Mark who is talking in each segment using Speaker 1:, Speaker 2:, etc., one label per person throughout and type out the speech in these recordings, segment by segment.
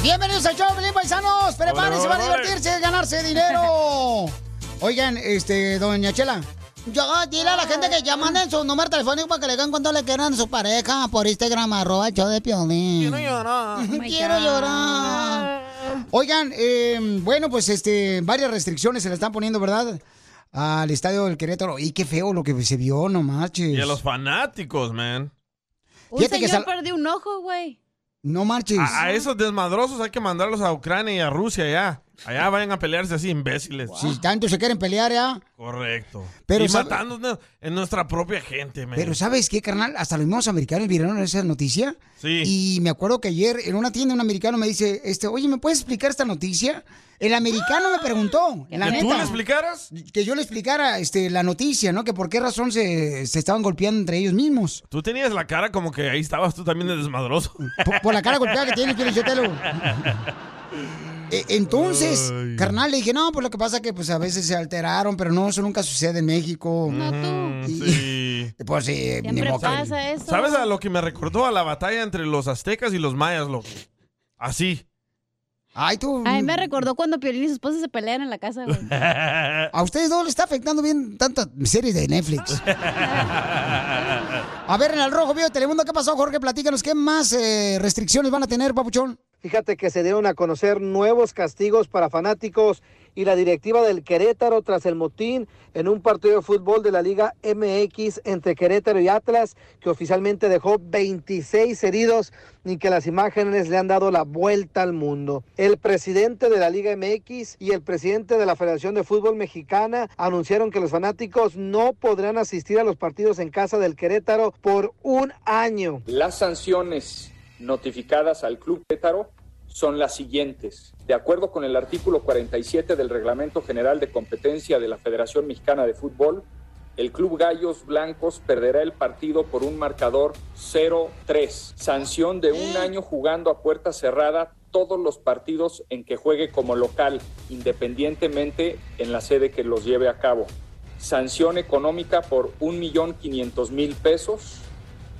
Speaker 1: Bienvenidos al show, Felipe Paisanos. Prepárense,
Speaker 2: Hola,
Speaker 1: van a
Speaker 2: hola.
Speaker 1: divertirse, ganarse dinero. Oigan, este, doña Chela. Yo, dile a la gente que llaman en su número telefónico para que le digan cuánto le quieran a su pareja por Instagram, arroba el show de Piolín. Quiero llorar. Quiero llorar. Oigan, eh, bueno, pues este, varias restricciones se le están poniendo, ¿verdad? Al estadio del Querétaro. Y qué feo lo que se vio, no marches.
Speaker 3: Y a los fanáticos, man.
Speaker 4: Un
Speaker 1: Fíjate que
Speaker 4: señor
Speaker 1: sal-
Speaker 4: perdió un ojo, güey.
Speaker 1: No marches.
Speaker 3: A, a esos desmadrosos hay que mandarlos a Ucrania y a Rusia ya. Allá vayan a pelearse así, imbéciles.
Speaker 1: Si tanto se quieren pelear, ya.
Speaker 3: Correcto.
Speaker 1: Pero
Speaker 3: y
Speaker 1: sabe-
Speaker 3: matándonos en nuestra propia gente, man.
Speaker 1: Pero ¿sabes qué, carnal? Hasta los mismos americanos vieron esa noticia.
Speaker 3: Sí.
Speaker 1: Y me acuerdo que ayer en una tienda un americano me dice, este, oye, ¿me puedes explicar esta noticia? El americano me preguntó, la
Speaker 3: ¿Que tú
Speaker 1: neta.
Speaker 3: le explicaras?
Speaker 1: Que yo le explicara este, la noticia, ¿no? Que por qué razón se, se estaban golpeando entre ellos mismos.
Speaker 3: Tú tenías la cara como que ahí estabas tú también de desmadroso.
Speaker 1: Por, por la cara golpeada que tiene Pio Lichotelo. E- Entonces,
Speaker 3: Ay.
Speaker 1: carnal, le dije, no, pues lo que pasa es que pues a veces se alteraron, pero no, eso nunca sucede en México. No tú.
Speaker 3: Sí.
Speaker 1: Pues sí, ni modo que-
Speaker 3: ¿Sabes a lo que me recordó? A la batalla entre los aztecas y los mayas, loco. Así.
Speaker 1: Ay,
Speaker 3: Mm.
Speaker 1: tú.
Speaker 4: A mí me recordó cuando Piolín y su esposa se pelean en la casa, güey.
Speaker 1: A ustedes dos les está afectando bien tantas series de Netflix. A ver, en el rojo, vivo de Telemundo, ¿qué pasó, Jorge? Platícanos, ¿qué más eh, restricciones van a tener, papuchón?
Speaker 5: Fíjate que se dieron a conocer nuevos castigos para fanáticos y la directiva del Querétaro tras el motín en un partido de fútbol de la Liga MX entre Querétaro y Atlas, que oficialmente dejó 26 heridos y que las imágenes le han dado la vuelta al mundo. El presidente de la Liga MX y el presidente de la Federación de Fútbol Mexicana anunciaron que los fanáticos no podrán asistir a los partidos en casa del Querétaro por un año.
Speaker 6: Las sanciones notificadas al Club Pétaro son las siguientes. De acuerdo con el artículo 47 del Reglamento General de Competencia de la Federación Mexicana de Fútbol, el Club Gallos Blancos perderá el partido por un marcador 0-3. Sanción de un año jugando a puerta cerrada todos los partidos en que juegue como local, independientemente en la sede que los lleve a cabo. Sanción económica por 1.500.000 pesos.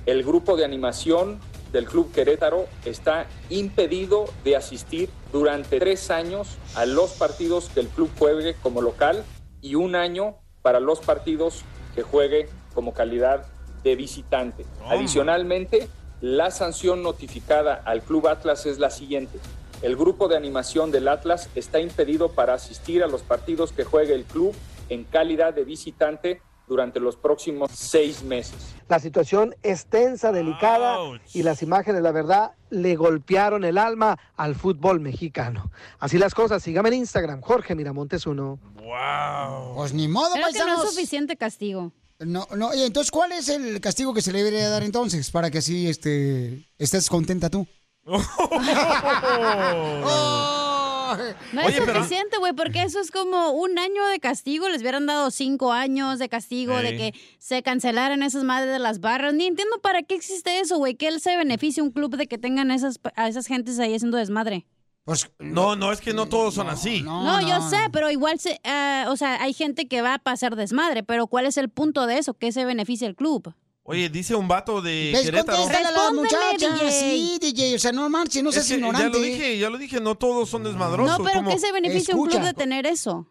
Speaker 6: El grupo de animación del Club Querétaro está impedido de asistir durante tres años a los partidos que el club juegue como local y un año para los partidos que juegue como calidad de visitante. Adicionalmente, la sanción notificada al Club Atlas es la siguiente. El grupo de animación del Atlas está impedido para asistir a los partidos que juegue el club en calidad de visitante durante los próximos seis meses.
Speaker 5: La situación es tensa, delicada y las imágenes, la verdad, le golpearon el alma al fútbol mexicano. Así las cosas, sígame en Instagram, Jorge Miramontes uno.
Speaker 3: ¡Wow!
Speaker 1: Pues ni modo,
Speaker 4: Creo que no
Speaker 1: paisanos.
Speaker 4: es suficiente castigo.
Speaker 1: No, no, y entonces, ¿cuál es el castigo que se le debería dar entonces para que así este, estés contenta tú?
Speaker 4: No
Speaker 1: Oye,
Speaker 4: es
Speaker 1: pero-
Speaker 4: suficiente, güey, porque eso es como un año de castigo. Les hubieran dado cinco años de castigo, de
Speaker 7: Ey.
Speaker 4: que se cancelaran esas madres de las barras. Ni entiendo para qué existe eso, güey, que él se beneficie un club de que tengan esas, a esas gentes ahí haciendo desmadre.
Speaker 1: pues,
Speaker 3: no, no, es que no todos son así.
Speaker 4: No, yo sé, pero igual, se, ah, o sea, hay gente que va a pasar desmadre, pero ¿cuál es el punto de eso? ¿Qué se beneficia el club?
Speaker 3: Oye, dice un vato de
Speaker 4: ¿Ves?
Speaker 3: Querétaro.
Speaker 4: Contéstale a la muchacha.
Speaker 1: Muchachas,
Speaker 4: DJ.
Speaker 1: sí, DJ, o sea, no marches, no
Speaker 3: Es
Speaker 1: seas
Speaker 3: que ya
Speaker 1: ignorante.
Speaker 3: lo dije, ya lo dije, no todos son desmadrosos.
Speaker 4: No, pero
Speaker 3: como-
Speaker 4: ¿qué se beneficia un club de tener eso?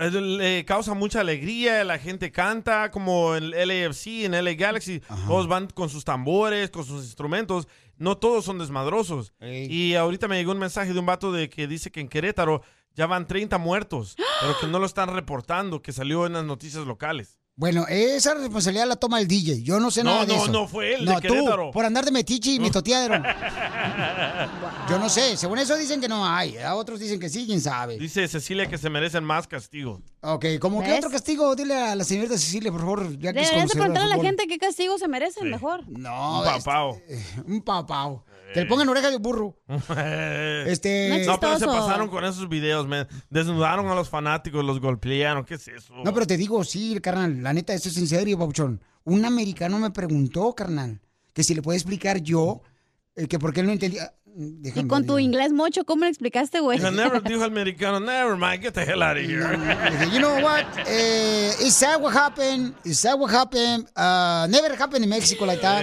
Speaker 3: eh, le causa mucha alegría, la gente canta, como en LAFC, en LA Galaxy, todos van con sus tambores, con sus instrumentos, no todos son desmadrosos. Y ahorita me llegó un mensaje de un vato de que dice que en Querétaro ya van 30 muertos, pero que no lo están reportando, que salió en las noticias locales.
Speaker 1: Bueno, esa responsabilidad la toma el DJ. Yo no sé
Speaker 3: No,
Speaker 1: nada de
Speaker 3: no,
Speaker 1: eso.
Speaker 3: no, fue él de
Speaker 1: No, tú,
Speaker 3: Querétaro.
Speaker 1: por andar de metiche y mitoteadero. Yo no sé. Según eso dicen que no hay. A otros dicen que sí, quién sabe.
Speaker 3: Dice Cecilia que se merecen más castigo.
Speaker 1: Ok, como que
Speaker 3: ¿Ves?
Speaker 1: otro castigo, dile a la señorita Cecilia, por favor. Ya que es
Speaker 4: Deberías de
Speaker 1: conocedora de
Speaker 4: preguntar a la
Speaker 1: fútbol.
Speaker 4: gente qué castigo se merecen mejor.
Speaker 1: No,
Speaker 3: Un
Speaker 1: este,
Speaker 3: papao. Eh.
Speaker 1: un papao. Que le pongan oreja de burro. Este- No es
Speaker 3: No, pero se
Speaker 1: chistoso.
Speaker 3: pasaron con esos videos, man. Desnudaron a los fanáticos, los golpearon. ¿Qué es eso?
Speaker 1: No, pero te digo, sí, carnal, la neta, esto es en serio, Pauchón. Un americano me preguntó, carnal, que si le puedo explicar yo, eh, que por qué él no entendía.
Speaker 4: Y con tu inglés mocho, ¿cómo le explicaste, güey?
Speaker 3: Dijo, "Never", dijo el americano, never mind, get the hell out of here.
Speaker 1: Mm, Dije, you know what? Eh, is that what happened? Is that what happened? Uh, never happened in Mexico like that.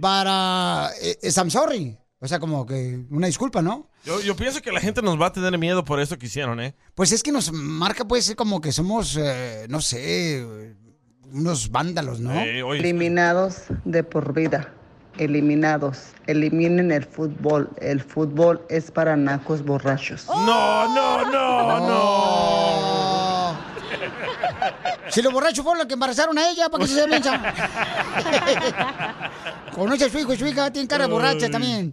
Speaker 1: But uh, is- I'm sorry. O sea, como que una disculpa, ¿no?
Speaker 3: Yo, yo pienso que la gente nos va a tener miedo por eso que hicieron, ¿eh?
Speaker 1: Pues es que nos marca, pues, como que somos, eh, no sé, unos vándalos, ¿no?
Speaker 8: Eh,
Speaker 2: Eliminados de por vida. Eliminados. Eliminen el fútbol. El fútbol es para nacos borrachos.
Speaker 3: No, no, no,
Speaker 1: no. Si los borrachos fueron los que embarazaron a ella, ¿para qué se se mensa? Conoce a su hijo y su hija tiene cara de borracha
Speaker 4: Ay.
Speaker 1: también.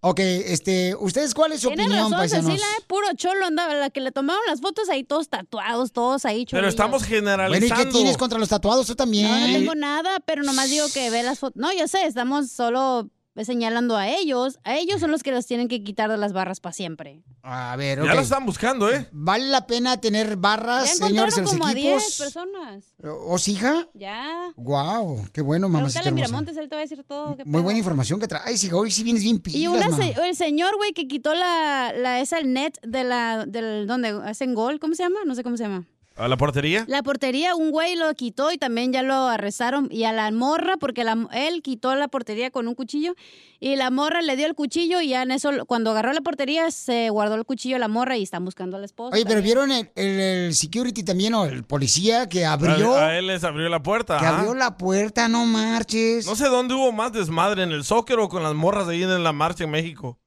Speaker 1: Ok, este, ¿ustedes cuál es su
Speaker 4: Tienes
Speaker 1: opinión,
Speaker 4: razón,
Speaker 1: paisanos?
Speaker 4: Cecilia, eh, puro cholo andaba, la que le tomaron las fotos ahí todos tatuados, todos ahí
Speaker 3: Pero
Speaker 4: cholillos.
Speaker 3: estamos
Speaker 1: Bueno, ¿y
Speaker 3: generalizando.
Speaker 1: qué tienes contra los tatuados tú también?
Speaker 4: No, no tengo nada, pero nomás digo que ve las fotos. No, yo sé, estamos solo señalando a ellos. A ellos son los que los tienen que quitar de las barras para siempre.
Speaker 1: A ver,
Speaker 3: Ya
Speaker 1: ok.
Speaker 3: lo están buscando, ¿eh?
Speaker 1: ¿Vale la pena tener
Speaker 4: Ya
Speaker 1: barras, Ah, señores,
Speaker 4: encontraron
Speaker 1: en los
Speaker 4: como a pues. 10
Speaker 1: equipos?
Speaker 4: personas.
Speaker 1: ¿Os hija?
Speaker 4: Ya.
Speaker 1: Guau, qué bueno, mamá.
Speaker 4: Pregúntale a Miramontes, él te va a decir todo. qué
Speaker 1: Muy
Speaker 4: pedo.
Speaker 1: buena información que traes, hija. Hoy sí vienes bien pilas,
Speaker 4: Y una
Speaker 1: mamá.
Speaker 4: se- el señor, güey, que quitó la, la esa el net de la del donde hacen gol, ¿cómo se llama? No sé cómo se llama.
Speaker 3: ¿A la portería?
Speaker 4: La portería, un güey lo quitó y también ya lo arrestaron. Y a la morra, porque la- él quitó la portería con un cuchillo. Y la morra le dio el cuchillo y ya en eso, cuando agarró la portería, se guardó el cuchillo a la morra y están buscando al esposo.
Speaker 1: Oye, pero ¿vieron el, el- el security también o el policía que abrió?
Speaker 3: A, a él les abrió la puerta.
Speaker 1: Que
Speaker 3: ajá.
Speaker 1: abrió la puerta, no marches.
Speaker 3: No sé dónde hubo más desmadre, en el soccer o con las morras ahí en la marcha en México.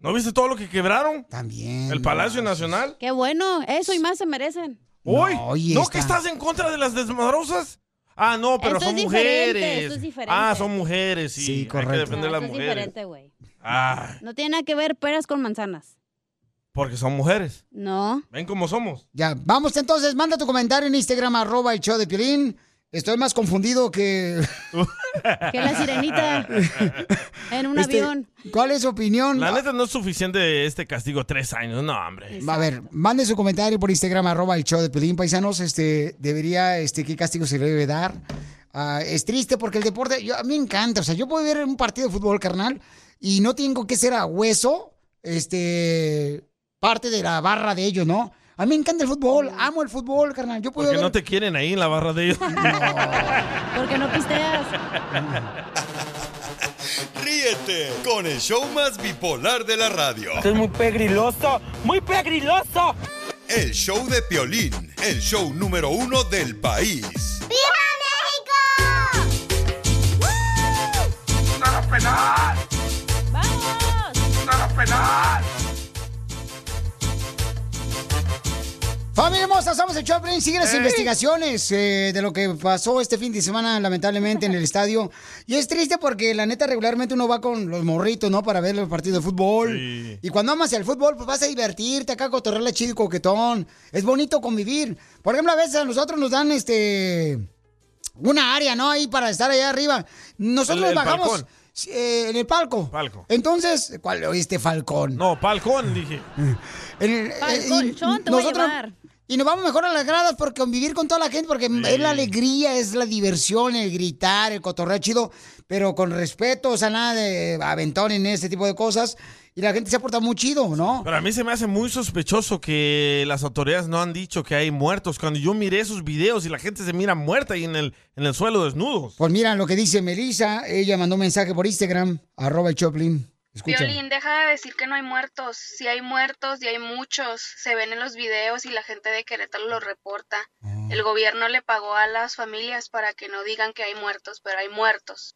Speaker 3: ¿No viste todo lo que quebraron?
Speaker 1: También.
Speaker 3: El Palacio Nacional.
Speaker 4: Qué bueno, eso y más se merecen.
Speaker 3: Hoy,
Speaker 4: No,
Speaker 3: no,
Speaker 4: oye,
Speaker 3: que
Speaker 4: está-
Speaker 3: estás en contra de las desmadrosas? Ah, no, pero
Speaker 4: Esto
Speaker 3: son
Speaker 4: es diferente,
Speaker 3: mujeres.
Speaker 4: esto es diferente.
Speaker 3: Ah, son mujeres, sí. correcto. Hay que defender a
Speaker 4: No,
Speaker 3: las
Speaker 4: eso es
Speaker 3: mujeres.
Speaker 4: diferente, güey.
Speaker 3: Ah,
Speaker 4: No tiene nada que ver peras con manzanas.
Speaker 3: porque son mujeres.
Speaker 4: No.
Speaker 3: ¿Ven cómo somos?
Speaker 1: Ya, vamos entonces, manda tu comentario en Instagram, arroba el show de Piolín. Estoy más confundido que...
Speaker 4: Que la sirenita en un
Speaker 1: Este,
Speaker 4: avión.
Speaker 1: ¿Cuál es su opinión?
Speaker 3: La neta no es suficiente este castigo tres años, no, hombre.
Speaker 1: A ver, mande su comentario por Instagram, arroba el show de Piolín, paisanos. Este, debería, este, qué castigo se le debe dar. Ah, es triste porque el deporte, yo, a mí me encanta. O sea, yo puedo ver un partido de fútbol, carnal, y no tengo que ser a hueso, este, parte de la barra de ellos, ¿no? A mí me encanta el fútbol,
Speaker 4: Oh.
Speaker 1: amo el fútbol, carnal. Yo puedo
Speaker 3: Porque
Speaker 1: ver...
Speaker 3: no te quieren ahí en la barra de ellos.
Speaker 4: Porque no pisteas.
Speaker 7: Ríete con el show más bipolar de la radio.
Speaker 9: Esto es muy pegriloso, muy pegriloso.
Speaker 7: El show de Piolín, el show número uno del país.
Speaker 9: penal! ¡Vamos! penal!
Speaker 1: Familia hermosa, somos el Choplin. Siguen las
Speaker 9: Ey.
Speaker 1: investigaciones eh, de lo que pasó este fin de semana, lamentablemente, en el estadio. Y es triste porque, la neta, regularmente uno va con los morritos, ¿no? Para ver los partidos de fútbol.
Speaker 9: Sí.
Speaker 1: Y cuando amas el fútbol, pues vas a divertirte acá, cotorrearla chido y coquetón. Es bonito convivir. Por ejemplo, a veces a nosotros nos dan este. Una área, ¿no? Ahí para estar allá arriba. Nosotros
Speaker 3: El- el
Speaker 1: bajamos.
Speaker 3: balcón.
Speaker 1: eh, en el palco.
Speaker 3: Palco.
Speaker 1: Entonces, ¿cuál oíste, Este Falcón?
Speaker 3: No, palcón, dije.
Speaker 1: En el-
Speaker 3: Falcón,
Speaker 1: eh, y
Speaker 3: Chon, te voy a llevar.
Speaker 1: Y nos vamos mejor a las gradas porque convivir con toda la gente, porque es la alegría, es la diversión, el gritar, el cotorreo chido, pero con respeto, o sea, nada de aventón en ese tipo de cosas. Y la gente se ha portado muy chido, ¿no?
Speaker 3: Pero a mí se me hace muy sospechoso que las autoridades no han dicho que hay muertos. Cuando yo miré esos videos y la gente se mira muerta ahí en el, en el suelo desnudos.
Speaker 1: Pues mira lo que dice Melissa, ella mandó un mensaje por Instagram, arroba el Choplin. Escuchen.
Speaker 4: Violín, deja de decir que no hay muertos. Si hay muertos y hay muchos. Se ven en los videos y la gente de Querétaro lo reporta. El gobierno le pagó a las familias para que no digan que hay muertos, pero hay muertos.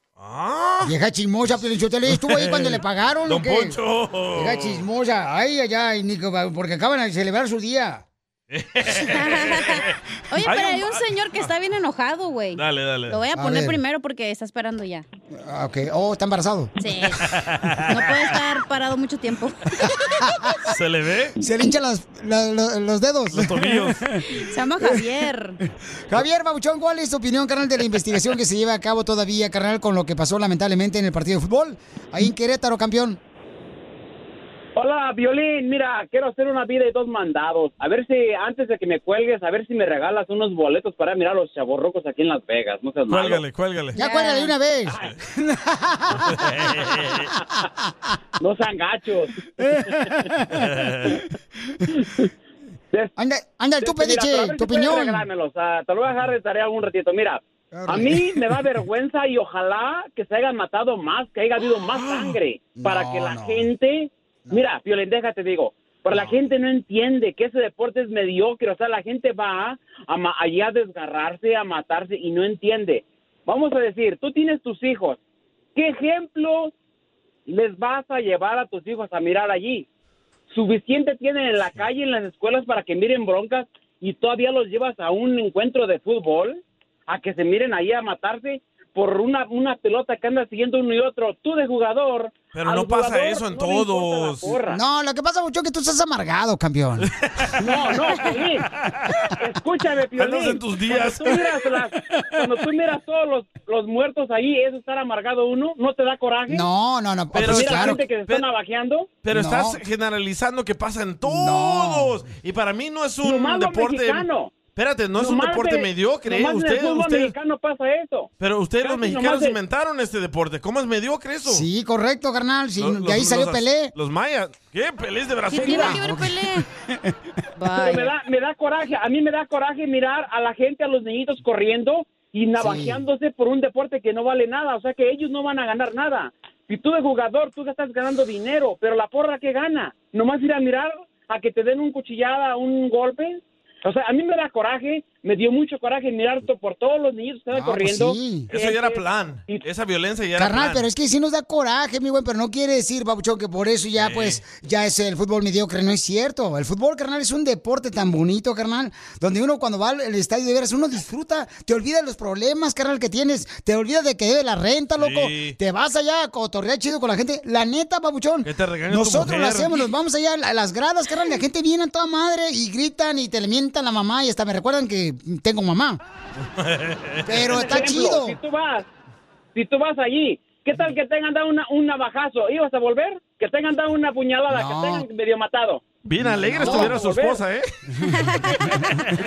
Speaker 1: Vieja chismosa, pero yo te le estuvo ahí cuando le pagaron.
Speaker 4: Ah. Don
Speaker 1: ¿o qué?
Speaker 4: Poncho.
Speaker 1: Vieja chismosa. Ay, ay, ay, Nico, porque acaban de celebrar su día.
Speaker 9: Oye, pero
Speaker 1: Hay
Speaker 9: hay un señor que está bien enojado, güey.
Speaker 3: Dale, dale.
Speaker 9: Lo voy a
Speaker 1: A
Speaker 9: poner
Speaker 1: ver.
Speaker 9: primero porque está esperando ya.
Speaker 1: Ah, ok. Oh, está embarazado.
Speaker 9: Sí. No puede estar parado mucho tiempo.
Speaker 3: ¿Se le ve?
Speaker 1: Se le hinchan las- la- lo- los dedos. Los
Speaker 3: tobillos.
Speaker 9: Se llama Javier.
Speaker 1: Javier Babuchón, ¿cuál es tu opinión, carnal, de la investigación que se lleva a cabo todavía, carnal, con lo que pasó lamentablemente en el partido de fútbol? Ahí en Querétaro, campeón.
Speaker 10: Hola, Violín. Mira, quiero hacer una vida de dos mandados. A ver si, antes de que me cuelgues, a ver si me regalas unos boletos para mirar a los chavorrocos aquí en Las Vegas. No seas malo.
Speaker 3: Cuélgale, cuélgale.
Speaker 1: Ya cuelga de una vez.
Speaker 10: No sean gachos.
Speaker 1: anda, anda, tú
Speaker 10: Mira, pero a
Speaker 1: pediche tu
Speaker 10: ver si puedes
Speaker 1: opinión.
Speaker 10: regalármelos. Ah, te lo voy a dejar de tarea algún ratito. Mira, a mí me da vergüenza y ojalá que se hayan matado más, que haya habido más
Speaker 1: Ah,
Speaker 10: sangre. Para
Speaker 5: No,
Speaker 10: que la
Speaker 5: no.
Speaker 10: gente. Mira, Violín, déjate, digo. Pero la gente no entiende que ese deporte es mediocre. O sea, la gente va a ma- allí a desgarrarse, a matarse y no entiende. Vamos a decir, tú tienes tus hijos. ¿Qué ejemplo les vas a llevar a tus hijos a mirar allí? suficiente tienen en la calle, en las escuelas para que miren broncas y todavía los llevas a un encuentro de fútbol a que se miren ahí a matarse por una, una pelota que anda siguiendo uno y otro. Tú de jugador.
Speaker 3: Pero
Speaker 10: al
Speaker 3: no pasa
Speaker 10: jugador
Speaker 3: eso en
Speaker 10: no le importa la
Speaker 3: todos.
Speaker 10: porra.
Speaker 1: No, lo que pasa, Babuchón, que tú estás amargado, campeón.
Speaker 10: No, no, Piolín. Escúchame, Piolín.
Speaker 1: Andas en tus días.
Speaker 10: Cuando tú miras, las- cuando tú miras todos los, los muertos ahí, eso estar amargado uno, ¿no te da coraje?
Speaker 1: No, no, no.
Speaker 10: Pero
Speaker 3: pues
Speaker 10: mira
Speaker 3: claro.
Speaker 10: gente que se está navajeando.
Speaker 3: Pero estás generalizando que pasa en todos. Y para mí no es un
Speaker 10: Nomás lo
Speaker 3: deporte.
Speaker 10: mexicano.
Speaker 3: Espérate, no es un
Speaker 10: Nomás
Speaker 3: deporte
Speaker 10: de-
Speaker 3: mediocre. ¿eh?
Speaker 10: nomás en el
Speaker 3: Usted,
Speaker 10: fútbol
Speaker 3: usted-
Speaker 10: mexicano pasa eso.
Speaker 3: pero ustedes los
Speaker 10: Casi nomás
Speaker 3: mexicanos
Speaker 10: de-
Speaker 3: inventaron este deporte. ¿Cómo es mediocre eso?
Speaker 1: Sí, correcto, carnal. Sí,
Speaker 3: Los-
Speaker 1: de ahí
Speaker 3: los-
Speaker 1: salió
Speaker 3: los-
Speaker 1: Pelé. Ah,
Speaker 3: Los mayas. ¿Qué? Pelé es de Brasil.
Speaker 10: Pero me da, me da coraje, a mí me da coraje mirar a la gente, a los niñitos corriendo y navajeándose por un deporte que no vale nada, o sea que ellos no van a ganar nada. Si tú de jugador, tú estás ganando dinero, pero la porra que gana, nomás ir a mirar a que te den un cuchillada, un golpe. O sea, a mí me da coraje, me dio mucho coraje mirar to- por todos los niños que estaban
Speaker 3: Ah, pues
Speaker 10: corriendo. Este,
Speaker 3: sí. Eso ya era plan. Esa violencia ya era
Speaker 1: Carnal,
Speaker 3: plan.
Speaker 1: pero es que sí nos da coraje, mi güey, pero no quiere decir, Babuchón, que por eso ya, pues, ya es el fútbol mediocre, no es cierto. El fútbol, carnal, es un deporte tan bonito, carnal, donde uno cuando va al al estadio de veras, uno disfruta, te olvida de los problemas, carnal, que tienes, te olvida de que debe la renta, loco,
Speaker 3: Sí.
Speaker 1: te vas allá a cotorrear chido con la gente. La neta, Babuchón,
Speaker 3: Que te regañe tu
Speaker 1: nosotros lo
Speaker 3: mujer.
Speaker 1: hacemos, nos vamos allá a las gradas, carnal, la gente viene a toda madre y gritan y te le mientan la mamá y hasta me recuerdan que tengo mamá. Pero está
Speaker 10: Por
Speaker 1: chido.
Speaker 10: Si tú vas, si tú vas allí, ¿qué tal que tengan dado una, un navajazo? ¿Ibas a volver? Que tengan dado una puñalada, que tengan medio matado.
Speaker 3: Bien alegre
Speaker 10: No,
Speaker 3: estuviera
Speaker 10: no,
Speaker 3: su
Speaker 10: volver.
Speaker 3: esposa, ¿eh?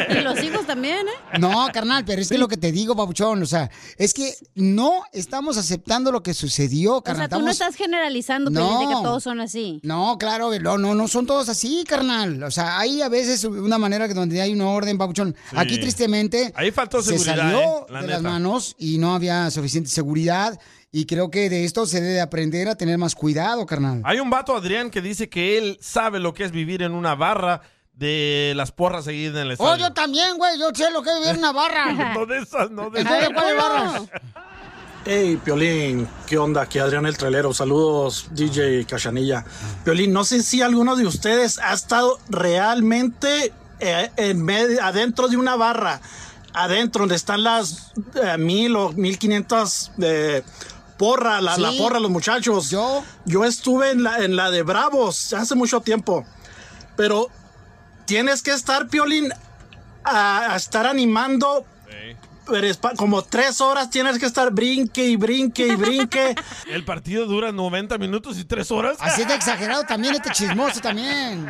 Speaker 9: Y los hijos también, ¿eh?
Speaker 1: No, carnal, pero es que lo que te digo, Babuchón, o sea, es que no estamos aceptando lo que sucedió,
Speaker 9: O sea,
Speaker 1: carnal.
Speaker 9: tú no
Speaker 1: estamos-
Speaker 9: estás generalizando,
Speaker 1: No.
Speaker 9: Pelín, de que todos son así.
Speaker 1: No, claro, no, no, no son todos así, carnal. O sea, hay a veces una manera que donde hay una orden, Babuchón.
Speaker 3: Sí.
Speaker 1: Aquí, tristemente,
Speaker 3: Ahí faltó
Speaker 1: se
Speaker 3: seguridad,
Speaker 1: salió
Speaker 3: ¿eh? La
Speaker 1: de las
Speaker 3: neta.
Speaker 1: manos y no había suficiente seguridad. Y creo que de esto se debe aprender a tener más cuidado, carnal.
Speaker 3: Hay un vato, Adrián, que dice que él sabe lo que es vivir en una barra de las porras ahí en el
Speaker 1: Oh,
Speaker 3: estadio.
Speaker 1: yo también, güey, yo sé lo que es vivir en una barra.
Speaker 3: No de esas, no de
Speaker 1: Entonces,
Speaker 3: esas.
Speaker 1: ¿cuál barra?
Speaker 11: Hey, Piolín, ¿qué onda? Aquí Adrián el Trelero. Saludos, DJ Cachanilla. Piolín, no sé si alguno de ustedes ha estado realmente eh, en medio- adentro de una barra, adentro donde están las eh, mil o mil quinientas eh, porra, la, la
Speaker 12: Sí.
Speaker 11: porra, los muchachos. Yo, yo estuve en la, en la de Bravos hace mucho tiempo, pero tienes que estar, Piolín, a- a estar animando pero es pa- como tres horas tienes que estar brinque y brinque y brinque.
Speaker 3: El partido dura 90 minutos y 3 horas.
Speaker 1: Así de exagerado también, este chismoso también.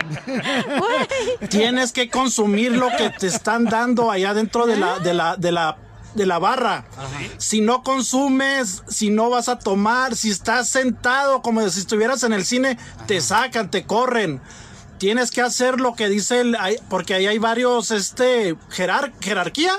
Speaker 11: tienes que consumir lo que te están dando allá dentro de la, de la, de la, de la barra. Si no consumes, si no vas a tomar, si estás sentado como si estuvieras en el cine, te sacan, te corren. Tienes que hacer lo que dice el, hay- porque ahí hay varios, este, jerar- jerarquía.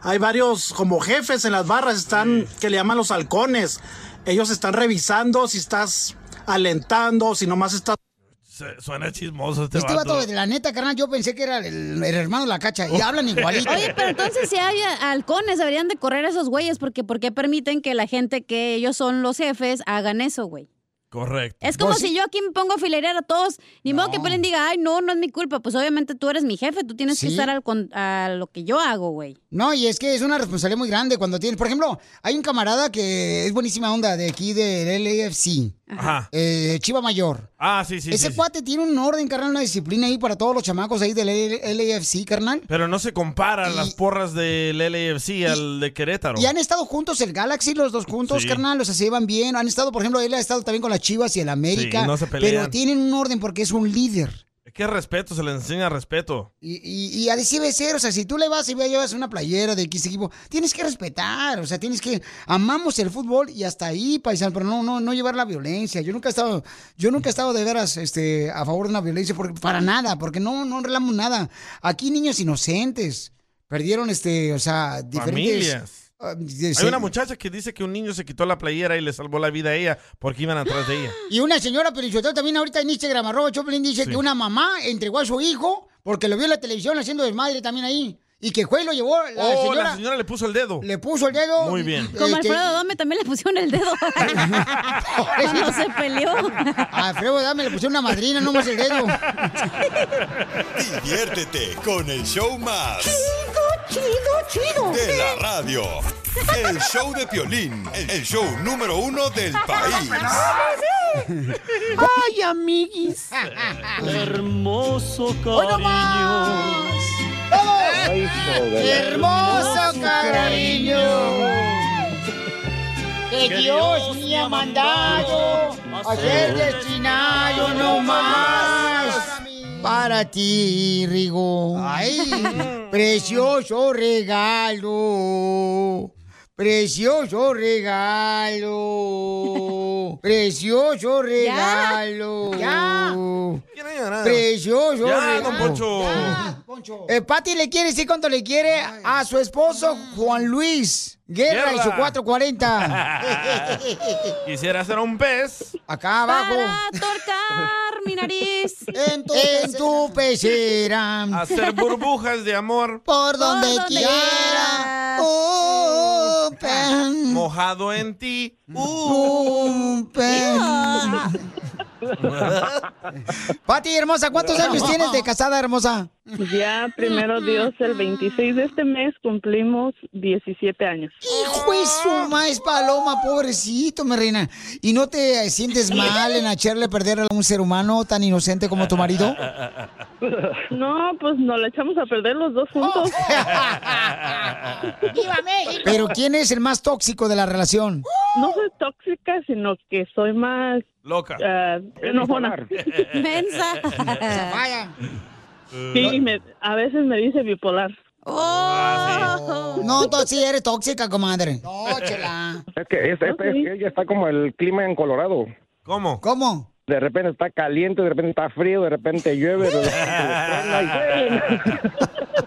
Speaker 11: Hay varios como jefes en las barras están que le llaman los halcones. Ellos están revisando si estás
Speaker 13: alentando, si nomás estás...
Speaker 3: Se- Suena chismoso este,
Speaker 13: Este
Speaker 1: Este
Speaker 3: vato.
Speaker 1: vato, la neta, carnal, yo pensé que era el, el hermano de la cacha.
Speaker 3: Oh.
Speaker 1: Y hablan igualito.
Speaker 4: Oye, pero entonces si hay halcones, deberían de correr a esos güeyes, porque ¿por qué permiten que la gente que ellos son los jefes hagan eso, güey?
Speaker 3: Correcto.
Speaker 4: Es como
Speaker 1: Pues
Speaker 3: Vos-
Speaker 4: si yo aquí me pongo a filerear a todos, ni modo que Pelín diga, ay, no, no es mi culpa. Pues obviamente tú eres mi jefe, tú tienes que
Speaker 1: Sí.
Speaker 4: estar al con- a lo que yo hago, güey.
Speaker 1: No, y es que es una responsabilidad muy grande cuando tienes. Por ejemplo, hay un camarada que es buenísima onda de aquí del LAFC.
Speaker 3: Ajá.
Speaker 1: eh, Chiva Mayor.
Speaker 3: Ah, sí, sí,
Speaker 1: Ese
Speaker 3: sí, sí.
Speaker 1: cuate tiene un orden, carnal, una disciplina ahí para todos los chamacos ahí del LAFC, carnal.
Speaker 3: Pero no se compara las porras del LAFC al de Querétaro.
Speaker 1: Y han estado juntos el Galaxy, los dos juntos,
Speaker 3: Sí.
Speaker 1: carnal, o sea, se llevan bien. Han estado, por ejemplo, él ha estado también con las Chivas y el América.
Speaker 3: Sí, no se
Speaker 1: pero
Speaker 3: pelean.
Speaker 1: tienen un orden porque es un líder.
Speaker 3: Es que respeto, se le enseña respeto.
Speaker 1: Y, y así debe ser, o sea, si tú le vas y ve- llevas una playera de X equipo, tienes que respetar, o sea, tienes que, amamos el fútbol y hasta ahí, paisano, pero no, no, no llevar la violencia. Yo nunca he estado, yo nunca he estado de veras, este, a favor de una violencia, porque, para nada, porque no, no arreglamos nada. Aquí niños inocentes perdieron, este, o sea, diferentes.
Speaker 3: Familias.
Speaker 1: ah, de-
Speaker 3: Hay una muchacha que dice que un niño se quitó la playera y le salvó la vida a ella porque iban atrás de ella.
Speaker 1: Y una señora Pelichotero también ahorita en Instagram, arroba Choplin, dice
Speaker 3: Sí.
Speaker 1: que una mamá entregó a su hijo porque lo vio en la televisión haciendo desmadre también ahí. Y que juez lo llevó la
Speaker 3: oh,
Speaker 1: señora.
Speaker 3: la señora le puso el dedo.
Speaker 1: Le puso el dedo. este,
Speaker 3: Muy bien.
Speaker 4: Como Alfredo Dame también le pusieron el dedo. Cuando se peleó.
Speaker 1: A Alfredo Dame le pusieron una madrina, no más el dedo.
Speaker 7: Diviértete con el show más.
Speaker 1: Chido, chido, chido.
Speaker 7: De la radio. El show de Piolín, el show número uno del país.
Speaker 9: ¡Ay, amiguis! Hermoso cariño.
Speaker 1: ¡Ay, Hermoso cariño que Dios me ha mandado a ser destinado no más para ti, Rigo. Ay, precioso regalo. Precioso regalo. Precioso regalo. Ya. Precioso
Speaker 3: Ya,
Speaker 1: regalo.
Speaker 3: don Poncho.
Speaker 1: Eh, Pati le quiere decir cuánto le quiere a su esposo Juan Luis Guerra, y su
Speaker 3: Guerra.
Speaker 1: 440.
Speaker 3: Quisiera ser un pez.
Speaker 1: Acá abajo.
Speaker 4: torcar mi nariz.
Speaker 1: En tu, en tu pecera.
Speaker 3: Hacer burbujas de amor.
Speaker 1: Por donde Ah.
Speaker 9: donde
Speaker 1: quiera. Un pen. Mm.
Speaker 3: Mojado en ti. Uh.
Speaker 1: Un pen. Pati, hermosa, ¿cuántos años tienes de casada, hermosa?
Speaker 14: Ya, primero Dios, el 26 de este mes cumplimos 17 años.
Speaker 1: Hijo de su maíz paloma, pobrecito, mi reina. ¿Y no te sientes mal en echarle perder a un ser humano tan inocente como tu marido?
Speaker 14: No, pues nos la echamos a perder los dos juntos.
Speaker 1: ¡Viva México! Pero ¿quién es el más tóxico de la relación?
Speaker 14: No soy tóxica, sino que soy más...
Speaker 3: Loca.
Speaker 14: ah, enojona.
Speaker 9: Mensa.
Speaker 1: Vaya.
Speaker 14: Sí, me- a veces me dice bipolar.
Speaker 1: No, tú sí eres tóxica, comadre. No, chela.
Speaker 15: Es que es- es- es que ella está como el clima en Colorado.
Speaker 3: ¿Cómo?
Speaker 1: ¿Cómo?
Speaker 15: De repente está caliente, de repente está frío, de repente llueve. de repente-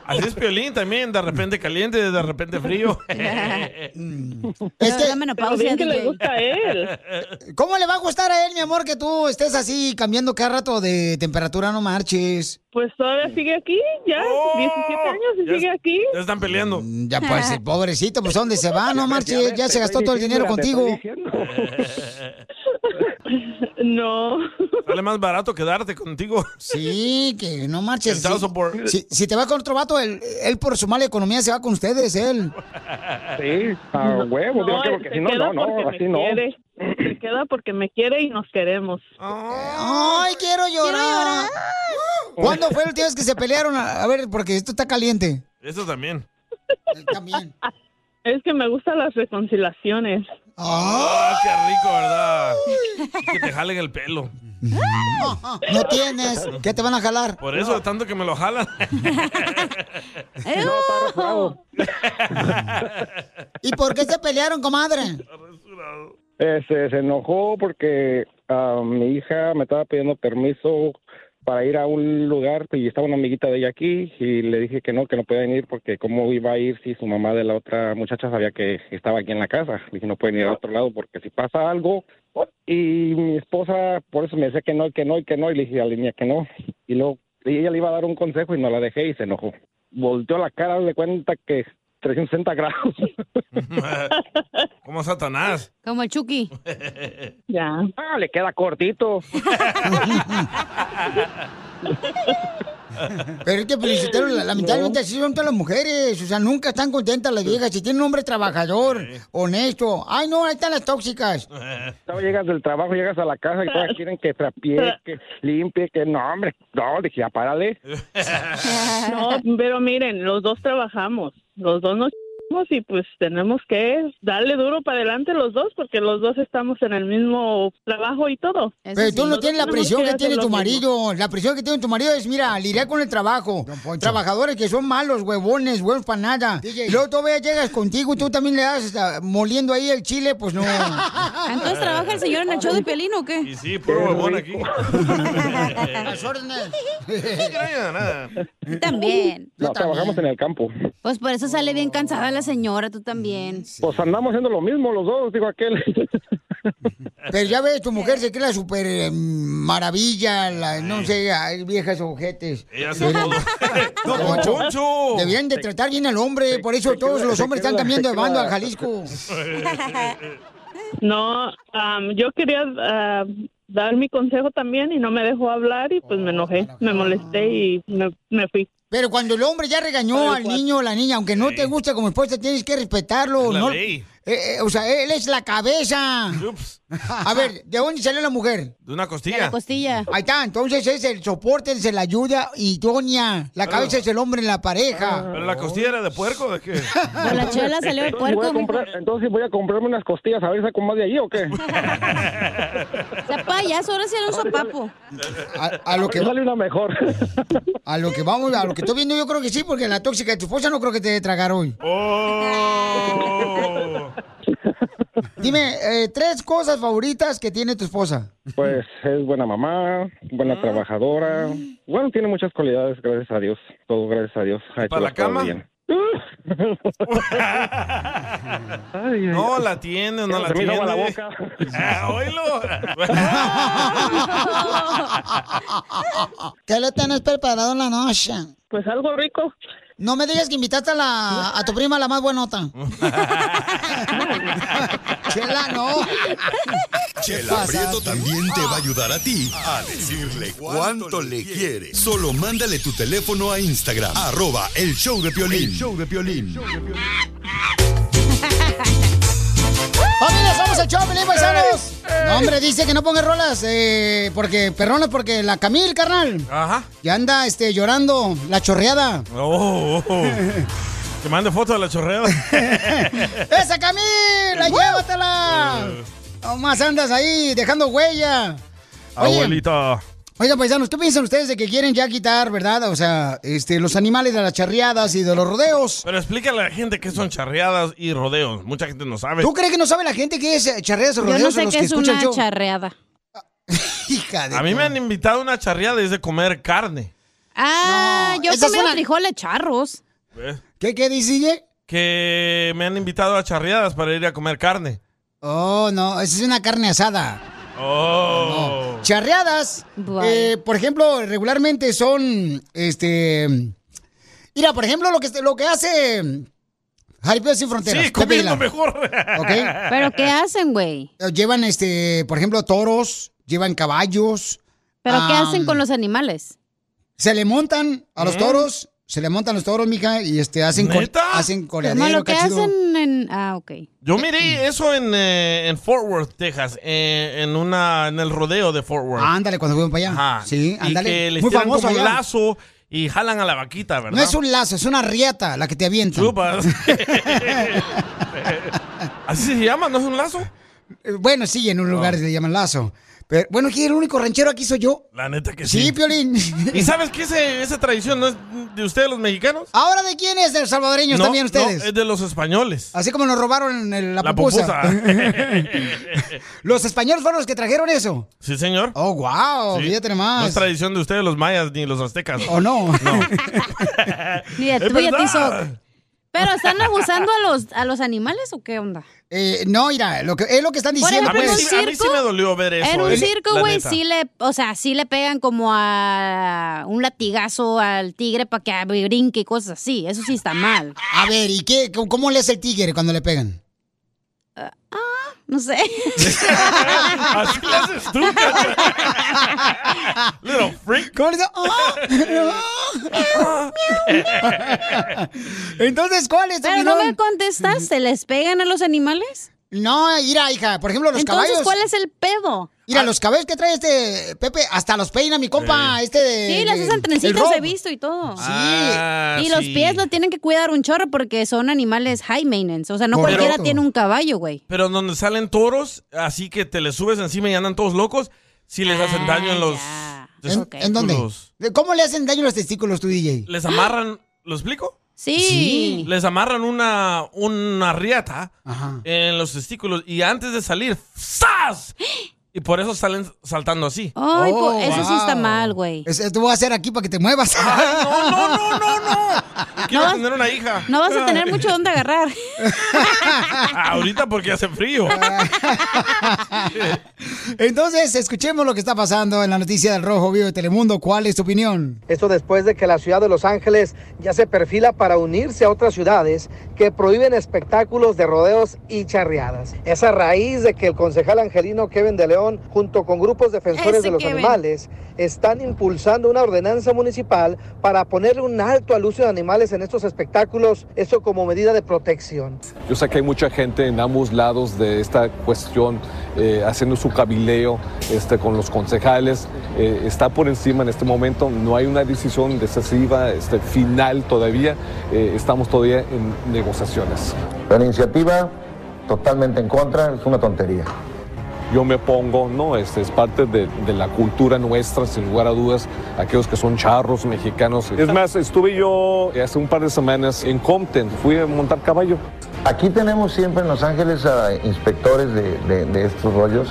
Speaker 3: Así es Piolín también, de repente caliente, de repente frío.
Speaker 1: Es que...
Speaker 14: Pero bien que le gusta a él.
Speaker 1: ¿Cómo le va a gustar a él, mi amor, que tú estés así cambiando cada rato de temperatura? No marches.
Speaker 14: Pues todavía sigue aquí, ya, 17 años y sigue aquí.
Speaker 3: ¡Oh! Ya están peleando.
Speaker 1: Ya pues, el pobrecito, pues ¿dónde se va? No marches, ya se gastó todo el dinero contigo.
Speaker 14: No.
Speaker 3: Sale más barato quedarte contigo.
Speaker 1: Sí, que no marches.
Speaker 3: El child
Speaker 1: Si-
Speaker 3: support.
Speaker 1: Si, si te va con otro vato, él, él por su mala economía se va con ustedes, él.
Speaker 15: Sí, a huevo, digo que porque
Speaker 14: se
Speaker 15: si no,
Speaker 14: queda
Speaker 15: no, no,
Speaker 14: porque
Speaker 15: así
Speaker 14: me
Speaker 15: no.
Speaker 14: quiere. Se queda porque me quiere y nos queremos.
Speaker 1: Ay, quiero llorar. ¿Cuándo fue el última vez que se pelearon? A a ver, porque esto está caliente.
Speaker 3: Eso también.
Speaker 1: También.
Speaker 14: Es que me gustan las reconciliaciones.
Speaker 3: Ah, qué rico, ¿verdad? Y que te jalen el pelo.
Speaker 1: No tienes. ¿Qué te van a jalar?
Speaker 3: Por eso, tanto que me lo jalan.
Speaker 1: ¿Y por qué se pelearon, comadre?
Speaker 15: Este, se enojó porque ah, mi hija me estaba pidiendo permiso para ir a un lugar y estaba una amiguita de ella aquí y le dije que no, que no podían ir porque cómo iba a ir si su mamá de la otra muchacha sabía que estaba aquí en la casa. Le dije, no pueden ir a otro lado porque si pasa algo. Y mi esposa por eso me decía que no, y que no, y que no. Y le dije a la niña que no. Y luego y ella le iba a dar un consejo y no la dejé y se enojó. Volteó la cara, de cuenta que 360 grados.
Speaker 3: Como Satanás.
Speaker 4: Como el Chucky.
Speaker 15: Ya. Ah, le queda cortito.
Speaker 1: Pero es que felicitero, la- lamentablemente así son todas las mujeres. O sea, nunca están contentas las viejas. Si tienen un hombre trabajador, honesto. Ay, no, ahí están las tóxicas.
Speaker 15: Estaba llegas del trabajo, llegas a la casa y todas quieren que trapie, que limpie, que no, hombre. No, le dije, ya párale.
Speaker 14: No, pero miren, los dos trabajamos, los dos nos chingamos y pues tenemos que darle duro para adelante los dos porque los dos estamos en el mismo trabajo y todo.
Speaker 1: Pero tú no tienes la presión que
Speaker 14: Tenemos
Speaker 1: tiene
Speaker 14: hacer
Speaker 1: tu
Speaker 14: lo mismo.
Speaker 1: marido. La presión que tiene tu marido es, mira, lidiar con el trabajo. Trabajadores que son malos, huevones, huevos para nada.
Speaker 9: DJ.
Speaker 1: Y Luego todavía llegas contigo y tú también le das ah, moliendo ahí el chile, pues no.
Speaker 4: Entonces trabaja el señor en el show de Piolín o qué?
Speaker 3: Y sí, puro huevón aquí.
Speaker 1: Las órdenes.
Speaker 4: También.
Speaker 15: No, trabajamos en el campo.
Speaker 4: Pues por eso sale bien cansada la señora, tú también.
Speaker 1: Mm.
Speaker 15: Pues andamos haciendo lo mismo los dos, digo aquel.
Speaker 1: Pero ya ves, tu mujer se cree la super eh, maravilla, la, no sé, hay viejas ojetes.
Speaker 9: Ella hace
Speaker 1: Pero-
Speaker 9: todo.
Speaker 1: Don
Speaker 9: Don
Speaker 1: Poncho,
Speaker 9: Poncho.
Speaker 1: Debían de tratar bien al hombre, por eso todos
Speaker 14: creo-
Speaker 1: los
Speaker 14: te
Speaker 1: hombres
Speaker 14: creo la-
Speaker 1: están cambiando
Speaker 14: te
Speaker 1: de
Speaker 14: creo
Speaker 1: bando
Speaker 14: la-
Speaker 1: a Jalisco.
Speaker 14: No, am, yo quería ah, dar mi consejo también y no me dejó hablar y pues me enojé, me molesté y me, me fui.
Speaker 1: Pero cuando el hombre ya regañó al niño o la niña, aunque no te guste como esposa, tienes que respetarlo.
Speaker 9: Es la
Speaker 1: ¿no?
Speaker 9: ley.
Speaker 1: Eh, eh, o sea, él es la cabeza. A ver, ¿de dónde salió la mujer?
Speaker 3: De una costilla.
Speaker 4: costilla.
Speaker 1: Ahí está, entonces es el soporte, es la ayuda idónea. La cabeza es el hombre en la pareja.
Speaker 3: ¿Pero la costilla era de puerco o de qué?
Speaker 15: Entonces voy a comprar- entonces voy a comprarme unas costillas, a ver, saco más de ahí o qué.
Speaker 4: La payaso, ahora sí era un sopapo.
Speaker 1: A,
Speaker 15: Ah,
Speaker 1: a lo que
Speaker 15: sale una mejor.
Speaker 1: A lo que vamos, a lo que estoy viendo, yo creo que sí, porque la tóxica de tu esposa no creo que te dé tragar hoy.
Speaker 3: Oh.
Speaker 1: Dime, eh, tres cosas favoritas que tiene tu esposa.
Speaker 15: Pues es buena mamá, buena trabajadora. Bueno, tiene muchas cualidades, gracias a Dios. Todo gracias a Dios. Ha hecho
Speaker 3: para la
Speaker 15: las cosas
Speaker 3: cama?
Speaker 15: bien.
Speaker 3: No la tiene, no
Speaker 15: Ya
Speaker 3: la
Speaker 15: se me hizo
Speaker 3: tiene.
Speaker 15: agua la
Speaker 3: Ah, oílo.
Speaker 1: ¿Qué le tenés preparado en la noche?
Speaker 14: Pues algo rico.
Speaker 1: No me digas que invitaste a, la, a tu prima la más buenota. Chela, no.
Speaker 7: Chela
Speaker 1: Pasa.
Speaker 7: Prieto también te va a ayudar a ti a decirle cuánto le quiere. Solo mándale tu teléfono a Instagram, arroba el show de Piolín. show de Piolín.
Speaker 1: Familia, somos el show, Pelín Paisanos. No, hombre, dice que no ponga rolas, eh, porque, perronas, porque la Camil, carnal.
Speaker 3: Ajá.
Speaker 1: Ya anda, este, llorando, la chorreada.
Speaker 3: Oh, oh. Que mande fotos de la chorreada.
Speaker 1: ¡Esa Camila! ¡Llévatela!
Speaker 3: Eh,
Speaker 1: Nomás andas ahí dejando huella. Oye,
Speaker 3: Abuelita.
Speaker 1: oigan, paisanos, ¿qué piensan ustedes de que quieren ya quitar, verdad? O sea, este, los animales de las charreadas y de los rodeos.
Speaker 3: Pero explícale a la gente qué son charreadas y rodeos. Mucha gente no sabe.
Speaker 1: ¿Tú crees que no sabe la gente qué es eh, charreadas o rodeos?
Speaker 4: yo no sé
Speaker 1: los
Speaker 4: qué
Speaker 1: que
Speaker 4: es
Speaker 1: escuchan
Speaker 4: una
Speaker 1: yo?
Speaker 4: charreada.
Speaker 3: A mí me han invitado a una charreada y es de comer carne.
Speaker 4: Ah, yo
Speaker 1: esa es
Speaker 4: comí
Speaker 1: una-
Speaker 4: frijoles charros.
Speaker 1: ¿Qué, qué dice, DJ?
Speaker 3: Que me han invitado a charreadas para ir a comer carne.
Speaker 1: Oh, no, esa es una carne asada.
Speaker 3: Oh.
Speaker 1: Charreadas, eh, por ejemplo, regularmente son, este... Mira, por ejemplo, lo que, lo que hace Jaripeo Sin Fronteras.
Speaker 9: Sí,
Speaker 1: Pepe
Speaker 9: comiendo
Speaker 1: Aguilar.
Speaker 3: mejor.
Speaker 1: ¿Ok?
Speaker 4: hacen, güey?
Speaker 1: Llevan, este, por ejemplo, toros, llevan caballos.
Speaker 4: ¿Pero qué
Speaker 1: am,
Speaker 4: hacen con los animales?
Speaker 1: Se le montan a los
Speaker 4: ¿Eh?
Speaker 1: toros, se le montan los toros, mija, y este, hacen, col-
Speaker 3: ¿Neta?
Speaker 1: hacen
Speaker 4: Como
Speaker 1: coleadero,
Speaker 4: lo que
Speaker 1: cachido.
Speaker 4: hacen en... Ah, ok.
Speaker 3: Yo miré eso en, eh, en Fort Worth, Texas, eh, en una en el rodeo de Fort Worth.
Speaker 1: Ándale, cuando fuimos para allá.
Speaker 3: Ajá.
Speaker 1: Sí, ándale.
Speaker 3: Y que les
Speaker 1: Muy
Speaker 3: tiran
Speaker 1: famoso
Speaker 3: como un
Speaker 1: allá.
Speaker 3: lazo y jalan a la vaquita, ¿verdad?
Speaker 1: No es un lazo, es una riata la que te avienta.
Speaker 3: Chupas. ¿Así se llama? ¿No es un lazo?
Speaker 1: Eh, Bueno, sí, en un lugar se le llaman lazo. Pero, bueno, aquí el único ranchero aquí soy yo.
Speaker 3: La neta que sí.
Speaker 1: Sí, Piolín.
Speaker 3: ¿Y sabes qué? Ese- esa tradición no es de ustedes los mexicanos?
Speaker 1: ¿Ahora de quién es? ¿De los salvadoreños
Speaker 3: No,
Speaker 1: también ustedes?
Speaker 3: no, eh. es de los españoles.
Speaker 1: Así como nos robaron el- la, pupusa. los españoles fueron los que trajeron eso.
Speaker 3: sí, señor.
Speaker 1: Oh, wow,
Speaker 3: Sí.
Speaker 1: fíjate
Speaker 3: No
Speaker 1: más.
Speaker 3: es tradición de ustedes los mayas ni los aztecas.
Speaker 1: ¿O no?
Speaker 4: Ni de
Speaker 3: Es
Speaker 4: tú, ya te
Speaker 3: verdad.
Speaker 4: hizo- Pero están abusando a los, a los animales o qué onda?
Speaker 1: Eh, no, mira, lo que, es lo que están
Speaker 4: Por
Speaker 1: diciendo.
Speaker 4: ejemplo,
Speaker 1: pues.
Speaker 4: en un circo,
Speaker 3: dolió ver eso,
Speaker 4: en un
Speaker 3: eh,
Speaker 4: circo,
Speaker 3: la
Speaker 4: güey,
Speaker 3: neta.
Speaker 4: sí le, o sea, sí le pegan como a un latigazo al tigre para que brinque y cosas así. Eso sí está mal.
Speaker 1: A ver, ¿y qué? ¿Cómo- ¿Cómo le hace el tigre cuando le pegan?
Speaker 4: No sé.
Speaker 9: Así
Speaker 3: le haces tú. Little freak.
Speaker 1: ¿Cómo le dice? ¡Ah! Entonces, ¿cuál es tu
Speaker 4: Pero no
Speaker 1: opinión?
Speaker 4: me contestas, ¿se les pegan a los animales?
Speaker 1: No, mira, hija, por ejemplo, los
Speaker 4: Entonces,
Speaker 1: caballos.
Speaker 4: ¿cuál es el pedo?
Speaker 3: Ah.
Speaker 1: Mira, los cabellos que trae este Pepe, hasta los peina mi compa,
Speaker 4: Sí.
Speaker 1: este de.
Speaker 4: Sí, las
Speaker 1: de-
Speaker 4: usan
Speaker 1: el
Speaker 4: trencitas,
Speaker 1: Rob.
Speaker 4: he visto y todo. Sí.
Speaker 1: Ah,
Speaker 4: y los
Speaker 3: sí.
Speaker 4: pies lo tienen que cuidar un chorro porque son animales high maintenance. O sea, no
Speaker 3: Correcto.
Speaker 4: cualquiera tiene un caballo, güey.
Speaker 3: Pero en donde salen toros, así que te les subes encima y andan todos locos, sí les
Speaker 4: Ah,
Speaker 3: hacen daño en los
Speaker 1: ¿En, en dónde?
Speaker 3: testículos.
Speaker 1: ¿Cómo le hacen daño los testículos tu DJ?
Speaker 3: Les amarran, ¿lo explico?
Speaker 4: Sí.
Speaker 1: Sí.
Speaker 3: Les amarran una, una riata
Speaker 1: Ajá.
Speaker 3: en los testículos y antes de salir, ¡zas! Y por eso salen saltando así.
Speaker 4: Ay,
Speaker 3: Oh,
Speaker 4: po- eso sí está
Speaker 1: Oh, wow.
Speaker 4: mal, güey.
Speaker 1: Eso eh, te voy a hacer aquí para que te muevas.
Speaker 3: no, no, no, no, no. Quiero tener una hija.
Speaker 4: No vas a tener mucho donde agarrar.
Speaker 3: Ahorita porque hace frío.
Speaker 1: Ah, Entonces, escuchemos lo que está pasando en la noticia del Rojo Vivo de Telemundo. ¿Cuál es tu opinión?
Speaker 5: Esto después de que la ciudad de Los Ángeles ya se perfila para unirse a otras ciudades que prohíben espectáculos de rodeos y charreadas. Es a raíz de que el concejal angelino Kevin de León, junto con grupos defensores
Speaker 9: Ese
Speaker 5: de los
Speaker 9: Kevin.
Speaker 5: animales, están impulsando una ordenanza municipal para ponerle un alto al uso de animales en estos espectáculos, esto como medida de protección.
Speaker 16: Yo sé que hay mucha gente en ambos lados de esta cuestión eh, haciendo su cabileo este, con los concejales. Eh, está por encima en este momento, no hay una decisión decisiva este, final todavía. Eh, estamos todavía en negociaciones.
Speaker 12: La iniciativa totalmente en contra, es una tontería.
Speaker 16: Yo me pongo, no, este es parte de, de la cultura nuestra, sin lugar a dudas, aquellos que son charros mexicanos. Es más, estuve yo hace un par de semanas en Compton, fui a montar caballo.
Speaker 12: Aquí tenemos siempre en Los Ángeles a inspectores de, de- de estos rollos.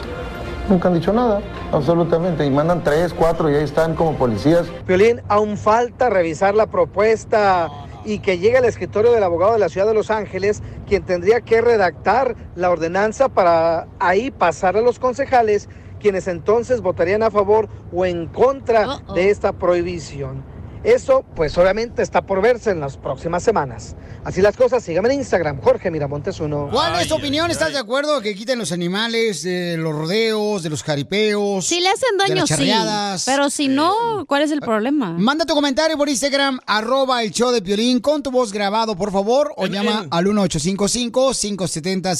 Speaker 12: Nunca han dicho nada, absolutamente. Y mandan tres, cuatro y ahí están como policías.
Speaker 5: Violín, aún falta revisar la propuesta y que llegue al escritorio del abogado de la ciudad de Los Ángeles, quien tendría que redactar la ordenanza para ahí pasar a los concejales, quienes entonces votarían a favor o en contra de esta prohibición. Eso, pues obviamente está por verse en las próximas semanas. Así las cosas, síganme en Instagram, Jorge Miramontes uno.
Speaker 1: ¿Cuál es tu opinión? ¿Estás de acuerdo que quiten los animales de los rodeos, de los jaripeos?
Speaker 4: Si le hacen
Speaker 1: de
Speaker 4: daño,
Speaker 1: las
Speaker 4: sí.
Speaker 1: charreadas? Ah,
Speaker 4: Pero si no, ¿cuál es el problema?
Speaker 1: Manda tu comentario por Instagram, arroba el show de Piolín, con tu voz grabado, por favor, o llama al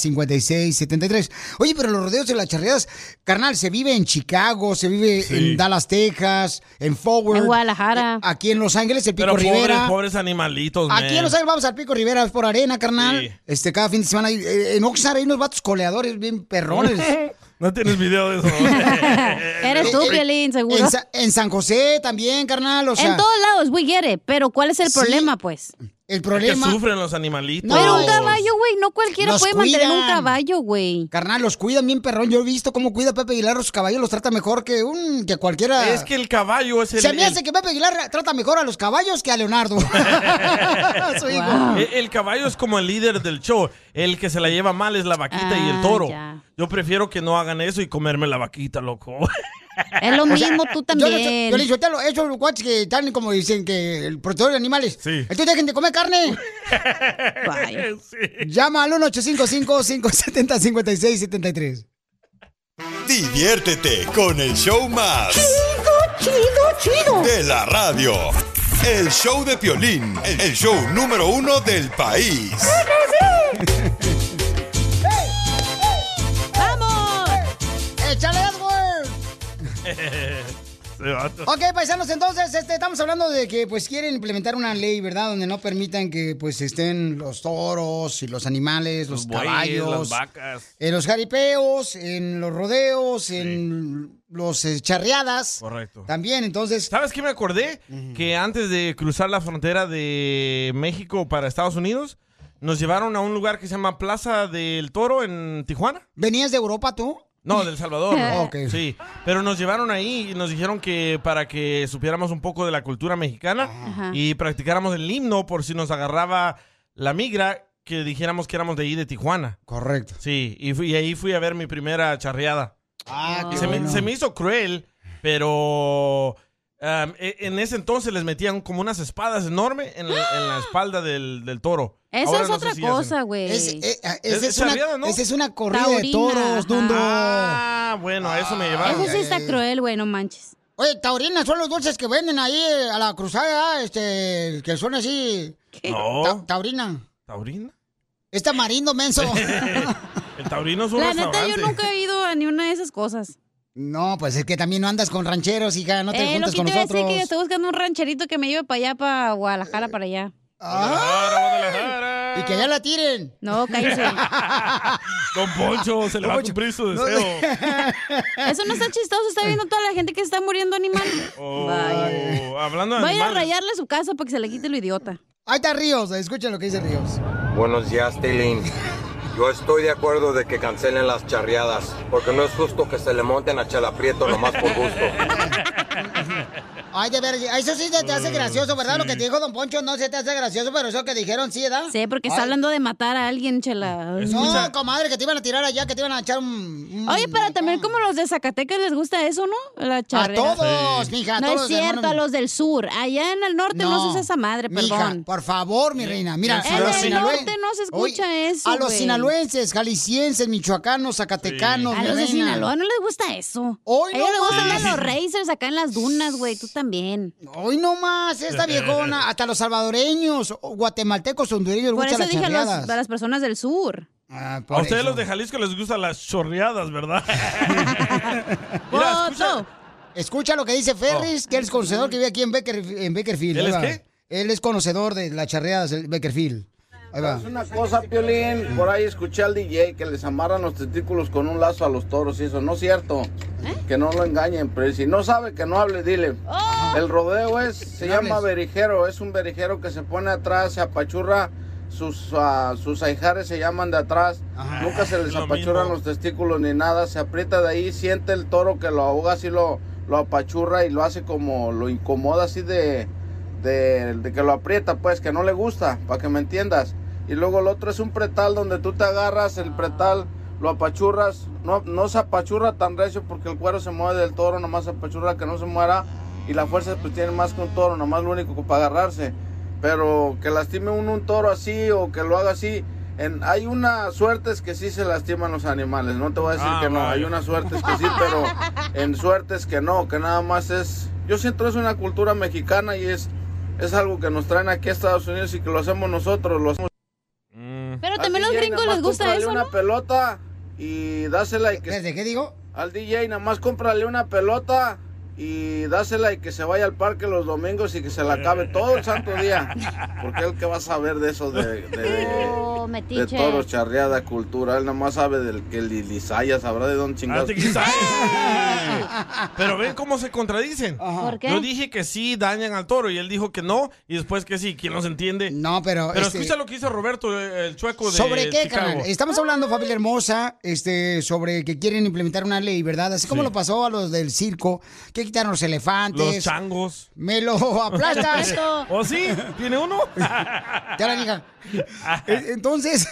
Speaker 1: 1855-570-5673. Oye, pero los rodeos de las charreadas, carnal, se vive en Chicago, se vive
Speaker 3: Sí.
Speaker 1: en Dallas, Texas, en Forward. En Guadalajara. Aquí en Los Ángeles, el Pico
Speaker 3: Pero pobres,
Speaker 1: Rivera.
Speaker 3: pobres animalitos,
Speaker 1: Aquí en
Speaker 3: man.
Speaker 1: Los Ángeles vamos al Pico Rivera por arena, carnal.
Speaker 3: Sí.
Speaker 1: Este, cada fin de semana. hay- eh, En Oxnard hay unos vatos coleadores bien perrones.
Speaker 3: No tienes video de eso.
Speaker 4: Eres tú,
Speaker 1: Eh, eh,
Speaker 4: Piolín, seguro.
Speaker 1: En, Sa- en San José también, carnal. O sea,
Speaker 4: en todos lados, we get it. Pero ¿cuál es el
Speaker 1: Sí.
Speaker 4: problema, pues?
Speaker 1: el
Speaker 3: que
Speaker 1: problema.
Speaker 3: sufren los animalitos.
Speaker 4: Pero un caballo, güey, no cualquiera
Speaker 1: Los
Speaker 4: puede mantener un
Speaker 1: cuidan.
Speaker 4: caballo, güey.
Speaker 1: Carnal, los cuidan bien perrón. Yo he visto cómo cuida Pepe Aguilar los caballos, los trata mejor que un que cualquiera.
Speaker 3: Es que el caballo es el.
Speaker 1: Se me
Speaker 3: el-
Speaker 1: hace que Pepe Aguilar trata mejor a los caballos que a Leonardo. Su hijo.
Speaker 3: El, E-, el caballo es como el líder del show. El que se la lleva mal es la vaquita y
Speaker 1: Ah,
Speaker 3: el toro. Yo prefiero que no hagan eso y comerme la vaquita, loco.
Speaker 4: Es lo
Speaker 1: O sea,
Speaker 4: mismo, tú
Speaker 1: Yo, le-
Speaker 4: también.
Speaker 1: yo le insulté a los- esos guaches que están como dicen que el protector de animales.
Speaker 3: Sí.
Speaker 1: Entonces dejen de comer carne. Llama al 1-855-570-5673.
Speaker 7: Diviértete con el show más. Chido, chido, chido. De la radio. El show de Piolín, el show número uno del país.
Speaker 4: ¡Vamos!
Speaker 1: ¡Échale, Edward! Ok, paisanos, entonces este, estamos hablando de que pues quieren implementar una ley, ¿verdad? Donde no permitan que pues estén los toros y los animales, los,
Speaker 3: bueyes,
Speaker 1: caballos,
Speaker 3: las vacas.
Speaker 1: en los jaripeos, en los rodeos, en los eh, charreadas.
Speaker 3: Correcto.
Speaker 1: También, entonces...
Speaker 3: ¿Sabes qué me acordé? Que antes de cruzar la frontera de México para Estados Unidos, nos llevaron a un lugar que se llama Plaza del Toro en Tijuana.
Speaker 1: ¿Venías de Europa tú?
Speaker 3: No, del Salvador.
Speaker 1: Ah, ok.
Speaker 3: Sí, pero nos llevaron ahí y nos dijeron que para que supiéramos un poco de la cultura mexicana
Speaker 17: Ajá.
Speaker 3: y practicáramos el himno por si nos agarraba la migra, que dijéramos que éramos de ahí de Tijuana.
Speaker 1: Correcto.
Speaker 3: Sí, y, fui- y ahí fui a ver mi primera charreada.
Speaker 1: Ah,
Speaker 3: se, me, se me hizo cruel, pero um, e- en ese entonces les metían como unas espadas enormes en, la- en la espalda del, del toro.
Speaker 4: Esa
Speaker 3: Ahora
Speaker 4: ¡Ah! es
Speaker 3: no sé
Speaker 4: otra
Speaker 3: si hacen.
Speaker 4: cosa, güey.
Speaker 1: eh,
Speaker 3: esa es una- charreada, ¿no? esa es una corrida de toros, Dundo. Ah, bueno, a eso me llevaron.
Speaker 4: Eso sí está cruel, güey, no manches.
Speaker 1: eh. Oye, taurina, son los dulces que venden ahí eh, a la cruzada, ¿ah? este, que son así...
Speaker 3: No.
Speaker 1: Ta- taurina.
Speaker 3: ¿Taurina?
Speaker 1: Es tamarindo, menso.
Speaker 3: El taurino es un
Speaker 4: La neta,
Speaker 3: restaurante.
Speaker 4: yo nunca he ido a ni una de esas cosas.
Speaker 1: no, pues es que también no andas con rancheros, hija, no te
Speaker 4: eh, lo
Speaker 1: juntas
Speaker 4: que
Speaker 1: con
Speaker 4: te iba a decir
Speaker 1: nosotros.
Speaker 4: que yo estoy buscando un rancherito que me lleve para allá, para Guadalajara, para allá.
Speaker 1: Y que allá la tiren.
Speaker 3: Eh,
Speaker 4: No, cállese.
Speaker 3: Don Poncho, se le va a cumplir su deseo.
Speaker 4: Eso no está chistoso, está viendo toda la gente que está muriendo animal.
Speaker 3: Oh, hablando de
Speaker 4: Va a ir a
Speaker 3: animales.
Speaker 4: rayarle su casa para que se le quite lo idiota.
Speaker 1: Ahí está Ríos, escuchen lo que dice Ríos.
Speaker 18: Buenos días, Tilín. Yo estoy de acuerdo de que cancelen las charreadas, porque no es justo que se le monten a Chalaprieto nomás por gusto.
Speaker 1: Ay, de ver, eso sí se te hace gracioso, ¿verdad? Lo que te dijo Don Poncho no se te hace gracioso, pero eso que dijeron sí, ¿verdad? Sí,
Speaker 4: Porque está hablando de matar a alguien, chela.
Speaker 1: No, Mm. comadre, que te iban a tirar allá, que te iban a echar un...
Speaker 4: Oye, pero también como los de Zacatecas les gusta eso, ¿no? La charrera.
Speaker 1: todos, Sí. mija, a
Speaker 4: No
Speaker 1: todos
Speaker 4: es
Speaker 1: los
Speaker 4: cierto,
Speaker 1: hermanos.
Speaker 4: a los del sur. Allá en el norte no, se usa esa madre,
Speaker 1: Mija,
Speaker 4: perdón.
Speaker 1: por favor, mi reina. Mira,
Speaker 4: Eh, En el norte no se escucha
Speaker 1: Oye,
Speaker 4: eso,
Speaker 1: A los
Speaker 4: güey.
Speaker 1: sinaloenses, jaliscienses, michoacanos, zacatecanos,
Speaker 4: A
Speaker 1: mi
Speaker 4: los de
Speaker 1: reina.
Speaker 4: Sinaloa no les gusta eso.
Speaker 1: Hoy
Speaker 4: a
Speaker 1: no
Speaker 4: ellos les gustan
Speaker 1: más.
Speaker 4: los racers acá en las dunas, güey. Tú también.
Speaker 1: Hoy no más, esta viejona, hasta los salvadoreños, o guatemaltecos, hondureños,
Speaker 4: Por
Speaker 1: muchas
Speaker 4: eso
Speaker 1: las
Speaker 4: dije a, los-
Speaker 1: charreadas.
Speaker 4: a las personas del sur.
Speaker 3: A ustedes
Speaker 1: eso.
Speaker 3: los de Jalisco les gustan las chorreadas, ¿verdad?
Speaker 1: escucha. lo que dice
Speaker 3: Oh.
Speaker 1: Ferris, que él es conocedor que vive aquí en, Baker- en Beckerfield.
Speaker 19: ¿Él
Speaker 1: Ahí
Speaker 19: es
Speaker 1: va.
Speaker 19: qué?
Speaker 1: Él es conocedor de las charreadas del Beckerfield. Ahí va.
Speaker 19: Es una cosa, Piolín, por ahí escuché al DJ que les amarran los testículos con un lazo a los toros y eso, no es cierto. Que no lo engañen, pero si no sabe que no hable, dile. El rodeo es, se
Speaker 8: No
Speaker 19: llama
Speaker 8: hables.
Speaker 19: berijero, es un berijero que se pone atrás, se apachurra, sus, ah, sus ahijares se llaman de atrás, nunca se les
Speaker 8: Ah, lo
Speaker 19: apachurran
Speaker 8: mismo.
Speaker 19: los testículos ni nada, se aprieta de ahí, siente el toro que lo ahoga, así lo, lo apachurra y lo hace como, lo incomoda así de, de, de que lo aprieta, pues, que no le gusta, para que me entiendas. Y luego el otro es un pretal donde tú te agarras el pretal, lo apachurras, no, no se apachurra tan recio porque el cuero se mueve del toro, nomás se apachurra que no se muera y la fuerza pues tiene más que un toro, nomás lo único que para agarrarse. Pero que lastime uno un toro así o que lo haga así, en, hay unas suertes que sí se lastiman los animales, no te voy a decir
Speaker 8: Ah,
Speaker 19: que no,
Speaker 8: vaya.
Speaker 19: hay unas suertes que sí, pero en suertes que no, que nada más es, yo siento es una cultura mexicana y es es algo que nos traen aquí a Estados Unidos y que lo hacemos nosotros. Lo hacemos.
Speaker 4: Pero
Speaker 19: Al
Speaker 4: también los
Speaker 19: DJ
Speaker 4: gringos les
Speaker 19: nada más
Speaker 4: gusta
Speaker 19: cómprale
Speaker 4: eso,
Speaker 19: una
Speaker 4: ¿no?
Speaker 19: pelota y dásela y que...
Speaker 1: ¿Desde qué digo?
Speaker 19: Al DJ nada más cómprale una pelota y dásela y que se vaya al parque los domingos y que se la acabe todo el santo día. Porque él que va a saber de eso de, de, de,
Speaker 4: Oh,
Speaker 19: de
Speaker 4: metiche.
Speaker 19: toros, charreada, cultura. Él nada más sabe del que Lilizaya sabrá de dónde chingados.
Speaker 3: Pero ven cómo se contradicen.
Speaker 4: ¿Por qué?
Speaker 3: Yo dije que sí dañan al toro y él dijo que no y después que sí. ¿Quién los entiende?
Speaker 1: No, pero...
Speaker 3: Pero
Speaker 1: este,
Speaker 3: escucha lo que hizo Roberto, eh, el chueco de
Speaker 1: ¿Sobre qué,
Speaker 3: Chicago.
Speaker 1: carnal? Estamos hablando, familia hermosa, este, sobre que quieren implementar una ley, ¿verdad? Así como lo pasó a los del circo, que quitaron los elefantes.
Speaker 3: Los changos.
Speaker 1: Me lo aplastas.
Speaker 3: ¿O sí? ¿Tiene uno?
Speaker 1: Ya la hija.
Speaker 3: Ah,
Speaker 1: E-, Entonces,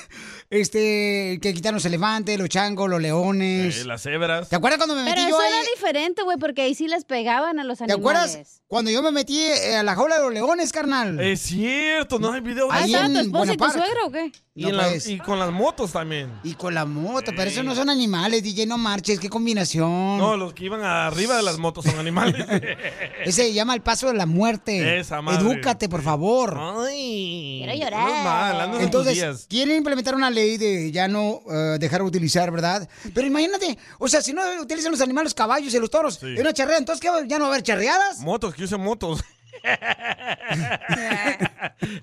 Speaker 1: este, que quitaron los elefantes, los changos, los leones.
Speaker 3: Eh, las cebras.
Speaker 1: ¿Te acuerdas cuando me
Speaker 4: Pero
Speaker 1: metí yo
Speaker 4: eso
Speaker 1: ahí?
Speaker 4: era diferente, güey, porque ahí sí les pegaban a los
Speaker 1: ¿Te
Speaker 4: animales.
Speaker 1: acuerdas cuando yo me metí eh, a la jaula de los leones, carnal?
Speaker 3: Es cierto, no hay video. de
Speaker 1: Ahí
Speaker 3: eso.
Speaker 4: Ah,
Speaker 1: en Buenaparte.
Speaker 3: Y,
Speaker 1: No,
Speaker 3: en la-
Speaker 1: pues.
Speaker 3: y con las motos también.
Speaker 1: Y con la moto, pero esos no son animales, DJ, no marches, qué combinación.
Speaker 3: No, los que iban arriba de las motos son animales.
Speaker 1: Ese se llama el paso de la muerte.
Speaker 3: Esa madre.
Speaker 1: Edúcate, por favor.
Speaker 3: Ay.
Speaker 4: Quiero llorar.
Speaker 1: Mm,
Speaker 3: Menos mal, andas en tus días.
Speaker 1: Entonces, quieren implementar una ley de ya no eh, dejar utilizar, ¿verdad? Pero imagínate, o sea, si no utilizan los animales, los caballos y los toros en una charreada, entonces ¿qué va- ¿Ya no va a haber charreadas?
Speaker 9: Motos, que usen motos.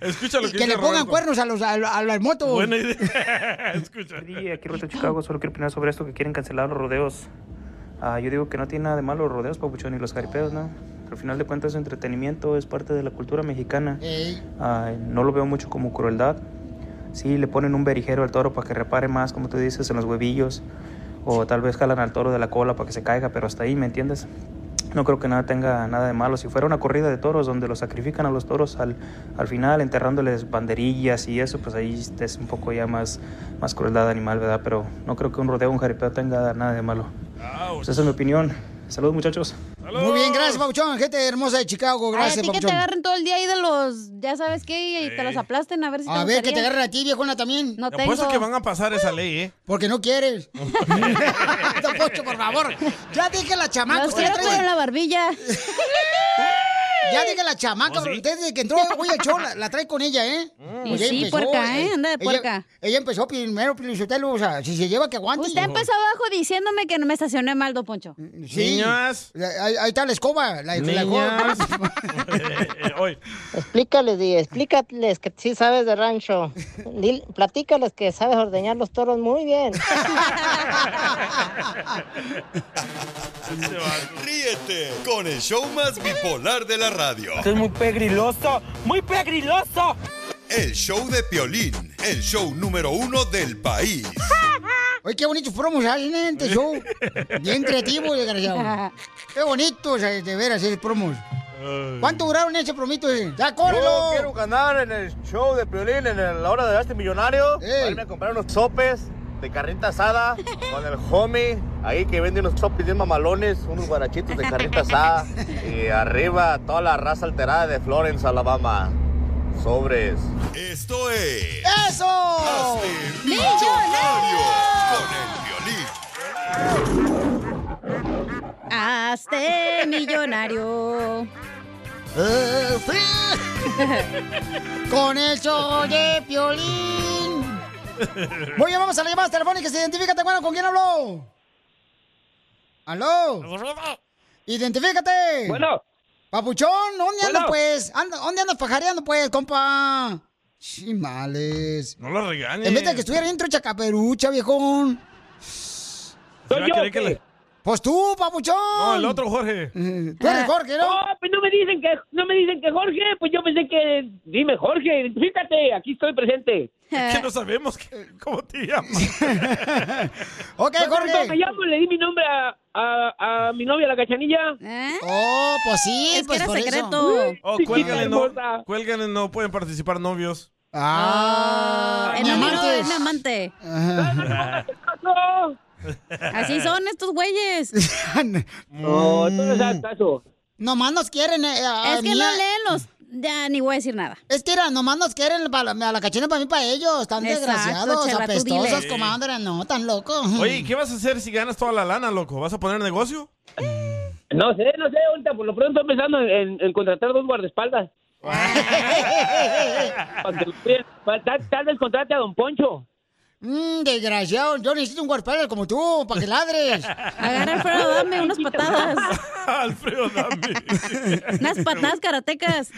Speaker 9: Escucha lo
Speaker 1: Y
Speaker 9: que,
Speaker 1: que
Speaker 9: dice
Speaker 1: le pongan
Speaker 9: Roberto.
Speaker 1: cuernos a, los, a, lo- a las motos.
Speaker 9: Buena idea. Escucha.
Speaker 20: Aquí Roberto Chicago, solo quiero opinar sobre esto que quieren cancelar los rodeos. Ah, yo digo que no tiene nada de malo los rodeos, papuchón, y los jaripeos, ¿no? Al final de cuentas, entretenimiento es parte de la cultura mexicana. Ah, no lo veo mucho como crueldad. Sí, le ponen un berijero al toro para que repare más, como tú dices, en los huevillos. O tal vez jalan al toro de la cola para que se caiga, pero hasta ahí, ¿me entiendes? No creo que nada tenga nada de malo. Si fuera una corrida de toros donde los sacrifican a los toros al, al final, enterrándoles banderillas y eso, pues ahí es un poco ya más, más crueldad animal, ¿verdad? Pero no creo que un rodeo, un jaripeo tenga nada de malo. Pues esa es mi opinión. Saludos, muchachos.
Speaker 1: Muy bien, gracias, Papuchón. Gente hermosa de Chicago,
Speaker 4: Ay, a
Speaker 1: gracias,
Speaker 4: ti que te
Speaker 1: Papuchón.
Speaker 4: agarren todo el día ahí de los, ya sabes qué, y te los aplasten a ver si te
Speaker 1: A ver, que
Speaker 4: gustaría.
Speaker 1: te agarren a ti, viejona, también.
Speaker 4: No
Speaker 9: Te apuesto
Speaker 4: tengo.
Speaker 9: que van a pasar esa ley, ¿eh?
Speaker 1: Porque no quieres. Don Poncho, por favor. Ya dije la chamaca.
Speaker 4: Los quiero, pero en la barbilla.
Speaker 1: Ya dije la chamaca.
Speaker 4: ¿Oh, sí?
Speaker 1: Usted desde que entró hoy al show, la, la trae con ella, ¿eh?
Speaker 4: Y
Speaker 1: Ella
Speaker 4: Mm. sí,
Speaker 1: empezó,
Speaker 4: puerca, ¿eh? Anda de
Speaker 1: ella-
Speaker 4: puerca.
Speaker 1: Ella, empezó primero, Pilisotelo, o sea, si se lleva que aguante. Mm,
Speaker 4: Usted empezó abajo diciéndome que no me estacioné mal, don Poncho.
Speaker 1: Sí. Ahí, ahí está la escoba. La, la
Speaker 4: Niñas.
Speaker 1: escoba.
Speaker 8: Explícales, Di, explícales que sí sabes de rancho. Dil- platícales que sabes ordeñar los toros muy bien.
Speaker 7: Ríete con el show más bipolar de la radio.
Speaker 21: Esto es muy pegriloso, muy pegriloso.
Speaker 7: El show de Piolín, el show número uno del país.
Speaker 1: Oye, qué bonitos promos hacen en este show. Bien creativo, desgraciado. Qué bonitos, eh, de veras, esos promos. ¿Cuánto duraron ese promito ese? ¡Ya,
Speaker 21: Yo
Speaker 1: córrelo!
Speaker 21: quiero ganar en el show de Piolín, en el- la hora de este millonario. Para irme a comprar unos sopes de carnita asada con el homie. Ahí que vende unos sopes bien mamalones, unos guarachitos de carnita asada. Y arriba toda la raza alterada de Florence, Alabama. Sobres.
Speaker 7: Esto es.
Speaker 1: ¡Eso!
Speaker 7: Eh, ¡Millonario! Con el Piolín.
Speaker 4: Hazte millonario.
Speaker 1: Eh, Con el show de Piolín. Muy bien, vamos a las llamadas telefónicas. Identifícate, bueno, ¿con quién habló? ¿Aló? Identifícate.
Speaker 21: Bueno.
Speaker 1: Papuchón, ¿dónde andas,
Speaker 21: Bueno.
Speaker 1: pues? Anda- ¿Dónde andas pajareando, pues, compa? Chimales.
Speaker 9: No lo regañes.
Speaker 1: En vez de que estuviera dentro chacaperucha, viejón.
Speaker 9: Se va a creer que le-
Speaker 1: Pues tú, papuchón.
Speaker 9: No, el otro Jorge.
Speaker 1: Tú eres Jorge, ¿no?
Speaker 10: pues no me dicen que no me dicen que Jorge, pues yo pensé que dime Jorge, identifícate, aquí estoy presente.
Speaker 9: Que no sabemos que- cómo te llamas.
Speaker 1: Ok,
Speaker 10: Jorge. Me llamo, le di mi nombre a, a, a mi novia la cachanilla.
Speaker 1: Oh, pues sí,
Speaker 10: pues por eso.
Speaker 9: Oh, cuélgale, no, cuélgale, no pueden participar novios.
Speaker 1: Ah,
Speaker 4: Es mi amigo, es mi amante.
Speaker 1: Ah.
Speaker 4: Así son estos güeyes.
Speaker 10: No, tú no sabes caso.
Speaker 1: Nomás nos quieren. eh, a-
Speaker 4: Es
Speaker 1: a
Speaker 4: que
Speaker 1: mí,
Speaker 4: no
Speaker 1: a-
Speaker 4: leen los. Ya ni voy a decir nada.
Speaker 1: Es que era, nomás nos quieren pa- a la cachina para mí, para ellos. Están
Speaker 4: Exacto,
Speaker 1: desgraciados,
Speaker 4: Chela, tú dile.
Speaker 1: apestosos, comadre. No, tan loco.
Speaker 9: Oye, ¿y ¿qué vas a hacer si ganas toda la lana, loco? ¿Vas a poner negocio?
Speaker 10: No sé, no sé, ahorita por lo pronto estoy pensando en, en- en contratar dos guardaespaldas. Para que los cuiden. Pa- tal, tal vez contrate a Don Poncho.
Speaker 1: Mm, desgraciado, yo necesito un guardaespaldas como tú, para que ladres.
Speaker 4: Agarra Alfredo, dame unas patadas.
Speaker 9: Alfredo, dame.
Speaker 4: Unas patadas karatecas.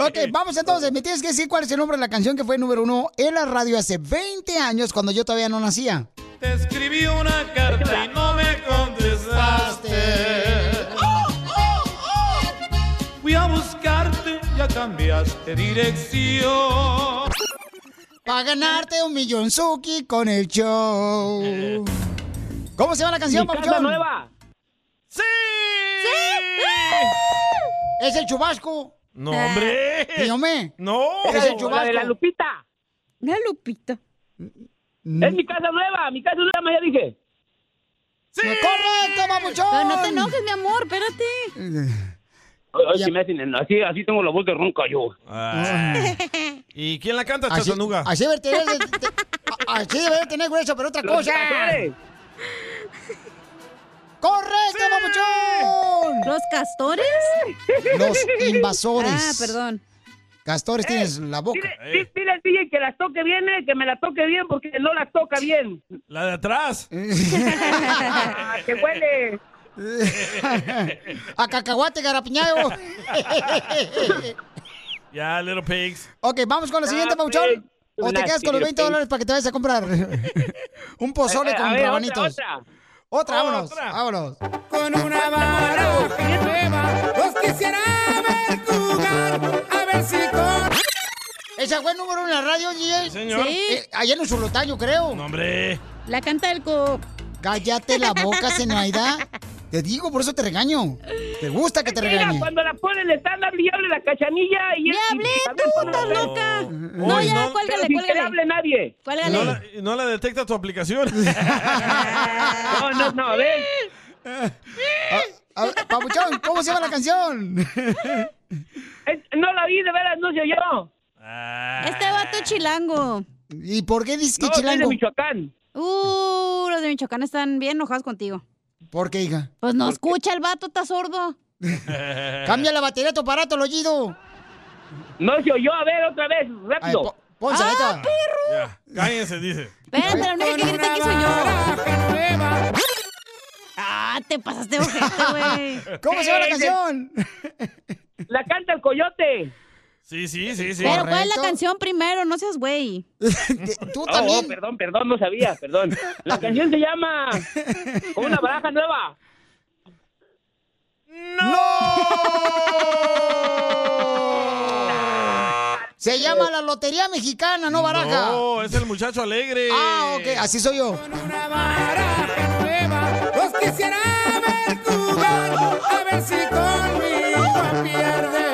Speaker 1: Ok, vamos entonces. Me tienes que decir cuál es el nombre de la canción que fue número uno en la radio hace 20 años, cuando yo todavía no nacía.
Speaker 9: Te escribí una carta y no me contestaste. Fui a buscarte, ya cambiaste dirección.
Speaker 1: Para ganarte un millón Suki con el show. ¿Cómo se llama la canción,
Speaker 10: Mi casa
Speaker 1: papuchón?
Speaker 10: nueva.
Speaker 9: ¡Sí!
Speaker 1: Es el chubasco. Ah.
Speaker 9: No, hombre.
Speaker 1: Dígame.
Speaker 9: No.
Speaker 1: Es el
Speaker 10: La de la
Speaker 1: chubasco.
Speaker 10: Lupita.
Speaker 4: La Lupita.
Speaker 10: Es mi casa nueva, mi casa nueva, ya dije.
Speaker 1: ¡Sí! ¡Correcto, papuchón!
Speaker 4: Pero no te enojes, mi amor, espérate.
Speaker 10: Ay, ay, sí me hacen en- así, así tengo la voz de ronca yo.
Speaker 9: ¿Y quién la
Speaker 3: Ah,
Speaker 9: canta, Chatanuga?
Speaker 1: Así debe tener, te- te- a- así debe tener grueso, pero otra
Speaker 9: Los
Speaker 1: cosa.
Speaker 9: castores.
Speaker 1: ¡Correcto, papuchón!
Speaker 4: ¿Los castores?
Speaker 1: Los invasores.
Speaker 4: Ah, perdón.
Speaker 1: Castores tienes la boca.
Speaker 22: Eh, Dile, dile al DJ que las toque bien, eh, que me las toque bien, porque no las toca bien.
Speaker 3: La de atrás.
Speaker 22: Ah, que huele.
Speaker 1: A cacahuate garapiñado.
Speaker 3: Ya, little pigs.
Speaker 1: ok, vamos con lo siguiente, Pauchón. O te
Speaker 3: Una
Speaker 1: quedas con los
Speaker 3: serpiente.
Speaker 1: 20 dólares para que te vayas a comprar
Speaker 22: Eh,
Speaker 1: un pozole
Speaker 9: A
Speaker 1: con
Speaker 9: ver, otra,
Speaker 1: rabanitos.
Speaker 9: otra.
Speaker 1: Otra, vámonos. Vámonos.
Speaker 9: Con una vara nueva, los quisiera ver jugar, a ver si con...
Speaker 1: ¿Esa fue el número uno en la radio, DJ?
Speaker 9: señor. Sí.
Speaker 1: Eh, allá en Usulután, yo creo.
Speaker 3: No, hombre.
Speaker 1: La canta el co... Cállate la boca, Zenaida. Te digo, por eso te regaño. Te gusta que te
Speaker 22: Mira,
Speaker 1: regañe.
Speaker 22: cuando la ponen, le están dando y hable la cachanilla. Y
Speaker 4: ¡Diablito,
Speaker 22: estás loca!
Speaker 3: No, Oh. Uy, ya, no. cuélgale,
Speaker 22: Pero sin que le
Speaker 3: cuélgale.
Speaker 22: hable nadie.
Speaker 3: No la, no la detecta tu aplicación.
Speaker 1: Ah,
Speaker 22: No, no, no, a ver.
Speaker 1: A ver, Ah, Papuchón, ¿cómo se llama la canción?
Speaker 22: no la vi, de veras, no sé yo.
Speaker 4: Este vato es chilango.
Speaker 1: ¿Y por qué dices que
Speaker 4: No, soy de
Speaker 1: chilango?
Speaker 22: Michoacán.
Speaker 4: Uh, los de Michoacán están bien enojados contigo.
Speaker 1: ¿Por qué, hija?
Speaker 4: Pues no escucha el vato, está sordo.
Speaker 1: Cambia la batería a tu aparato, lo oído.
Speaker 22: No se oyó, a ver, otra vez,
Speaker 1: rápido. Ponce,
Speaker 4: Ah,
Speaker 1: neta.
Speaker 3: Ya, cállense, dice.
Speaker 4: Espérate, la única que grita aquí soy yo. Ah, te pasaste ojete, güey.
Speaker 1: ¿Cómo se llama la canción?
Speaker 22: La canta el coyote.
Speaker 3: Sí, sí, sí, sí.
Speaker 4: Pero ¿cuál es la canción primero? No seas güey.
Speaker 1: Tú
Speaker 22: Oh, oh, perdón, perdón, no sabía, perdón. La canción se llama Con una baraja nueva.
Speaker 1: Se llama la Lotería Mexicana, no baraja.
Speaker 3: No, es el muchacho alegre.
Speaker 1: Ah, ok, así soy yo.
Speaker 9: Los quisiera ver jugar, a ver si conmigo pierde.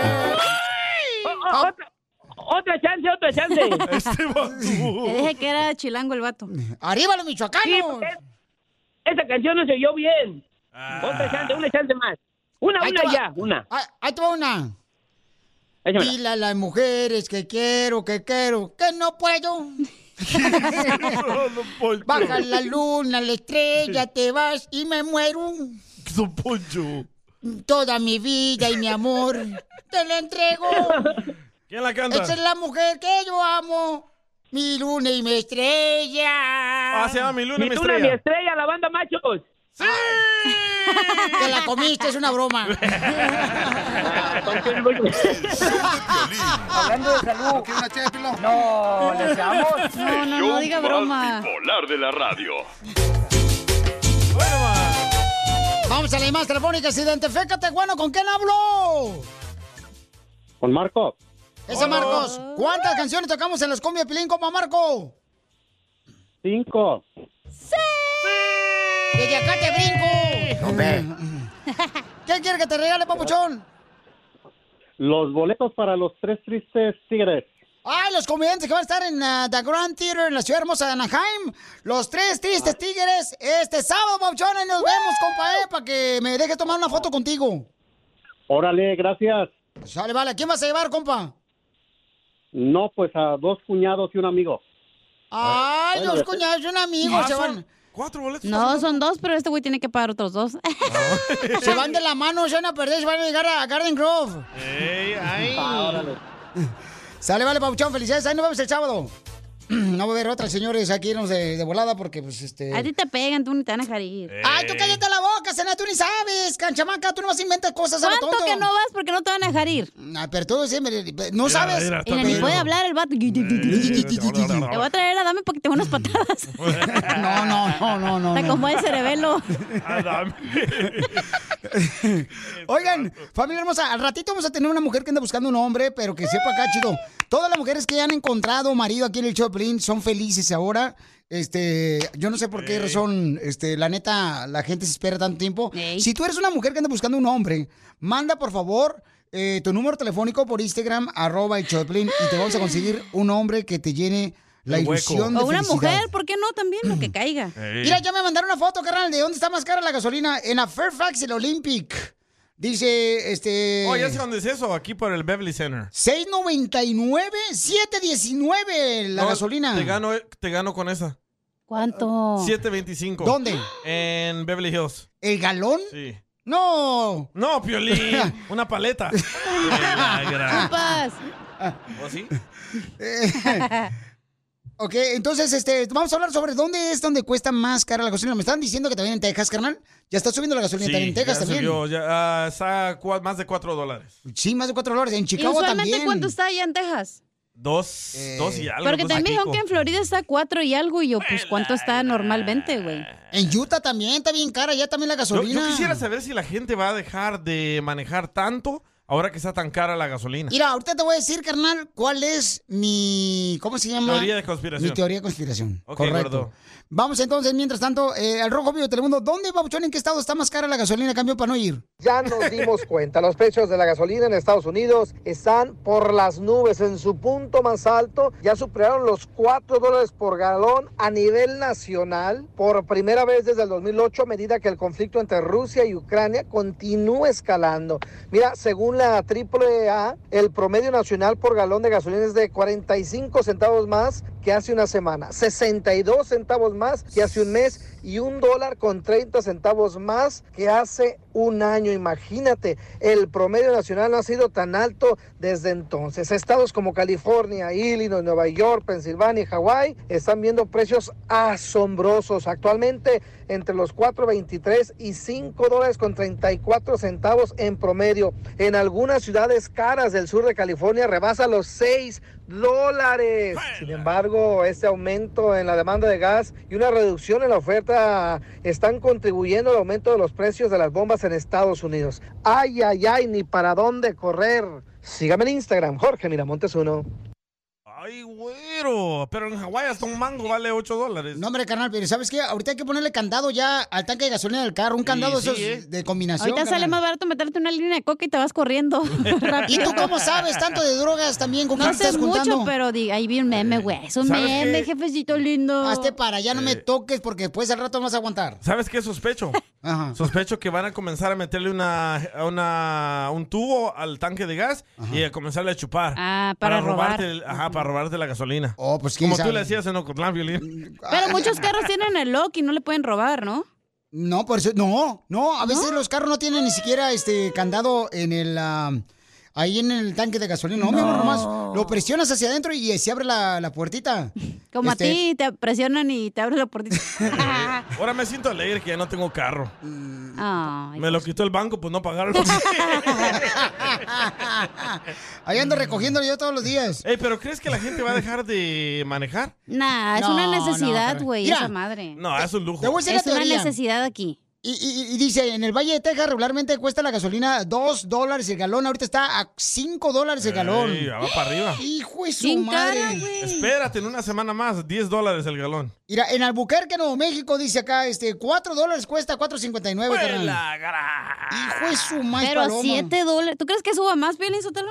Speaker 22: Otra chance, otra chance.
Speaker 4: Te dije que era chilango el vato.
Speaker 1: Este ¡Arriba los michoacanos!
Speaker 22: Esta canción no se oyó bien.
Speaker 3: Ah.
Speaker 22: Otra chance, una chance más. Una,
Speaker 1: Ahí te
Speaker 22: una
Speaker 1: va.
Speaker 22: ya, una.
Speaker 1: Ah, Ahí te va una.
Speaker 22: Échamela.
Speaker 1: Dile a las mujeres que quiero, que quiero, que no puedo. Baja la luna, la estrella, te vas y me muero. Toda mi vida y mi amor te la entrego.
Speaker 3: ¿Quién la canta?
Speaker 1: Esa es la mujer que yo amo. Mi luna y mi estrella.
Speaker 3: Ah, se llama Mi luna y mi
Speaker 22: Mi luna,
Speaker 3: estrella.
Speaker 22: mi estrella, la banda machos.
Speaker 1: Te la comiste, es una broma.
Speaker 9: Hablando de salud. ¿Quieres una No,
Speaker 4: le echamos. No, no, no, diga broma.
Speaker 23: Polar de la radio.
Speaker 1: Vamos a la más telefónica. Identifícate, bueno, ¿con quién hablo?
Speaker 24: Con Marco,
Speaker 1: Ese Marcos. ¿Cuántas canciones tocamos en las cumbias Pilín, compa Marco?
Speaker 24: cinco.
Speaker 1: Desde acá te brinco. ¿Qué quiere que te regale, papuchón?
Speaker 24: Los boletos para los tres tristes tigres.
Speaker 1: Ay, los comediantes que van a estar en ah, The Grand Theater en la ciudad hermosa de Anaheim. Los tres tristes tigres. Este sábado, papuchón, ahí nos vemos, compa, eh, para que me dejes tomar una foto contigo.
Speaker 24: Órale, gracias.
Speaker 1: Sale, vale. ¿A quién vas a llevar, compa?
Speaker 24: No, pues a dos cuñados y un amigo.
Speaker 1: Ay,
Speaker 24: Bueno,
Speaker 1: los cuñados de un amigo
Speaker 4: Ah,
Speaker 1: se
Speaker 4: son
Speaker 1: van.
Speaker 3: Cuatro boletos.
Speaker 4: No, son dos, pero este güey tiene que pagar otros dos.
Speaker 1: Se van de la mano, se van a perder, se van a llegar a Garden Grove.
Speaker 3: Ey, ay.
Speaker 1: Sale, vale, Pabuchón, felicidades. Ahí nos vemos el sábado. No va a haber otras, señores, aquí irnos de, de volada porque, pues, este...
Speaker 4: A ti te pegan, tú ni te van a dejar ir.
Speaker 1: Eh. Ay, tú cállate la boca, Sena, tú ni sabes, canchamaca, tú no vas a inventar cosas a lo
Speaker 4: ¿Cuánto
Speaker 1: tonto.
Speaker 4: que no vas porque no te van a dejar ir?
Speaker 1: Ah, pero tú siempre, no sabes.
Speaker 4: Y ni puede hablar el vato.
Speaker 1: Eh,
Speaker 4: Te voy a traer a Dame porque te voy unas patadas.
Speaker 1: No, no, no, no, no.
Speaker 4: Te
Speaker 1: no.
Speaker 4: acomoda el cerebelo.
Speaker 1: Oigan, familia hermosa, al ratito vamos a tener una mujer que anda buscando un hombre, pero que sepa acá, chido. Todas las mujeres que ya han encontrado marido aquí en el Choplin son felices ahora. Este, yo no sé por qué razón, este, la neta, la gente se espera tanto tiempo. Si tú eres una mujer que anda buscando un hombre, manda por favor eh, tu número telefónico por Instagram, arroba el Choplin, y te vamos a conseguir un hombre que te llene la
Speaker 4: El hueco.
Speaker 1: ilusión de
Speaker 4: O una
Speaker 1: felicidad.
Speaker 4: mujer, ¿por qué no? También lo que caiga.
Speaker 1: Mira, ya me mandaron una foto, carnal, de dónde está más cara la gasolina. En la Fairfax, el Olympic. Dice, este...
Speaker 3: Oh, ya sé dónde es eso, aquí por el Beverly Center.
Speaker 1: 6.99, 7.19 la
Speaker 3: No,
Speaker 1: gasolina.
Speaker 3: Te gano, te gano con esa.
Speaker 4: ¿Cuánto?
Speaker 3: 7.25.
Speaker 1: ¿Dónde?
Speaker 3: En Beverly Hills.
Speaker 1: ¿El galón?
Speaker 3: Sí.
Speaker 1: No.
Speaker 3: No, Piolín. Una paleta. La gran-
Speaker 4: Chupas.
Speaker 3: ¿O sí?
Speaker 1: ok, entonces este, vamos a hablar sobre dónde es donde cuesta más cara la gasolina. Me están diciendo que también en Texas, carnal. Ya está subiendo la gasolina también en Texas
Speaker 3: ya
Speaker 1: también.
Speaker 3: subió, ya, ah, está cua- más de 4 dólares.
Speaker 1: Sí, más de 4 dólares. En
Speaker 4: ¿Y
Speaker 1: Chicago
Speaker 4: usualmente
Speaker 1: también. Eh,
Speaker 4: cuánto está allá en Texas?
Speaker 3: Dos, dos y algo.
Speaker 4: Porque
Speaker 3: dos y
Speaker 4: también dijeron
Speaker 3: pico.
Speaker 4: que en Florida está cuatro y algo y yo, pues, ¿cuánto está normalmente, güey?
Speaker 1: En Utah también está bien cara, ya también la
Speaker 3: Yo, yo quisiera saber si la gente va a dejar de manejar tanto ahora que está tan cara la gasolina.
Speaker 1: Mira, ahorita te voy a decir, carnal, cuál es mi. ¿Cómo se llama?
Speaker 3: Teoría de conspiración.
Speaker 1: Mi teoría de conspiración.
Speaker 3: Ok,
Speaker 1: Correcto.
Speaker 3: gordo.
Speaker 1: Vamos entonces, mientras tanto, eh, al Rojo Vivo de Telemundo. ¿Dónde, Babuchón, en qué estado está más cara la gasolina? Cambio para no ir.
Speaker 5: Ya nos dimos cuenta, los precios de la gasolina en Estados Unidos están por las nubes, en su punto más alto, ya superaron los 4 dólares por galón a nivel nacional por primera vez desde el 2008 a medida que el conflicto entre Rusia y Ucrania continúa escalando. Mira, según la AAA, el promedio nacional por galón de gasolina es de 45 centavos más que hace una semana, 62 centavos más que hace un mes y un dólar con 30 centavos más que hace un año. Imagínate, el promedio nacional no ha sido tan alto desde entonces. Estados como California, Illinois, Nueva York, Pensilvania y Hawái están viendo precios asombrosos. Actualmente entre los 4.23 y 5 dólares con 34 centavos en promedio. En algunas ciudades caras del sur de California rebasa los 6 dólares. Sin embargo, este aumento en la demanda de gas y una reducción en la oferta están contribuyendo al aumento de los precios de las bombas en Estados Unidos. Ay, ay, ay, ni para dónde correr. Sígame en Instagram, Jorge Miramontes 1.
Speaker 3: Ay, güero. Pero en Hawái hasta un mango vale 8 dólares.
Speaker 1: No, hombre, carnal, pero ¿sabes qué? Ahorita hay que ponerle candado ya al tanque de gasolina del carro. Un candado
Speaker 3: sí,
Speaker 1: esos
Speaker 3: ¿eh?
Speaker 1: de combinación.
Speaker 4: Ahorita sale
Speaker 1: carnal.
Speaker 4: más barato meterte una línea de coca y te vas corriendo.
Speaker 1: ¿Y tú cómo sabes tanto de drogas también? ¿Con
Speaker 4: No
Speaker 1: quién
Speaker 4: sé
Speaker 1: estás juntando?
Speaker 4: mucho, pero di- ahí vi un meme, güey. Es un
Speaker 3: ¿sabes
Speaker 4: meme,
Speaker 3: qué?
Speaker 4: jefecito lindo.
Speaker 1: Hazte para, ya no me
Speaker 3: Eh.
Speaker 1: toques porque después al rato no vas a aguantar.
Speaker 3: ¿Sabes qué sospecho? Sospecho que van a comenzar a meterle una, a una- un tubo al tanque de gas y a comenzarle a chupar.
Speaker 4: Ah, para robar.
Speaker 3: robarte, el- ajá, para robarte la gasolina.
Speaker 1: Oh, pues
Speaker 4: quién
Speaker 3: Como tú
Speaker 4: sabe.
Speaker 3: le hacías en Ocotlán, Violín.
Speaker 1: Ah,
Speaker 4: Pero
Speaker 1: eh,
Speaker 4: muchos carros tienen el lock y no le pueden robar, ¿no?
Speaker 1: No, por eso, no, no, a veces los carros no tienen ni siquiera este candado en el, ah, ahí en el tanque de gasolina. No, mi amor, nomás lo presionas hacia adentro y se abre la, la puertita.
Speaker 4: Como
Speaker 1: Este,
Speaker 4: a ti, te presionan y te abren la puertita.
Speaker 3: Ahora me siento alegre que ya no tengo carro.
Speaker 4: Ay.
Speaker 3: Me lo quitó el banco, pues no pagaron.
Speaker 1: Ahí ando recogiéndolo yo todos los días.
Speaker 3: Ey, pero ¿crees que la gente va a dejar de manejar?
Speaker 4: Nah, es
Speaker 1: No,
Speaker 4: una
Speaker 1: no,
Speaker 4: necesidad,
Speaker 1: carnal.
Speaker 4: güey,
Speaker 1: Mira,
Speaker 4: esa madre.
Speaker 3: No, es un lujo.
Speaker 1: Te voy a decir
Speaker 4: es
Speaker 1: la
Speaker 4: una
Speaker 1: teoría.
Speaker 4: necesidad aquí.
Speaker 1: Y, y- y dice, en el Valle de Texas regularmente cuesta la gasolina 2 dólares el galón, ahorita está a 5 dólares el galón.
Speaker 3: Ey, va para arriba.
Speaker 1: Hijo de su
Speaker 4: Bien
Speaker 1: madre.
Speaker 4: cara,
Speaker 3: Espérate, en una semana más, 10 dólares el galón.
Speaker 1: Mira, en Albuquerque, Nuevo México, dice acá, este, 4 dólares cuesta 4.59, carnal. Hijo de su madre,
Speaker 4: Pero
Speaker 1: paloma.
Speaker 4: 7 dólares. ¿Tú crees que suba más, Piolín Sotelo?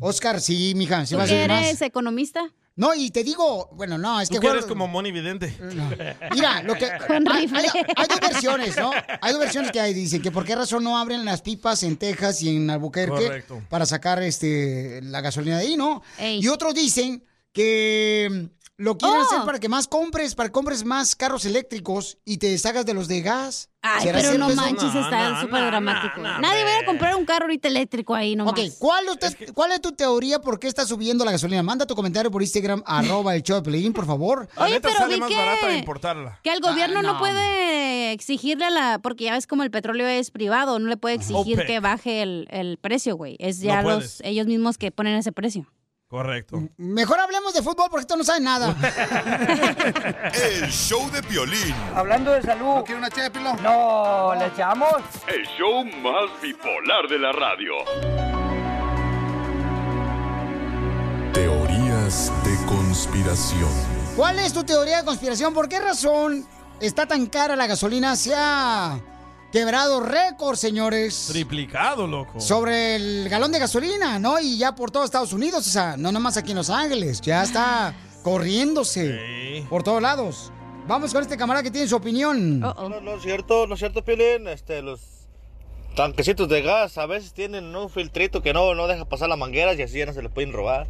Speaker 1: Oscar, sí, mija, sí
Speaker 4: ¿Tú
Speaker 1: va a
Speaker 4: que
Speaker 1: ser
Speaker 4: eres
Speaker 1: más.
Speaker 4: economista?
Speaker 1: No, y te digo, bueno, Mm. no, es
Speaker 3: Tú
Speaker 1: que...
Speaker 3: que eres
Speaker 1: güey,
Speaker 3: como Moni Vidente.
Speaker 1: Mira, lo que... hay, hay- hay dos versiones, ¿no? Hay dos versiones que hay, dicen que por qué razón no abren las pipas en Texas y en Albuquerque
Speaker 3: Correcto.
Speaker 1: para sacar este la gasolina de ahí, ¿no? Y otros dicen que lo quieren
Speaker 4: Oh.
Speaker 1: hacer para que más compres, para que compres más carros eléctricos y te salgas de los de gas.
Speaker 4: Ay,
Speaker 1: ¿Será
Speaker 4: pero no
Speaker 1: cierto eso?
Speaker 4: manches, está súper dramático. güey. Nadie va a comprar un carro ahorita eléctrico ahí nomás.
Speaker 1: Ok, ¿cuál, usted- ¿cuál es tu teoría por qué está subiendo la gasolina? Manda tu comentario por Instagram, arroba el show de Piolín, por favor.
Speaker 3: La neta sale más barata de importarla.
Speaker 4: Que el gobierno
Speaker 1: Ah,
Speaker 4: no.
Speaker 1: no.
Speaker 4: puede exigirle a la... Porque ya ves como el petróleo es privado, no le puede exigir
Speaker 3: OPEC.
Speaker 4: que baje el, el precio, güey. Es ya
Speaker 3: No
Speaker 4: los
Speaker 3: puedes.
Speaker 4: ellos mismos que ponen ese precio.
Speaker 3: Correcto.
Speaker 1: Mejor hablemos de fútbol porque esto no sabe nada.
Speaker 7: El show de Piolín.
Speaker 23: Hablando de salud. ¿No quiere una ché No, ¿le echamos?
Speaker 2: El show más bipolar de la radio.
Speaker 7: Teorías de conspiración.
Speaker 1: ¿Cuál es tu teoría de conspiración? ¿Por qué razón está tan cara la gasolina? Se ha quebrado récord, señores.
Speaker 3: Triplicado, loco.
Speaker 1: Sobre el galón de gasolina, ¿no? Y ya por todo Estados Unidos, o sea, no nomás aquí en Los Ángeles, ya está corriéndose por todos lados. Vamos con este camarada que tiene su opinión.
Speaker 21: No, no es cierto, no es cierto, Piolín. Este, los tanquecitos de gas a veces tienen un filtrito que no, no deja pasar las mangueras y así ya no se les pueden robar.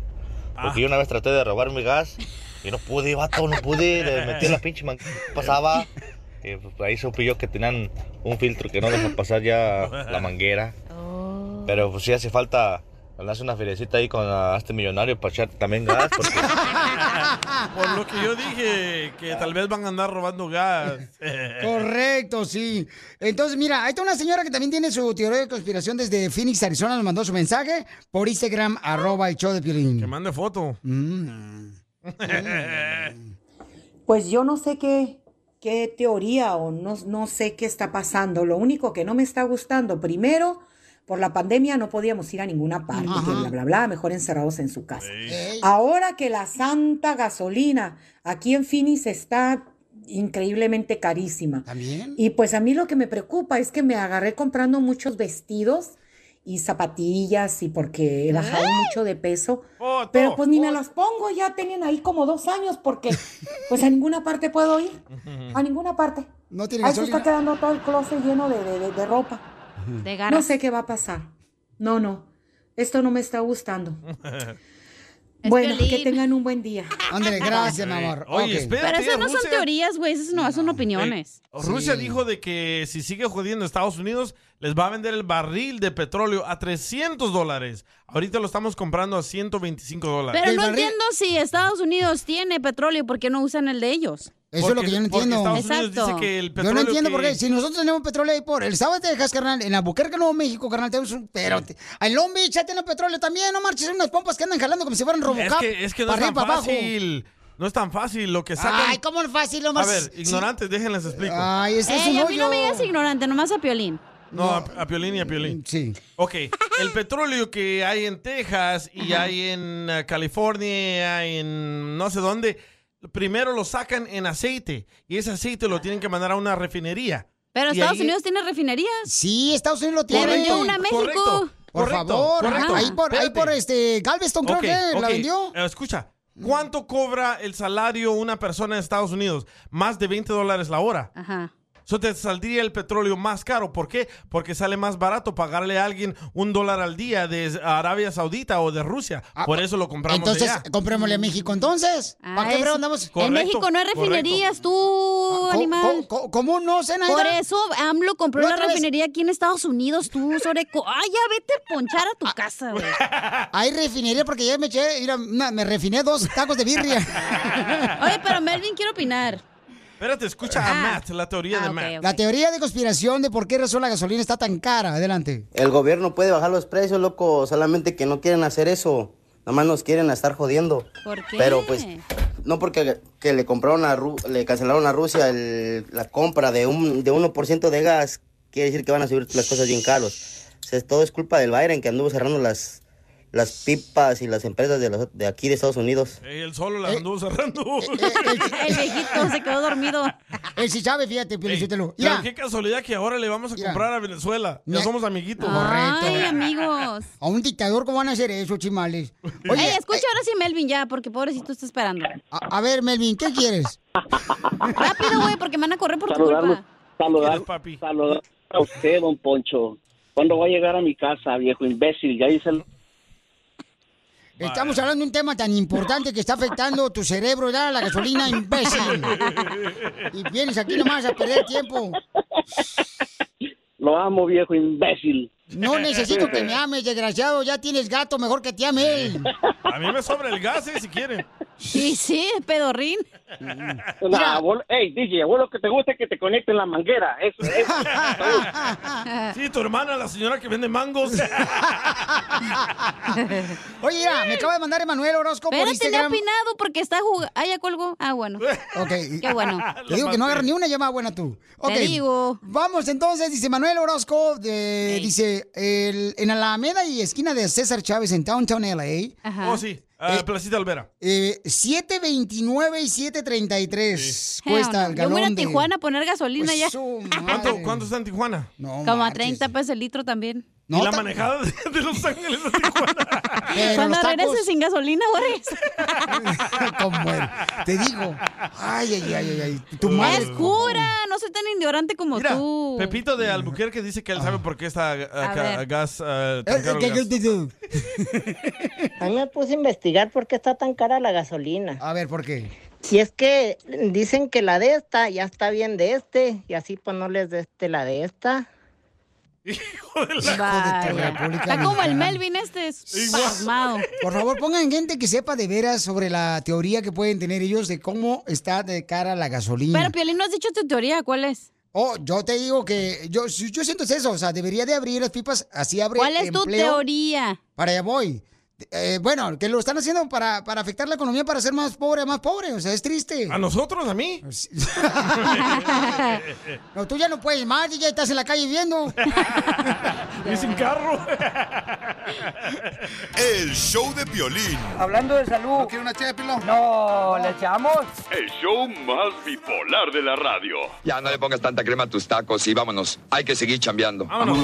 Speaker 21: Porque yo una vez traté de robar mi gas y no pude, vato, no pude. Le metí la pinche manguera, pasaba.
Speaker 6: que pues, ahí supe yo que tenían un filtro que no deja pasar ya la manguera. Pero pues sí hace falta ganarse una filecita ahí con ah, este millonario para echar también gas. Porque
Speaker 3: Por lo que yo dije, que tal vez van a andar robando gas.
Speaker 1: Correcto, sí. Entonces, mira, ahí está una señora que también tiene su teoría de conspiración desde Phoenix, Arizona. Nos mandó su mensaje por Instagram, arroba el show de Piolín. Que
Speaker 3: mande foto.
Speaker 25: Pues yo no sé qué, qué teoría o no, no sé qué está pasando. Lo único que no me está gustando, primero, por la pandemia no podíamos ir a ninguna parte, que bla, bla, bla, mejor encerrados en su casa. Ahora que la santa gasolina aquí en Phoenix está increíblemente carísima.
Speaker 1: ¿También?
Speaker 25: Y pues a mí lo que me preocupa es que me agarré comprando muchos vestidos y zapatillas y porque he bajado
Speaker 1: ¿Eh?
Speaker 25: mucho de peso. pero pues ni me los pongo, ya tienen ahí como dos años porque pues a ninguna parte puedo ir, a ninguna parte.
Speaker 1: No
Speaker 25: Ahí se está quedando todo el closet lleno de, de- de- de ropa.
Speaker 4: De
Speaker 25: No
Speaker 4: garras.
Speaker 25: sé qué va a pasar. No, no. Esto no me está gustando.
Speaker 4: Es
Speaker 25: bueno,
Speaker 4: Piolín.
Speaker 25: que tengan un buen día.
Speaker 1: Ándale, gracias, mi amor.
Speaker 3: Oye, Ok. espérate,
Speaker 4: Pero esas no son
Speaker 3: Rusia.
Speaker 4: teorías, güey, esas no son opiniones.
Speaker 3: Rusia dijo de que si sigue jodiendo a Estados Unidos, les va a vender el barril de petróleo a 300 dólares. Ahorita lo estamos comprando a 125 dólares.
Speaker 4: Pero no entiendo si Estados Unidos tiene petróleo, ¿por qué no usan el de ellos?
Speaker 1: Eso es lo que yo no
Speaker 3: porque
Speaker 1: entiendo.
Speaker 3: Estados Unidos dice Exacto. que el
Speaker 1: yo no
Speaker 3: petróleo
Speaker 1: entiendo
Speaker 3: que-
Speaker 1: por qué. Si nosotros tenemos petróleo ahí por el sábado te dejas, carnal, en Albuquerque, Nuevo México, carnal, tenemos un... Pero te- en Long Beach ya tienen petróleo también, no marches, unas pompas que andan jalando como si fueran
Speaker 3: Es
Speaker 1: Robocop.
Speaker 3: que, es que no
Speaker 1: para
Speaker 3: es tan
Speaker 1: arriba, para abajo.
Speaker 3: fácil. No es tan fácil lo que sacan.
Speaker 1: Ay, cómo es fácil, lo
Speaker 3: A
Speaker 1: más...
Speaker 3: ver, ignorantes, déjenles explico.
Speaker 1: Ay, ese es
Speaker 4: Ey,
Speaker 1: un
Speaker 4: a mí no me
Speaker 1: hoyo.
Speaker 4: digas ignorante, nomás a Piolín.
Speaker 3: No, a, a Piolín y a Piolín.
Speaker 1: Ah, Mm, Sí.
Speaker 3: Ok, el petróleo que hay en Texas y hay en eh, California, en no sé dónde, primero lo sacan en aceite y ese aceite lo tienen que mandar a una refinería.
Speaker 4: Pero
Speaker 3: Y
Speaker 4: Estados
Speaker 3: ahí-
Speaker 4: Unidos tiene refinerías.
Speaker 1: Sí, Estados Unidos lo
Speaker 4: Le
Speaker 1: tiene.
Speaker 4: vendió una a México.
Speaker 3: Correcto,
Speaker 1: Por
Speaker 3: correcto,
Speaker 1: favor, Ah,
Speaker 3: correcto.
Speaker 1: ahí por, ahí
Speaker 3: Espérate.
Speaker 1: por este Galveston creo
Speaker 3: Ok,
Speaker 1: que la
Speaker 3: ok,
Speaker 1: vendió.
Speaker 3: eh, Escucha, ¿cuánto cobra el salario una persona en Estados Unidos? Más de 20 dólares la hora.
Speaker 4: Ajá.
Speaker 3: Eso te saldría el petróleo más caro. ¿Por qué? Porque sale más barato pagarle a alguien un dólar al día de Arabia Saudita o de Rusia. Por eso lo compramos
Speaker 1: Entonces,
Speaker 3: allá.
Speaker 1: comprémosle a México entonces.
Speaker 4: Ah,
Speaker 1: ¿Para qué
Speaker 4: es-
Speaker 1: brego andamos?
Speaker 3: Correcto,
Speaker 4: en México no hay
Speaker 3: correcto.
Speaker 4: refinerías, tú, animal.
Speaker 1: ¿Cómo, no, Zenaida?
Speaker 4: Por eso AMLO compró
Speaker 1: La
Speaker 4: la
Speaker 1: otra vez-
Speaker 4: refinería aquí en Estados Unidos, tú, Soreco. Ay, ya vete a ponchar a tu casa, güey.
Speaker 1: Ah, Hay refinería porque ya me eché, mira, una- me refiné dos tacos de birria.
Speaker 4: Oye, pero Melvin quiere opinar.
Speaker 3: Espérate, escucha a Matt, la teoría de Matt.
Speaker 1: La teoría de conspiración de por qué razón la gasolina está tan cara. Adelante.
Speaker 10: El gobierno puede bajar los precios, loco, solamente que no quieren hacer eso. Nomás nos quieren a estar jodiendo.
Speaker 4: ¿Por qué?
Speaker 10: Pero pues, no porque que le compraron a Ru- le cancelaron a Rusia el- la compra de un de 1% de gas, quiere decir que van a subir las cosas bien caros. O sea, todo es culpa del Biden que anduvo cerrando las las pipas y las empresas de, los- de aquí de Estados Unidos.
Speaker 3: Eh, Él solo la anduvo cerrando.
Speaker 4: El viejito se quedó dormido.
Speaker 1: Él sí sabe, fíjate, Piolichotelo.
Speaker 3: Pero qué casualidad que ahora le vamos a comprar a Venezuela. Ya somos amiguitos.
Speaker 1: Ah.
Speaker 4: Ay, amigos.
Speaker 1: A un dictador, ¿cómo van a hacer eso, chimales?
Speaker 4: Ey, escucha ahora sí Melvin ya, porque pobrecito está esperando.
Speaker 1: eh, A, a ver, Melvin, ¿qué quieres?
Speaker 4: Rápido, güey, porque me van a correr por tu
Speaker 26: saludarlos,
Speaker 4: culpa.
Speaker 26: saludar, saludar a usted, don Poncho. ¿Cuándo va a llegar a mi casa, viejo imbécil? Ya hice el...
Speaker 1: Estamos hablando de un tema tan importante que está afectando tu cerebro, ya, la gasolina, imbécil. Y vienes aquí nomás a perder tiempo.
Speaker 26: Lo amo, viejo imbécil.
Speaker 1: No necesito que me ames, desgraciado. Ya tienes gato, mejor que te ame él.
Speaker 3: A mí me sobra el gas, eh, si quieren.
Speaker 4: Sí, sí, pedorrín.
Speaker 26: Nah, vos- ey, DJ, a vos lo que te gusta es que te conecten la manguera. Eso, eso.
Speaker 3: Sí, tu hermana, la señora que vende mangos.
Speaker 1: Oye, mira, me acaba de mandar Emanuel Orozco por
Speaker 4: Espérate, le ha
Speaker 1: Instagram.
Speaker 4: opinado porque está jugando. Ah, ya colgó. Ah, bueno.
Speaker 1: Ok.
Speaker 4: Qué bueno.
Speaker 1: Te digo que no agarra ni una llamada buena tú.
Speaker 4: Te digo.
Speaker 1: Vamos entonces, dice Manuel Orozco, de- dice, el- en Alameda y esquina de César Chávez en Downtown LA.
Speaker 3: Oh, sí. Ah, Placita Alvera.
Speaker 1: eh, 7.29 y 7.33 pues, cuesta el
Speaker 4: Yo
Speaker 1: galón
Speaker 4: voy a ir a
Speaker 1: de-
Speaker 4: Tijuana a poner gasolina
Speaker 1: Pues
Speaker 4: ya. Ah,
Speaker 1: su
Speaker 3: ¿Cuánto, cuánto está en Tijuana?
Speaker 1: No,
Speaker 4: Como a 30 pesos el litro también.
Speaker 3: y la manejada de, de Los Ángeles a
Speaker 1: Eh,
Speaker 3: Tijuana.
Speaker 4: Cuando regreses sin gasolina, Boris.
Speaker 1: Como él. Te digo. Ay, ay, ay, ay, ay.
Speaker 3: Oh.
Speaker 1: Tu madre.
Speaker 4: Es cura, no soy tan ignorante como tú.
Speaker 3: Pepito de Albuquerque dice que él sabe por qué está ah,
Speaker 4: A
Speaker 3: ca-
Speaker 4: ver.
Speaker 3: gas.
Speaker 1: Eh,
Speaker 3: ah, tan caro el gas.
Speaker 8: A mí me puse a investigar por qué está tan cara la gasolina.
Speaker 1: A ver, ¿por qué?
Speaker 8: Si es que dicen que la de esta ya está bien de este, y así pues no les de este la de esta.
Speaker 4: Vaya. Está como el Melvin este es pasmado.
Speaker 1: Por favor, pongan gente que sepa de veras sobre la teoría que pueden tener ellos de cómo está de cara la gasolina.
Speaker 4: Pero Piolín, no has dicho tu teoría, ¿cuál es?
Speaker 1: Oh, yo te digo que yo, yo siento eso, o sea, debería de abrir las pipas, así abre
Speaker 4: ¿Cuál es tu
Speaker 1: empleo.
Speaker 4: teoría?
Speaker 1: Para allá voy. Eh, bueno, que lo están haciendo para, para afectar la economía, para ser más pobre, a más pobre, o sea, es triste.
Speaker 3: ¿A nosotros, a mí?
Speaker 1: No, tú ya no puedes más, ya estás en la calle viendo.
Speaker 3: Y sin carro.
Speaker 7: El show de violín.
Speaker 23: Hablando de salud. ¿No quiere una ché de pilón? No, ¿le echamos?
Speaker 2: El show más bipolar de la radio.
Speaker 14: Ya no le pongas tanta crema a tus tacos y vámonos. Hay que seguir chambeando. Vámonos.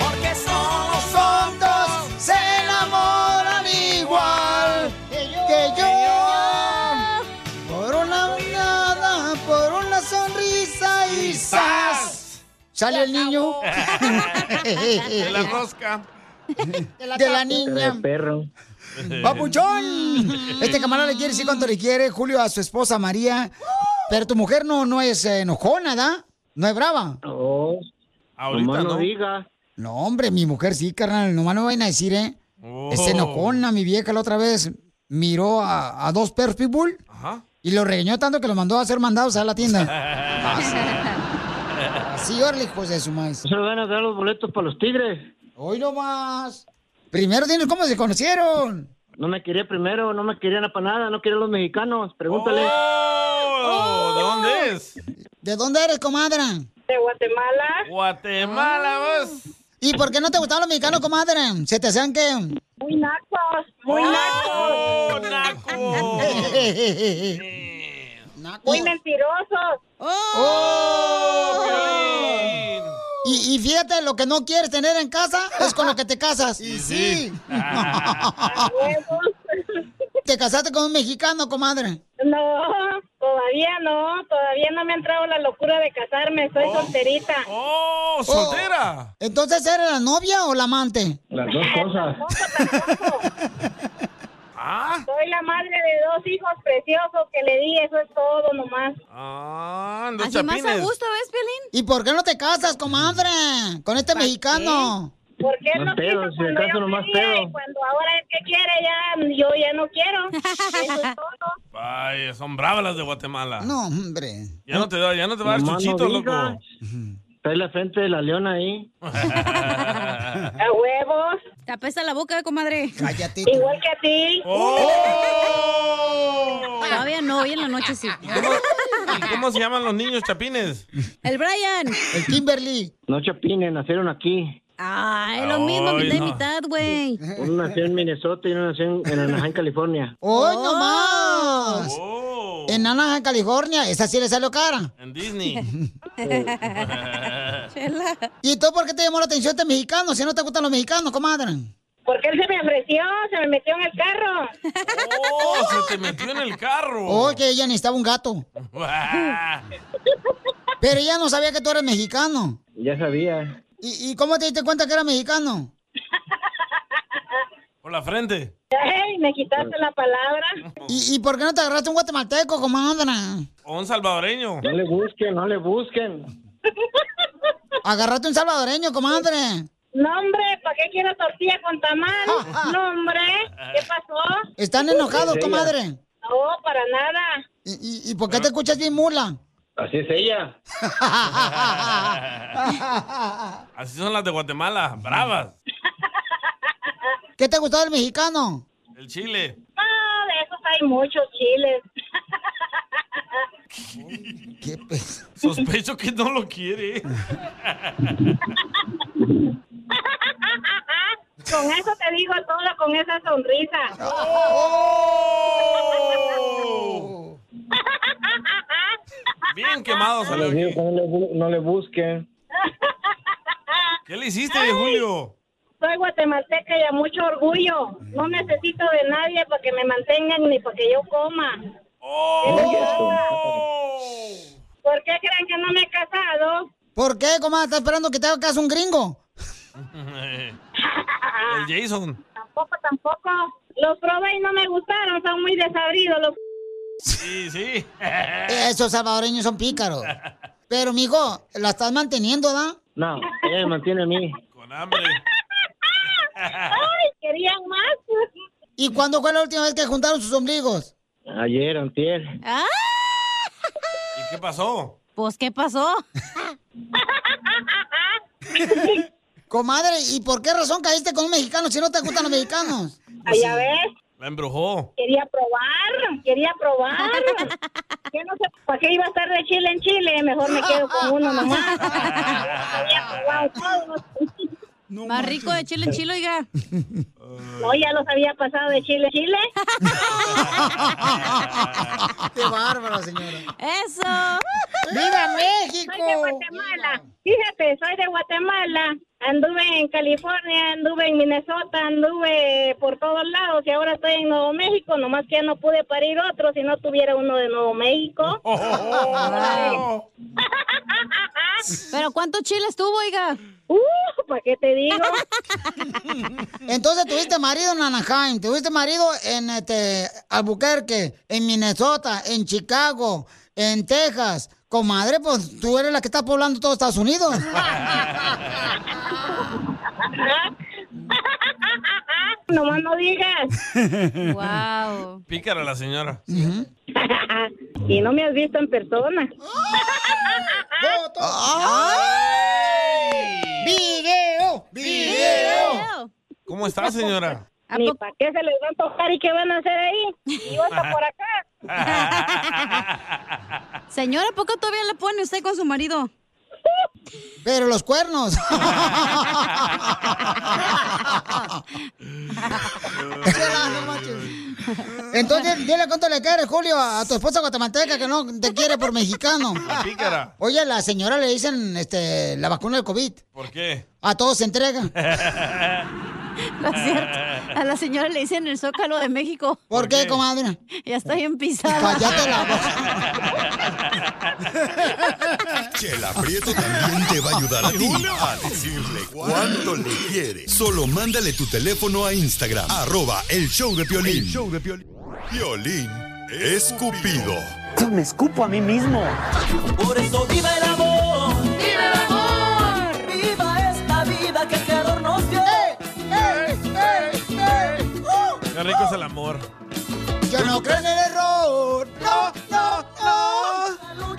Speaker 9: Porque somos
Speaker 1: son dos, se enamoran igual que yo. Por una mirada, por una sonrisa y ¡zas! Sale el niño. Eh,
Speaker 3: De la rosca.
Speaker 1: De la niña.
Speaker 14: perro.
Speaker 1: ¡Papuchón! Este camarada le quiere decir cuánto le quiere, Julio, a su esposa María. Pero tu mujer no, no es eh, enojona, ¿da? No es brava.
Speaker 14: Ahorita no.
Speaker 1: diga. No, hombre, mi mujer sí, carnal. Nomás no vayan a decir, ¿eh?
Speaker 14: Oh.
Speaker 9: Oh.
Speaker 1: Es enojona, mi vieja la otra vez miró a, a dos perros pitbull
Speaker 3: Ajá.
Speaker 1: y los regañó tanto que los mandó a ser mandados a la tienda. Así, órale, hijos de su maíz.
Speaker 13: Se van a dar los boletos para los tigres.
Speaker 1: Hoy nomás. Primero dinos cómo se conocieron.
Speaker 13: No me quería primero, no me querían para nada, no querían los mexicanos. Pregúntale.
Speaker 3: Oh, ¿De dónde es?
Speaker 1: ¿De dónde eres, comadre?
Speaker 13: De Guatemala. Ah.
Speaker 3: Guatemala, vos.
Speaker 1: ¿Y por qué no te gustaban los mexicanos, comadre? ¿Se te hacían qué?
Speaker 13: Muy nacos, muy nacos. Muy mentirosos.
Speaker 1: y, y fíjate, lo que no quieres tener en casa es con lo que te casas. Y sí. ¿Te casaste con un mexicano, comadre?
Speaker 13: No, todavía no, todavía no me ha entrado la locura de casarme, soy solterita.
Speaker 3: ¡Oh, soltera!
Speaker 1: Entonces, ¿era la novia o la amante?
Speaker 13: Las dos cosas.
Speaker 3: Ah.
Speaker 13: Soy la madre de dos hijos preciosos que le di, eso es todo nomás.
Speaker 3: Ah, no
Speaker 13: Así más a
Speaker 3: chapines.
Speaker 13: gusto,
Speaker 4: ¿ves, Piolín?
Speaker 1: ¿Y por qué no te casas, comadre? Con este mexicano.
Speaker 13: ¿Por qué
Speaker 1: Más
Speaker 13: no
Speaker 1: pedo,
Speaker 13: quiso
Speaker 1: si
Speaker 13: cuando
Speaker 1: acaso
Speaker 13: yo
Speaker 1: nomás
Speaker 13: quería
Speaker 1: pedo.
Speaker 13: y cuando ahora es que quiere ya, yo ya no quiero. Eso es todo.
Speaker 3: Vaya, son bravas las de Guatemala.
Speaker 1: No, hombre.
Speaker 3: Ya no te, da- ya no te va a dar
Speaker 13: Nomás no
Speaker 3: chuchito, loco.
Speaker 13: digas.
Speaker 14: Trae la frente de la leona ahí.
Speaker 13: A huevos.
Speaker 4: Te apesta la boca, comadre.
Speaker 1: Cállate.
Speaker 13: Igual que a ti.
Speaker 1: ¡Oh!
Speaker 4: Todavía no, hoy en la noche sí.
Speaker 3: ¿Y cómo se llaman los niños chapines?
Speaker 4: El Brian.
Speaker 1: El Kimberly.
Speaker 14: No chapines, nacieron aquí.
Speaker 4: Ay, lo mismo,
Speaker 14: Ay,
Speaker 4: mitad y
Speaker 14: no.
Speaker 4: mitad, güey.
Speaker 14: Uno nació en Minnesota y uno nació en, en Anaheim, California.
Speaker 13: Oh.
Speaker 1: ¡Hoy nomás! En Anaheim, California. Esa sí le salió cara.
Speaker 3: En Disney.
Speaker 1: ¿Y tú por qué te llamó la atención este mexicano si no te gustan los mexicanos, comadre?
Speaker 13: Porque él se me ofreció, se me metió en el carro.
Speaker 3: ¡Oh, se te metió en el carro!
Speaker 1: Oh. Oye, ella necesitaba un gato.
Speaker 3: Ah,
Speaker 1: Pero ella no sabía que tú eres mexicano.
Speaker 14: Ya sabía.
Speaker 1: ¿Y, y cómo te diste cuenta que era mexicano?
Speaker 3: Por la frente.
Speaker 13: Ey, me quitaste la palabra.
Speaker 1: ¿Y, y por qué no te agarraste un guatemalteco, comadre?
Speaker 3: O un salvadoreño.
Speaker 14: No le busquen, no le busquen.
Speaker 1: Agarrate un salvadoreño, comadre.
Speaker 13: No, hombre, ¿para qué quiero tortilla con tamal? No, hombre, ¿qué pasó?
Speaker 1: ¿Están enojados, comadre?
Speaker 13: No, para nada.
Speaker 1: ¿Y, y por qué te escuchas bien
Speaker 14: Ah.
Speaker 1: mula?
Speaker 14: Así es ella.
Speaker 3: Así son las de Guatemala, bravas.
Speaker 1: ¿Qué te gustó del mexicano?
Speaker 3: El chile.
Speaker 13: No, de esos hay muchos chiles.
Speaker 3: Sospecho que no lo quiere.
Speaker 13: Con eso te digo todo, con esa sonrisa.
Speaker 9: Oh.
Speaker 3: Oh. Bien quemado
Speaker 14: No les
Speaker 3: salió
Speaker 14: digo
Speaker 3: aquí.
Speaker 14: que no le, bu- no le busquen.
Speaker 3: ¿Qué le hiciste, Julio?
Speaker 13: Soy guatemalteca y a mucho orgullo. No necesito de nadie para que me mantengan ni para que yo coma. ¿Por qué creen que no me he casado?
Speaker 1: ¿Por qué, comadre? ¿Estás esperando que te haga caso un gringo?
Speaker 3: El Jason.
Speaker 13: Tampoco, tampoco. Los probé y no me gustaron, son muy desabridos los
Speaker 3: Sí, sí.
Speaker 1: Esos salvadoreños son pícaros. Pero, mijo, la estás manteniendo, ¿da?
Speaker 15: No, ella me mantiene a mí.
Speaker 3: Con hambre.
Speaker 1: ¡Ay, querían más! ¿Y cuándo fue la última vez que juntaron sus ombligos?
Speaker 15: Ayer, antier.
Speaker 4: ¡Ah!
Speaker 3: ¿Y qué pasó?
Speaker 4: Pues, ¿qué pasó?
Speaker 1: Comadre, ¿y por qué razón caíste con un mexicano si no te gustan los mexicanos?
Speaker 13: Allá ves,
Speaker 3: La embrujó.
Speaker 13: quería probar, quería probar. ¿Qué no sé, ¿Para qué iba a estar de Chile en Chile? Mejor me quedo con uno nomás. Había probado todos.
Speaker 4: Más rico de chile en chile, oiga.
Speaker 13: No, ya los había pasado de Chile en Chile.
Speaker 1: ¡Qué bárbaro, señora!
Speaker 4: ¡Eso!
Speaker 1: ¡Viva México!
Speaker 13: Soy de Guatemala. Fíjate, soy de Guatemala. Anduve en California, anduve en Minnesota, anduve por todos lados y ahora estoy en Nuevo México. Nomás que ya no pude parir otro si no tuviera uno de Nuevo México.
Speaker 4: ¿Pero cuántos chiles tuvo, oiga?
Speaker 13: ¡Uh! ¿Para qué te digo?
Speaker 1: Entonces tuviste marido en Anaheim, tuviste marido en este, Albuquerque, en Minnesota, en Chicago, en Texas. Comadre, pues tú eres la que está poblando todo Estados Unidos.
Speaker 13: Nomás no digas.
Speaker 4: wow.
Speaker 3: Pícara la señora.
Speaker 13: y no me has visto en persona.
Speaker 1: ¡Video!
Speaker 3: ¡Video! ¿Cómo está, señora?
Speaker 13: Ni para qué se les va a antojar y qué van a hacer ahí. Y vas a por acá.
Speaker 4: Señora, ¿por qué todavía le pone usted con su marido?
Speaker 1: Pero los cuernos. Entonces, dile cuánto le quieres, Julio, a tu esposa guatemalteca que no te quiere por mexicano.
Speaker 3: La pícara.
Speaker 1: Oye, la señora le dicen este, la vacuna del COVID.
Speaker 3: ¿Por qué?
Speaker 1: A todos se entrega.
Speaker 4: No es cierto. A la señora le dicen el Zócalo de México.
Speaker 1: ¿Por qué, comadre?
Speaker 4: Ya está bien pisada.
Speaker 1: Cállate la
Speaker 7: Chela Prieto también te va a ayudar a ti a decirle cuánto le quiere. Solo mándale tu teléfono a Instagram, arroba el show de Piolín.
Speaker 9: El
Speaker 7: show de Piolín. Piolín escupido.
Speaker 9: Me escupo a mí mismo. Por eso viva el amor. Viva el amor. Viva esta vida que calor nos dio.
Speaker 3: Qué rico es el amor.
Speaker 1: Yo no creo en el error. No, no, no.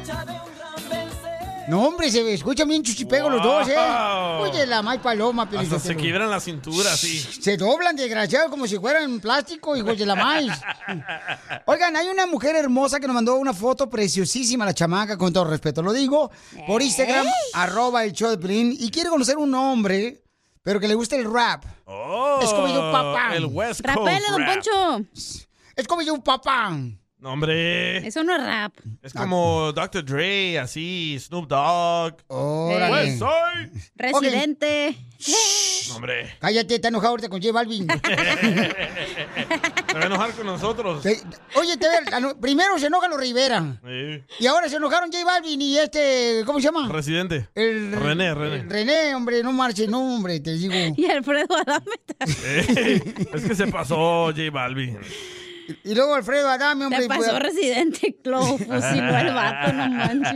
Speaker 1: No, hombre, se escuchan bien chuchipego los dos, ¿eh?
Speaker 3: Wow.
Speaker 1: Oye, la May Paloma, Piolín
Speaker 3: Hasta se
Speaker 1: Sotelo.
Speaker 3: quiebran la cintura, sí.
Speaker 1: Se doblan, desgraciados, como si fueran plástico, hijos de la maíz. Oigan, hay una mujer hermosa que nos mandó una foto preciosísima, la chamaca, con todo respeto lo digo,
Speaker 3: ¿Eh?
Speaker 1: por Instagram,
Speaker 9: Ey.
Speaker 1: arroba el show de Piolín, y quiere conocer un hombre, pero que le gusta el rap.
Speaker 3: Oh,
Speaker 1: es como yo, papá.
Speaker 3: el West Coast Rapele, don rap.
Speaker 1: Poncho. Es como yo, papá.
Speaker 3: No, hombre.
Speaker 4: Eso no es rap.
Speaker 3: Es como Dr. Dre, así, Snoop Dogg.
Speaker 1: Órale.
Speaker 3: Pues soy.
Speaker 4: Residente.
Speaker 3: No, hombre.
Speaker 1: Cállate, está enojado ahorita con J Balvin.
Speaker 3: Se va a enojar con nosotros.
Speaker 1: Te- Oye, te ver, primero se enojan los Rivera.
Speaker 3: Sí.
Speaker 1: Y ahora se enojaron J Balvin y este, ¿cómo se llama?
Speaker 3: Residente.
Speaker 1: El-
Speaker 3: René, René.
Speaker 1: René, hombre, no marches, no, hombre, te digo.
Speaker 4: Y Alfredo Adame.
Speaker 3: Eh, es que se pasó J Balvin.
Speaker 1: Y luego Alfredo Adame, hombre.
Speaker 4: Te pasó Residente, lo
Speaker 9: Pues
Speaker 4: fusiló el vato, no manches.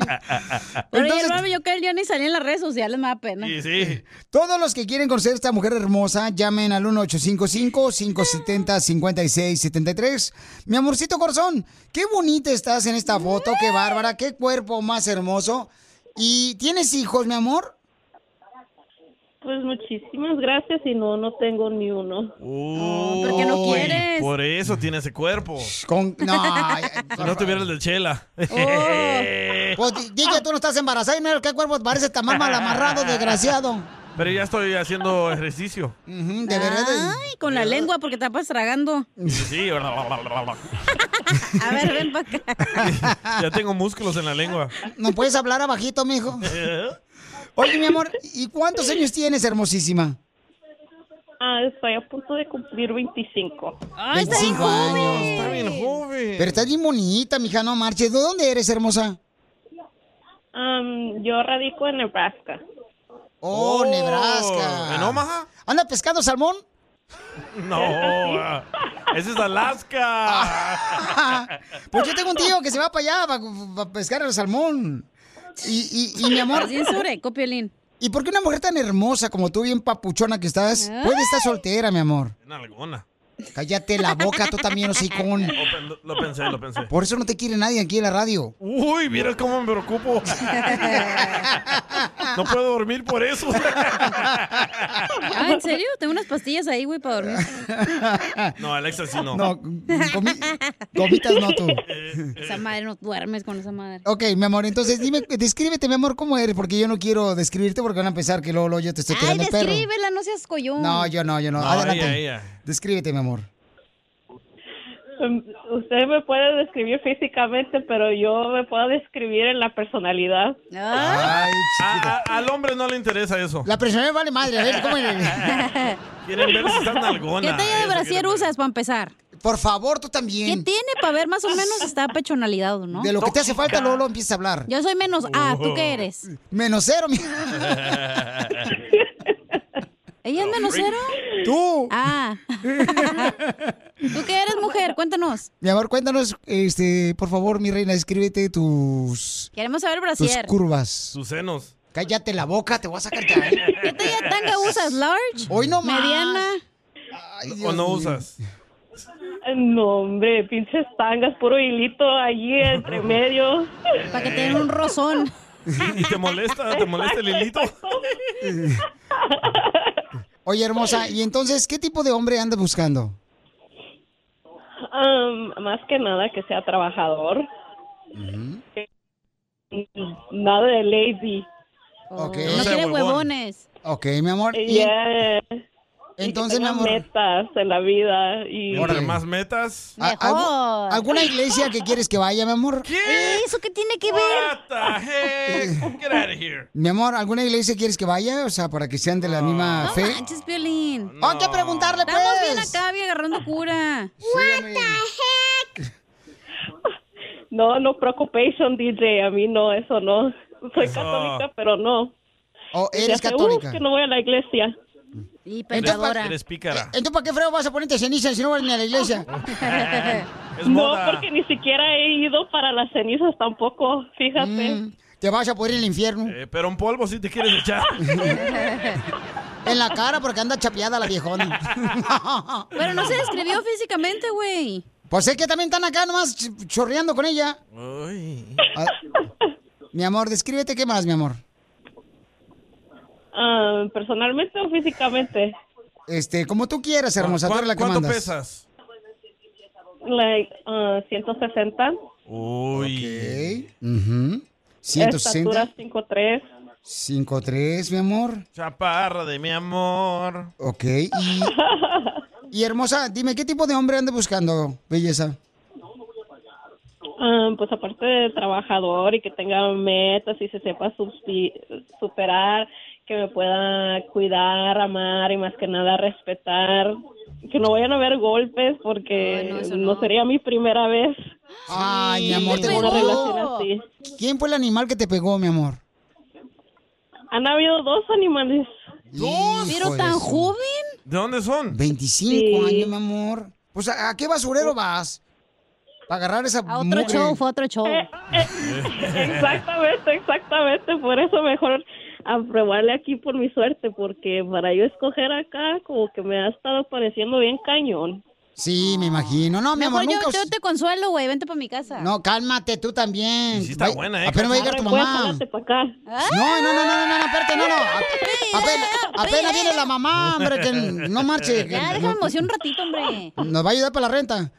Speaker 4: Pero yo,
Speaker 1: Entonces-
Speaker 4: Barbie, yo que él ya ni salí en las redes sociales, me da pena.
Speaker 1: Todos los que quieren conocer a esta mujer hermosa, llamen al 1855-570-5673. Mi amorcito corazón, qué bonita estás en esta foto, qué bárbara, qué cuerpo más hermoso. ¿Y tienes hijos, mi amor?
Speaker 16: Pues muchísimas gracias y no, no tengo ni uno.
Speaker 3: porque
Speaker 16: no quieres.
Speaker 3: Por eso tiene ese cuerpo.
Speaker 1: Con, no, eh,
Speaker 3: Si no tuviera el de Chela.
Speaker 1: Oh. Pues di- di que tú no estás embarazada y mira qué cuerpo parece tan mal mal amarrado, desgraciado.
Speaker 3: Pero ya estoy haciendo ejercicio.
Speaker 1: de verdad.
Speaker 4: Ay, con la lengua porque te vas tragando.
Speaker 3: Sí, sí.
Speaker 4: A ver, ven para acá.
Speaker 3: ya tengo músculos en la lengua.
Speaker 1: ¿No puedes hablar abajito, mijo? Oye, mi amor, ¿y cuántos años tienes, hermosísima?
Speaker 16: Ah, estoy a punto de cumplir 25.
Speaker 1: Ay, está bien 25 joven. años. Está
Speaker 3: bien joven.
Speaker 1: Pero estás bien bonita, mija, no marches. ¿De dónde eres, hermosa?
Speaker 16: Um, yo radico en Nebraska.
Speaker 1: Oh, Nebraska.
Speaker 3: ¿En Omaha?
Speaker 1: ¿Anda pescado salmón?
Speaker 3: No, ah, ese es Alaska.
Speaker 1: Pues yo tengo un tío que se va para allá para, pescar el salmón. Y, y, y, mi amor.
Speaker 4: Así en Sureco, Piolín.
Speaker 1: ¿Y por qué una mujer tan hermosa como tú, bien papuchona que estás, puede estar soltera, mi amor?
Speaker 3: Una algona.
Speaker 1: Cállate la boca, tú también, hocicón.
Speaker 3: Lo, lo pensé, lo pensé.
Speaker 1: Por eso no te quiere nadie aquí en la radio.
Speaker 3: Uy, mira cómo me preocupo. No puedo dormir por eso.
Speaker 4: Ah, ¿en serio? Tengo unas pastillas ahí, güey, para dormir.
Speaker 3: No, Alexa sí no.
Speaker 1: No, comi- gomitas no tú.
Speaker 4: Esa madre no duermes con esa madre.
Speaker 1: Ok, mi amor, entonces dime, descríbete, mi amor, cómo eres, porque yo no quiero describirte porque van a pensar que luego, luego yo te estoy
Speaker 4: Ay,
Speaker 1: tirando el perro.
Speaker 4: descríbela, no seas coyón.
Speaker 1: No, yo no, yo no.
Speaker 3: No,
Speaker 1: Adelante.
Speaker 3: ella, ella.
Speaker 1: Descríbete, mi amor.
Speaker 16: Um, Usted me puede describir físicamente, pero yo me puedo describir en la personalidad.
Speaker 3: Ah. A- a- al hombre no le interesa eso.
Speaker 1: La presión vale madre, a ver cómo eres.
Speaker 3: Quieren ver si están nalgona.
Speaker 4: ¿Qué talla de brasier usas para empezar?
Speaker 1: Por favor, tú también.
Speaker 4: ¿Qué tiene para ver más o menos si está pechonalidad o no?
Speaker 1: De lo que te hace falta, luego, lo empiezas a hablar.
Speaker 4: Yo soy menos A, ¿tú qué eres?
Speaker 1: Menos cero, mi...
Speaker 4: ¿Ella es menos cero?
Speaker 1: Tú.
Speaker 4: Ah. ¿Tú qué eres, mujer? Cuéntanos.
Speaker 1: Mi amor, cuéntanos, este, por favor, mi reina, escríbete tus,
Speaker 4: Queremos saber
Speaker 1: tus
Speaker 4: brasier.
Speaker 1: curvas.
Speaker 3: Tus senos.
Speaker 1: Cállate la boca, te voy a sacar.
Speaker 4: ¿Qué talla de tanga usas? ¿Large?
Speaker 1: Hoy no más.
Speaker 4: ¿Mediana?
Speaker 3: ¿O no usas?
Speaker 16: No, hombre, pinches tangas, puro hilito allí entre medio.
Speaker 4: Para que te den un rozón.
Speaker 3: ¿Y te molesta? ¿Te molesta el hilito?
Speaker 1: Oye, hermosa, y entonces, ¿qué tipo de hombre andas buscando?
Speaker 16: Um, más que nada que sea trabajador. Nada de lazy.
Speaker 1: Ok.
Speaker 4: Oh. No quiere huevones.
Speaker 1: Ok, mi amor. y-
Speaker 16: Yeah.
Speaker 1: Entonces,
Speaker 16: Y
Speaker 1: mi
Speaker 16: que tenga
Speaker 1: amor.
Speaker 16: metas en la vida y
Speaker 3: Entre más metas.
Speaker 1: ¿A- algu- ¿Alguna iglesia que quieres que vaya, mi amor?
Speaker 4: ¿Eso qué tiene que ver?
Speaker 3: Get out of here.
Speaker 1: Mi amor, ¿alguna iglesia quieres que vaya? O sea, para que sean de la misma
Speaker 4: No
Speaker 1: fe.
Speaker 4: manches, Piolín.
Speaker 1: Ah, Hay que preguntarle,
Speaker 4: Estamos
Speaker 1: pues.
Speaker 4: bien acá, bien agarrando cura.
Speaker 16: no, no preocupación, DJ, a mí no, eso no. Soy católica, pero no.
Speaker 1: Oh,
Speaker 3: eres
Speaker 9: uh,
Speaker 3: católica.
Speaker 16: que no voy a la iglesia.
Speaker 4: Y
Speaker 3: Eres, eres pícara.
Speaker 1: Entonces, ¿para qué freo vas a ponerte ceniza si no vas ni a la iglesia?
Speaker 3: Es
Speaker 16: no,
Speaker 3: moda.
Speaker 16: porque ni siquiera he ido para las cenizas tampoco, fíjate.
Speaker 1: Mm, Te vas a poder ir al infierno.
Speaker 3: Eh, pero un polvo sí te quieres echar.
Speaker 1: En la cara porque anda chapeada la viejona.
Speaker 4: Pero no se describió físicamente, güey.
Speaker 1: Pues es que también están acá nomás ch- chorreando con ella. Ah, mi amor, descríbete qué más, mi amor.
Speaker 16: Ah, ¿Personalmente o físicamente?
Speaker 1: Este, como tú quieras, hermosa, tú eres la que
Speaker 3: ¿Cuánto
Speaker 1: mandas.
Speaker 3: pesas?
Speaker 16: Like, ah, 160.
Speaker 3: Uy.
Speaker 1: Ujú. 160.
Speaker 16: Estatura 5'3".
Speaker 1: 5'3, mi amor.
Speaker 3: Chaparra de mi amor.
Speaker 1: Ok. Y, y hermosa, dime, ¿qué tipo de hombre andas buscando, belleza?
Speaker 16: Ah, pues aparte de trabajador y que tenga metas y se sepa subsi- superar, que me pueda cuidar, amar y más que nada respetar. Que no vayan a haber golpes porque no, sería mi primera vez.
Speaker 1: Ay, mi
Speaker 16: en
Speaker 1: amor, te
Speaker 16: una relación
Speaker 1: pegó.
Speaker 16: así.
Speaker 1: ¿Quién fue el animal que te pegó, mi amor?
Speaker 16: Han habido dos animales.
Speaker 1: ¿Dos?
Speaker 4: ¿Pero tan joven?
Speaker 3: ¿De dónde son?
Speaker 1: 25 años, mi amor. Pues, ¿a, a qué basurero vas? Para agarrar esa
Speaker 4: A otro show, fue otro show.
Speaker 16: Eh, Exactamente, exactamente. Por eso mejor aprobarle aquí por mi suerte, porque para yo escoger acá como que me ha estado pareciendo bien cañón.
Speaker 1: Sí, me imagino. No, mi
Speaker 4: Mejor
Speaker 1: amor,
Speaker 4: yo,
Speaker 1: nunca... us-
Speaker 4: yo te consuelo, güey. Vente para mi casa.
Speaker 1: No, cálmate tú también.
Speaker 3: Sí está
Speaker 1: Va-
Speaker 3: buena, ¿eh?
Speaker 1: Apenas va a llegar tu mamá. No, no, no, no, no, no, espérate, no, no. A- Apenas, apenas viene la mamá, hombre, que n- no marche. que
Speaker 4: Ya,
Speaker 1: no-
Speaker 4: déjame emoción un ratito, hombre.
Speaker 1: Nos va a ayudar para la renta.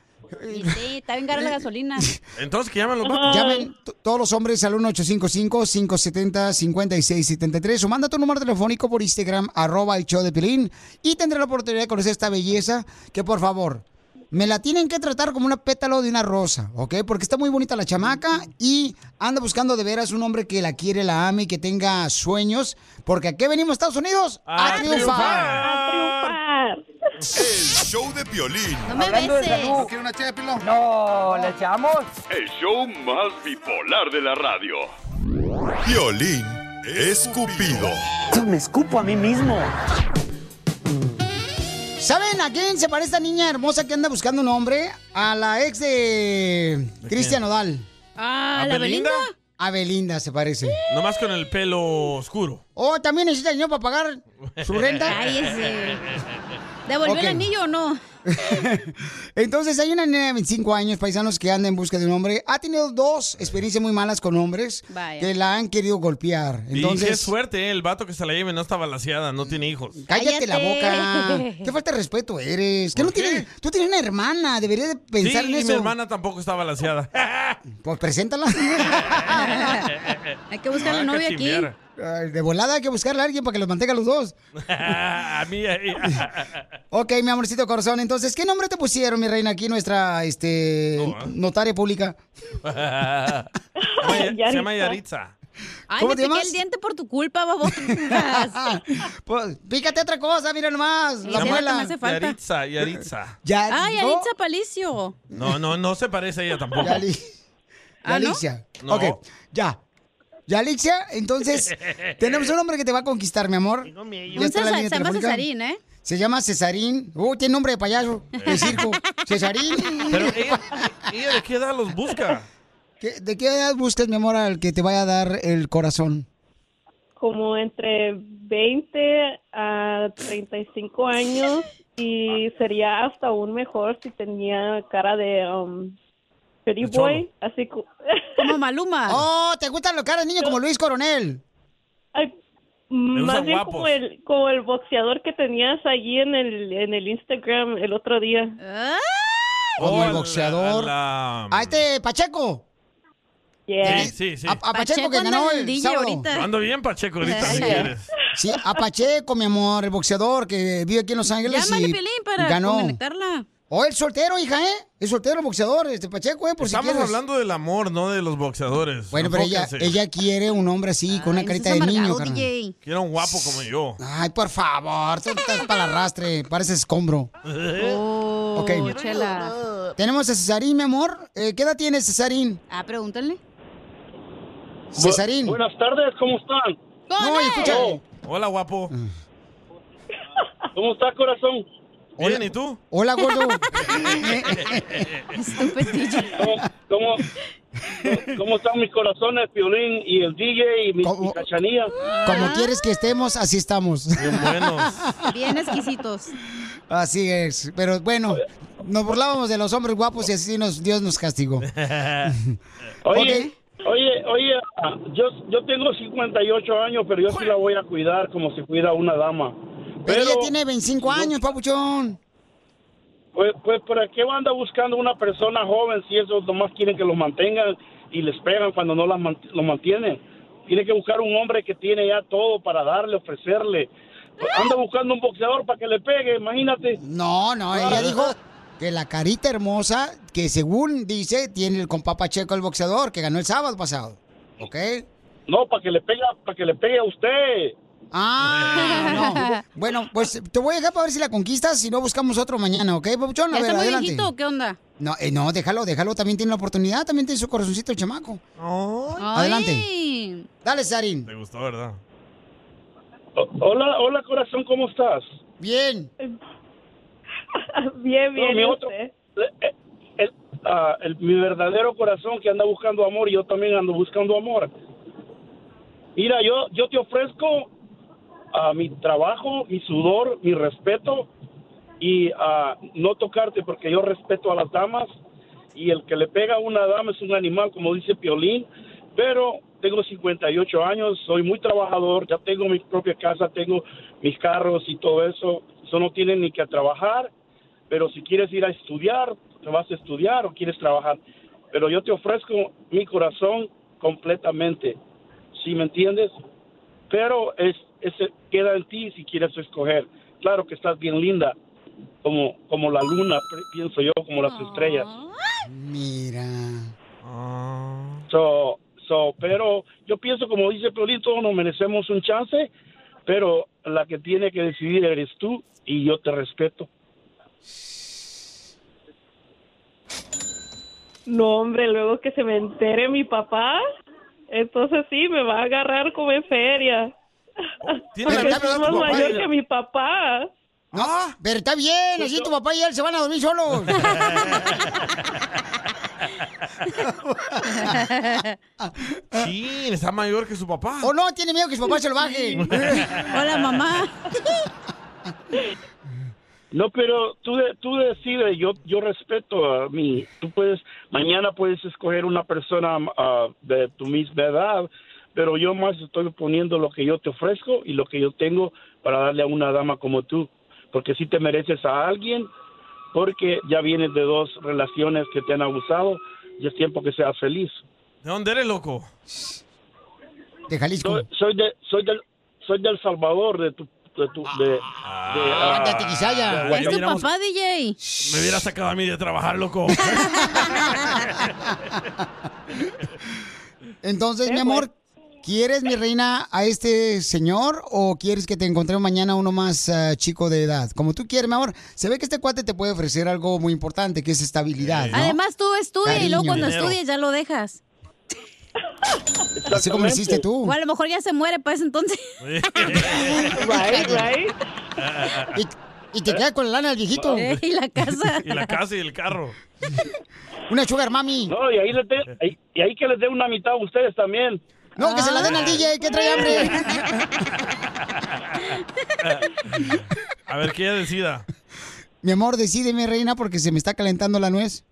Speaker 4: Sí, sí, está bien cara la gasolina.
Speaker 3: Entonces que llamen los vatos.
Speaker 1: Llamen pues, t- todos los hombres al 1-855-570-5673 o manda tu número telefónico por Instagram, arroba el show de Pilín y tendrá la oportunidad de conocer esta belleza que, por favor, me la tienen que tratar como una pétalo de una rosa, ¿ok? Porque está muy bonita la chamaca y anda buscando de veras un hombre que la quiere, la ame y que tenga sueños, porque ¿a qué venimos, Estados Unidos?
Speaker 7: A
Speaker 16: triunfar.
Speaker 7: El show de Piolín.
Speaker 23: Hablando de salud. ¿No quiere una ché de pilón? No, ¿le echamos?
Speaker 2: El show más bipolar de la radio.
Speaker 7: Piolín escupido.
Speaker 9: Yo me escupo a mí mismo.
Speaker 1: ¿Saben a quién se parece esta niña hermosa que anda buscando un hombre? A la ex de Cristian Odal.
Speaker 4: Ah, ¿la ¿A Belinda? Belinda?
Speaker 1: A Belinda se parece.
Speaker 3: Nomás con el pelo oscuro.
Speaker 1: Oh, también necesita dinero para pagar su renta.
Speaker 4: Cállese. ¿Devolvió
Speaker 1: Ok.
Speaker 4: el anillo o no?
Speaker 1: Entonces, hay una nena de 25 años, paisanos, que anda en busca de un hombre. Ha tenido dos experiencias muy malas con hombres
Speaker 4: Vaya.
Speaker 1: que la han querido golpear.
Speaker 3: y qué
Speaker 1: Entonces,
Speaker 3: suerte, eh, el vato que se la lleve no está balaseada, no tiene hijos.
Speaker 1: cállate, la boca. Qué falta de respeto eres. ¿Qué no tienes? Tú tienes una hermana, deberías de pensar
Speaker 3: sí,
Speaker 1: en
Speaker 3: y
Speaker 1: eso.
Speaker 3: mi hermana tampoco está balaseada.
Speaker 1: Pues preséntala.
Speaker 4: Hay que
Speaker 3: Ah,
Speaker 4: buscarle novio aquí.
Speaker 1: Ay, De volada hay que buscarle a alguien para que los mantenga los dos.
Speaker 3: a mí. a-
Speaker 1: Ok, mi amorcito corazón. Entonces, ¿qué nombre te pusieron, mi reina, aquí nuestra este,
Speaker 3: ¿eh?
Speaker 1: notaria pública?
Speaker 3: se llama Yaritza.
Speaker 4: Ay,
Speaker 1: ¿Cómo
Speaker 4: me
Speaker 1: te
Speaker 4: piqué
Speaker 1: llamas?
Speaker 4: el diente por tu culpa, babo.
Speaker 1: Pues, pícate otra cosa, mira nomás.
Speaker 3: Se
Speaker 1: La
Speaker 3: llama
Speaker 1: abuela.
Speaker 3: Yaritza, Yaritza.
Speaker 1: Ya-
Speaker 4: Ay,
Speaker 1: no.
Speaker 4: Alitza Palicio.
Speaker 3: No, no, no se parece a ella tampoco.
Speaker 1: Yali-
Speaker 4: Ah, ¿no?
Speaker 1: Yalixia.
Speaker 3: No.
Speaker 1: Ok, ya. Yalixia, entonces, tenemos un hombre que te va a conquistar, mi amor. Ya
Speaker 4: Un
Speaker 1: está en
Speaker 4: César-
Speaker 1: la
Speaker 4: se
Speaker 1: línea
Speaker 4: llama
Speaker 1: telefónica.
Speaker 4: Cesarín, ¿eh?
Speaker 1: Se llama Cesarín. Uh, tiene nombre de payaso, de circo. Cesarín.
Speaker 3: Pero ella, ella de qué edad los busca.
Speaker 1: ¿Qué- ¿De qué edad buscas, mi amor, al que te vaya a dar el corazón?
Speaker 16: como entre 20 a 35 años y sería hasta aún mejor si tenía cara de um, pretty
Speaker 1: De cholo.
Speaker 16: boy, así co-
Speaker 4: Como Maluma.
Speaker 1: Oh, ¿te gustan los caras, niño, como Luis Coronel?
Speaker 16: Ay, Mm, más bien como el, como el boxeador que tenías allí en el, en el Instagram el otro día.
Speaker 4: Ah.
Speaker 1: Como el
Speaker 3: al-
Speaker 1: boxeador.
Speaker 3: a la-
Speaker 1: A este Pacheco.
Speaker 3: Sí, sí, sí.
Speaker 1: Eh, A, a Pacheco, que ganó el sábado.
Speaker 3: Ando bien Pacheco ahorita, si
Speaker 1: Sí.
Speaker 3: quieres.
Speaker 1: Sí, a Pacheco, mi amor, el boxeador que vive aquí en Los Ángeles.
Speaker 4: Llámale,
Speaker 1: y
Speaker 4: Pelín, para
Speaker 1: ganó.
Speaker 4: conectarla.
Speaker 1: O el soltero, hija, ¿eh? El soltero el boxeador, este Pacheco, ¿eh? Por si
Speaker 3: Estamos
Speaker 1: quieres.
Speaker 3: hablando del amor, no de los boxeadores.
Speaker 1: Bueno, pero ella,
Speaker 3: Enfóquense.
Speaker 1: ella quiere un hombre así, con una carita de niño, carnal.
Speaker 3: Quiero un guapo como yo.
Speaker 1: Ay, por favor, tú estás para el arrastre, pareces escombro.
Speaker 4: Oh,
Speaker 1: Ok.
Speaker 4: chela.
Speaker 1: Tenemos a Cesarín, mi amor. Eh, ¿Qué edad tienes, Cesarín?
Speaker 4: Ah, pregúntale.
Speaker 1: Cesarín.
Speaker 12: Buenas tardes, ¿cómo están? Oh.
Speaker 1: No, escucha.
Speaker 3: Hola, guapo.
Speaker 12: ¿Cómo está, corazón?
Speaker 3: Bien, ¿y tú?
Speaker 1: Hola, gordo.
Speaker 12: ¿Cómo, cómo, cómo están mis corazones, Piolín y el DJ y mi, mi cachanilla?
Speaker 1: Como quieres que estemos, así estamos.
Speaker 4: Bien exquisitos.
Speaker 1: Así es. Pero bueno, nos burlábamos de los hombres guapos y así nos, Dios nos castigó.
Speaker 12: Oye, oye, oye, ah, yo, yo tengo 58 años, pero yo sí la voy a cuidar como se cuida una dama.
Speaker 1: Pero ella tiene 25 años, papuchón.
Speaker 12: Pues, pues, ¿para qué anda buscando una persona joven si esos nomás quieren que los mantengan y les pegan cuando no las man- los mantienen? Tiene que buscar un hombre que tiene ya todo para darle, ofrecerle. Anda buscando un boxeador para que le pegue, imagínate. Ah,
Speaker 1: No, no, ella dijo que la carita hermosa, que según dice, tiene el compa Pacheco, el boxeador, que ganó el sábado pasado. ¿Ok?
Speaker 12: No, para que le pegue, para que le pegue a usted.
Speaker 1: Ah, no. Bueno, pues te voy a dejar para ver si la conquistas, si no buscamos otro mañana, ¿ok, papuchón?
Speaker 4: ¿Ya
Speaker 1: A
Speaker 4: está
Speaker 1: ver,
Speaker 4: muy
Speaker 1: adelante.
Speaker 4: viejito o qué onda?
Speaker 1: No, eh, no, déjalo, déjalo. También tiene la oportunidad, también tiene su corazoncito el chamaco. Adelante.
Speaker 4: Ay.
Speaker 1: Dale, Sarin.
Speaker 3: Te gustó, ¿verdad?
Speaker 12: Hola, hola corazón, ¿cómo estás?
Speaker 1: Bien.
Speaker 16: Bien,
Speaker 12: No,
Speaker 16: bien.
Speaker 12: mi
Speaker 16: ¿y
Speaker 12: otro-
Speaker 16: usted?
Speaker 12: Ah, el- mi verdadero corazón que anda buscando amor y yo también ando buscando amor. Mira, yo, yo te ofrezco a mi trabajo, mi sudor, mi respeto y a no tocarte porque yo respeto a las damas y el que le pega a una dama es un animal, como dice Piolín, pero tengo 58 años, soy muy trabajador, ya tengo mi propia casa, tengo mis carros y todo eso, eso no tiene ni que trabajar, pero si quieres ir a estudiar, te vas a estudiar o quieres trabajar, pero yo te ofrezco mi corazón completamente, si me entiendes? Pero es, es queda en ti si quieres escoger. Claro que estás bien linda, como, como la luna, pre- pienso yo, como las estrellas.
Speaker 1: Mira.
Speaker 12: So, so, pero yo pienso, como dice Piolín, todos nos merecemos un chance, pero la que tiene que decidir eres tú y yo te respeto.
Speaker 16: No, hombre, luego que se me entere mi papá, entonces sí, me va a agarrar como en feria.
Speaker 3: Oh, Tiene
Speaker 16: Porque
Speaker 3: la misma
Speaker 16: es
Speaker 3: edad
Speaker 16: más
Speaker 3: tu papá,
Speaker 16: mayor
Speaker 3: ella.
Speaker 16: que mi papá.
Speaker 1: No, pero está bien, así tu papá y él se van a dormir solos.
Speaker 3: Sí, está mayor que su papá.
Speaker 1: o Oh, no, tiene miedo que su papá se lo baje.
Speaker 3: Hola,
Speaker 4: Ah.
Speaker 1: mamá.
Speaker 12: No, pero tú, de- tú decides, yo, yo respeto a mí. Tú puedes, mañana puedes escoger una persona ah, de tu misma edad, pero yo más estoy poniendo lo que yo te ofrezco y lo que yo tengo para darle a una dama como tú. Porque si te mereces a alguien, porque ya vienes de dos relaciones que te han abusado y es tiempo que seas feliz.
Speaker 3: ¿De dónde eres, loco?
Speaker 1: De Jalisco.
Speaker 12: Soy, soy de, soy del, soy del Salvador, de tu, de tu, de, de, ah,
Speaker 1: Ándate, Quisaya.
Speaker 3: Ya, ya
Speaker 4: Es tu
Speaker 3: miramos-
Speaker 4: papá, DJ.
Speaker 3: Me hubiera sacado a mí de trabajar, loco.
Speaker 1: Entonces, mi amor, ¿quieres, mi reina, a este señor o quieres que te encontremos mañana uno más eh, chico de edad? Como tú quieres, mi amor. Se ve que este cuate te puede ofrecer algo muy importante, que es estabilidad, ¿no?
Speaker 4: Además, tú estudia y luego
Speaker 1: Cariño.
Speaker 4: cuando
Speaker 1: Dinero.
Speaker 4: estudies ya lo dejas.
Speaker 1: Así como lo hiciste tú.
Speaker 4: O a lo mejor ya se muere, pues entonces.
Speaker 1: Right, right. Y, y te quedas con la lana el viejito.
Speaker 4: Eh, y la casa.
Speaker 3: y la casa y el carro.
Speaker 1: Una sugar mami.
Speaker 12: No, y ahí, les dé- ahí- y ahí que les dé una mitad a ustedes también.
Speaker 1: No, que se la den
Speaker 26: Ah.
Speaker 1: al DJ, que trae hambre.
Speaker 3: A ver, que ella decida.
Speaker 1: Mi amor, decide, mi reina, porque se me está calentando la nuez.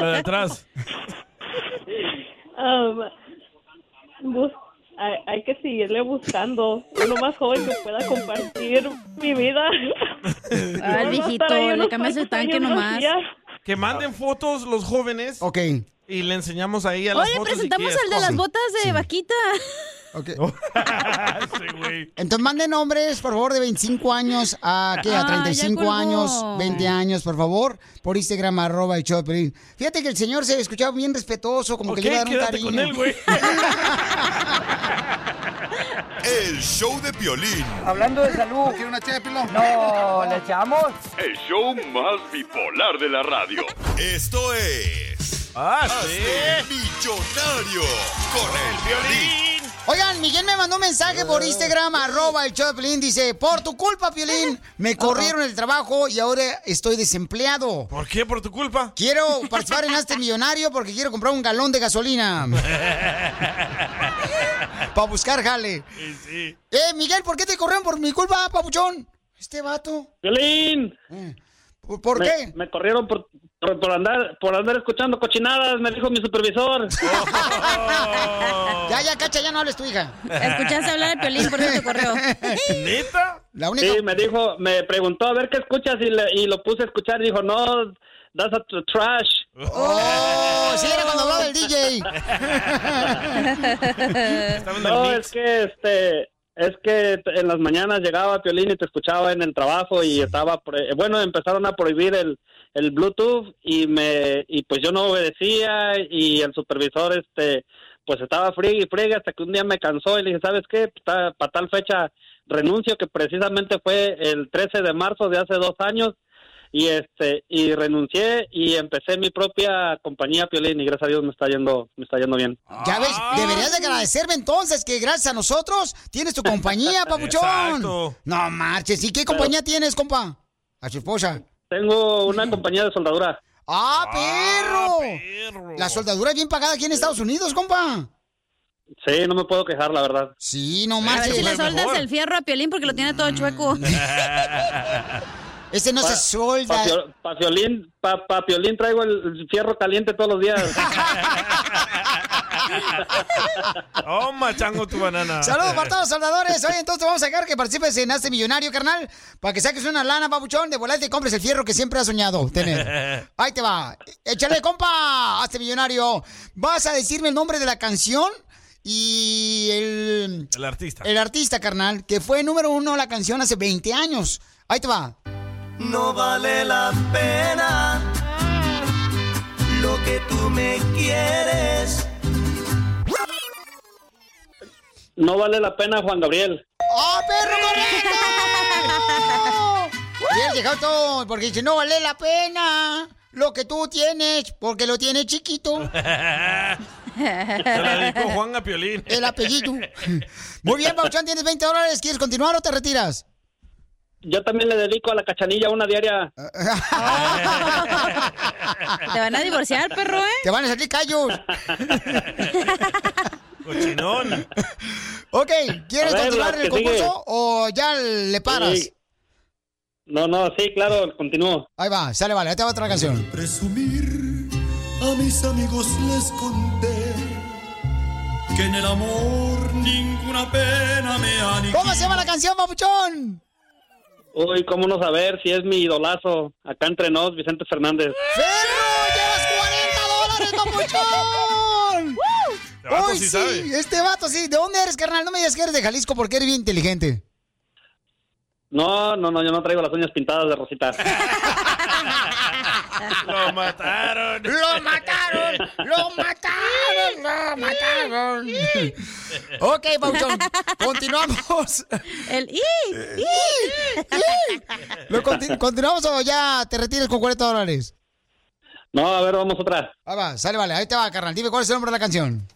Speaker 3: La de atrás.
Speaker 16: Um, bus- hay, hay que seguirle buscando uno más joven que pueda compartir mi vida.
Speaker 4: Ay,
Speaker 16: Vamos a estar
Speaker 4: viejito,
Speaker 16: ahí unos
Speaker 4: le cambias el
Speaker 16: cuantos
Speaker 4: tanque
Speaker 16: años
Speaker 4: nomás.
Speaker 16: días.
Speaker 3: Que manden fotos los jóvenes.
Speaker 1: Ok.
Speaker 3: Y le enseñamos ahí a las
Speaker 4: Oye,
Speaker 3: fotos. y
Speaker 4: presentamos
Speaker 3: que
Speaker 4: al de las
Speaker 3: escojan.
Speaker 4: botas de vaquita.
Speaker 1: Entonces manden hombres, por favor, de 25 años a, ¿qué? a
Speaker 4: Ah,
Speaker 1: 35
Speaker 4: ya colgó.
Speaker 1: años, 20 años, por favor, por Instagram, arroba el show de Piolín. Fíjate que el señor se escuchaba bien respetuoso, como que le iba a dar un cariño.
Speaker 7: El show de Piolín.
Speaker 23: Hablando de salud. ¿Quiere una ché de pilón? No, ¿le echamos?
Speaker 2: El show más bipolar de la radio.
Speaker 7: Esto es... Hazte millonario con el Piolín.
Speaker 1: Oigan, Miguel me mandó un mensaje por Instagram, arroba el show de Piolín, dice, por tu culpa, Piolín, me corrieron el trabajo y ahora estoy desempleado.
Speaker 3: ¿Por qué? ¿Por tu culpa?
Speaker 1: Quiero participar en este millonario porque quiero comprar un galón de gasolina para buscar jale.
Speaker 3: Sí, sí.
Speaker 1: Eh, Miguel, ¿por qué te corrieron por mi culpa, papuchón? Este vato.
Speaker 17: Violín.
Speaker 1: Eh, ¿Por
Speaker 17: Me-
Speaker 1: qué?
Speaker 17: Me corrieron por, por, por andar por andar escuchando cochinadas, me dijo mi supervisor.
Speaker 1: Ya, ya, cacha, ya no hables tu hija.
Speaker 17: Escuchaste
Speaker 4: hablar de Piolín, por eso te corrió.
Speaker 17: ¿Neta?
Speaker 1: La
Speaker 17: única... Sí, me dijo, me preguntó a ver qué escuchas y, le- y lo puse a escuchar y dijo, no, that's a tr- trash.
Speaker 1: ¡Oh! Sí, era cuando hablaba el DJ.
Speaker 17: en el No, es que este... Es que t- en las mañanas llegaba Piolín y te escuchaba en el trabajo y estaba... pro- eh, Bueno, empezaron a prohibir el, el Bluetooth y me y pues yo no obedecía y el supervisor este pues estaba friegue y friegue hasta que un día me cansó y le dije, ¿sabes qué? Para tal fecha renuncio que precisamente fue el 13 de marzo de hace dos años y este y renuncié y empecé mi propia compañía Piolín y gracias a Dios me está yendo me está yendo bien.
Speaker 1: Ya ves, deberías de agradecerme entonces que gracias a nosotros tienes tu compañía, papuchón.
Speaker 17: Exacto.
Speaker 1: No marches. ¿Y qué compañía tienes, compa? A su esposa.
Speaker 17: Tengo una compañía de soldadura. Ah,
Speaker 1: ¡Ah, perro! La soldadura es bien pagada aquí en Estados Unidos, compa.
Speaker 17: Sí, no me puedo quejar, la verdad.
Speaker 1: Sí, no Mm.
Speaker 4: A ver
Speaker 17: marches.
Speaker 4: si le soldas el fierro a Piolín porque lo tiene todo chueco.
Speaker 1: Ese
Speaker 4: no se solda.
Speaker 17: Papiolín, pa, pa Piolín traigo el fierro caliente todos los días.
Speaker 3: Oh, machango tu banana.
Speaker 1: Saludos para todos los soldadores. Oye, entonces vamos a sacar que participes en Hazte Millonario, carnal. Para que saques una lana, papuchón, de volante y compres el fierro que siempre has soñado tener. Ahí te va. Échale, compa. Hazte millonario. Vas a decirme el nombre de la canción y el,
Speaker 3: El artista.
Speaker 1: el artista, carnal, que fue número uno la canción hace 20 años. Ahí te va.
Speaker 9: No vale la pena lo que tú me quieres.
Speaker 17: No vale la pena, Juan Gabriel.
Speaker 1: ¡Oh, perro correcto! Bien, llegado todo, porque dice, no vale la pena lo que tú tienes, porque lo tienes chiquito.
Speaker 3: Se la dedicó Juan a Piolín.
Speaker 1: El apellido. Muy bien, Pauchón, tienes 20 dólares. ¿Quieres continuar o te retiras?
Speaker 17: yo también le dedico a la cachanilla una diaria.
Speaker 4: Te van a divorciar, perro, ¿eh?
Speaker 1: Te van a salir callos.
Speaker 3: Cochinón.
Speaker 1: Ok, ¿quieres
Speaker 17: A ver,
Speaker 1: continuar
Speaker 17: la
Speaker 1: el
Speaker 17: que sigue.
Speaker 1: concurso o ya le paras?
Speaker 17: Sí. No, no, sí, claro, continúo.
Speaker 1: Ahí va, sale, vale, ahí te va otra canción.
Speaker 7: Presumir a mis amigos les conté que en el amor ninguna pena me aniquila.
Speaker 1: ¿Cómo se llama la canción, papuchón?
Speaker 17: Uy, cómo no saber si es mi idolazo. Acá entre nos, Vicente Fernández.
Speaker 1: ¡Dólares, papuchón!
Speaker 17: Este vato
Speaker 1: Uy,
Speaker 17: sí
Speaker 1: sí,
Speaker 17: sabe.
Speaker 1: este vato sí. ¿De dónde eres, carnal? No me digas que eres de Jalisco porque eres bien inteligente.
Speaker 17: No, no, no, yo no traigo las uñas pintadas de Rosita.
Speaker 3: Lo mataron.
Speaker 1: Lo mataron. Lo mataron. Lo mataron. ok, papuchón, continuamos.
Speaker 4: El i,
Speaker 1: i, Lo conti- ¿Continuamos o ya te retires con 40 dólares?
Speaker 17: No, a ver, vamos otra.
Speaker 1: Ahí va, sale, vale. Ahí te va, carnal. Dime cuál es el nombre de la canción.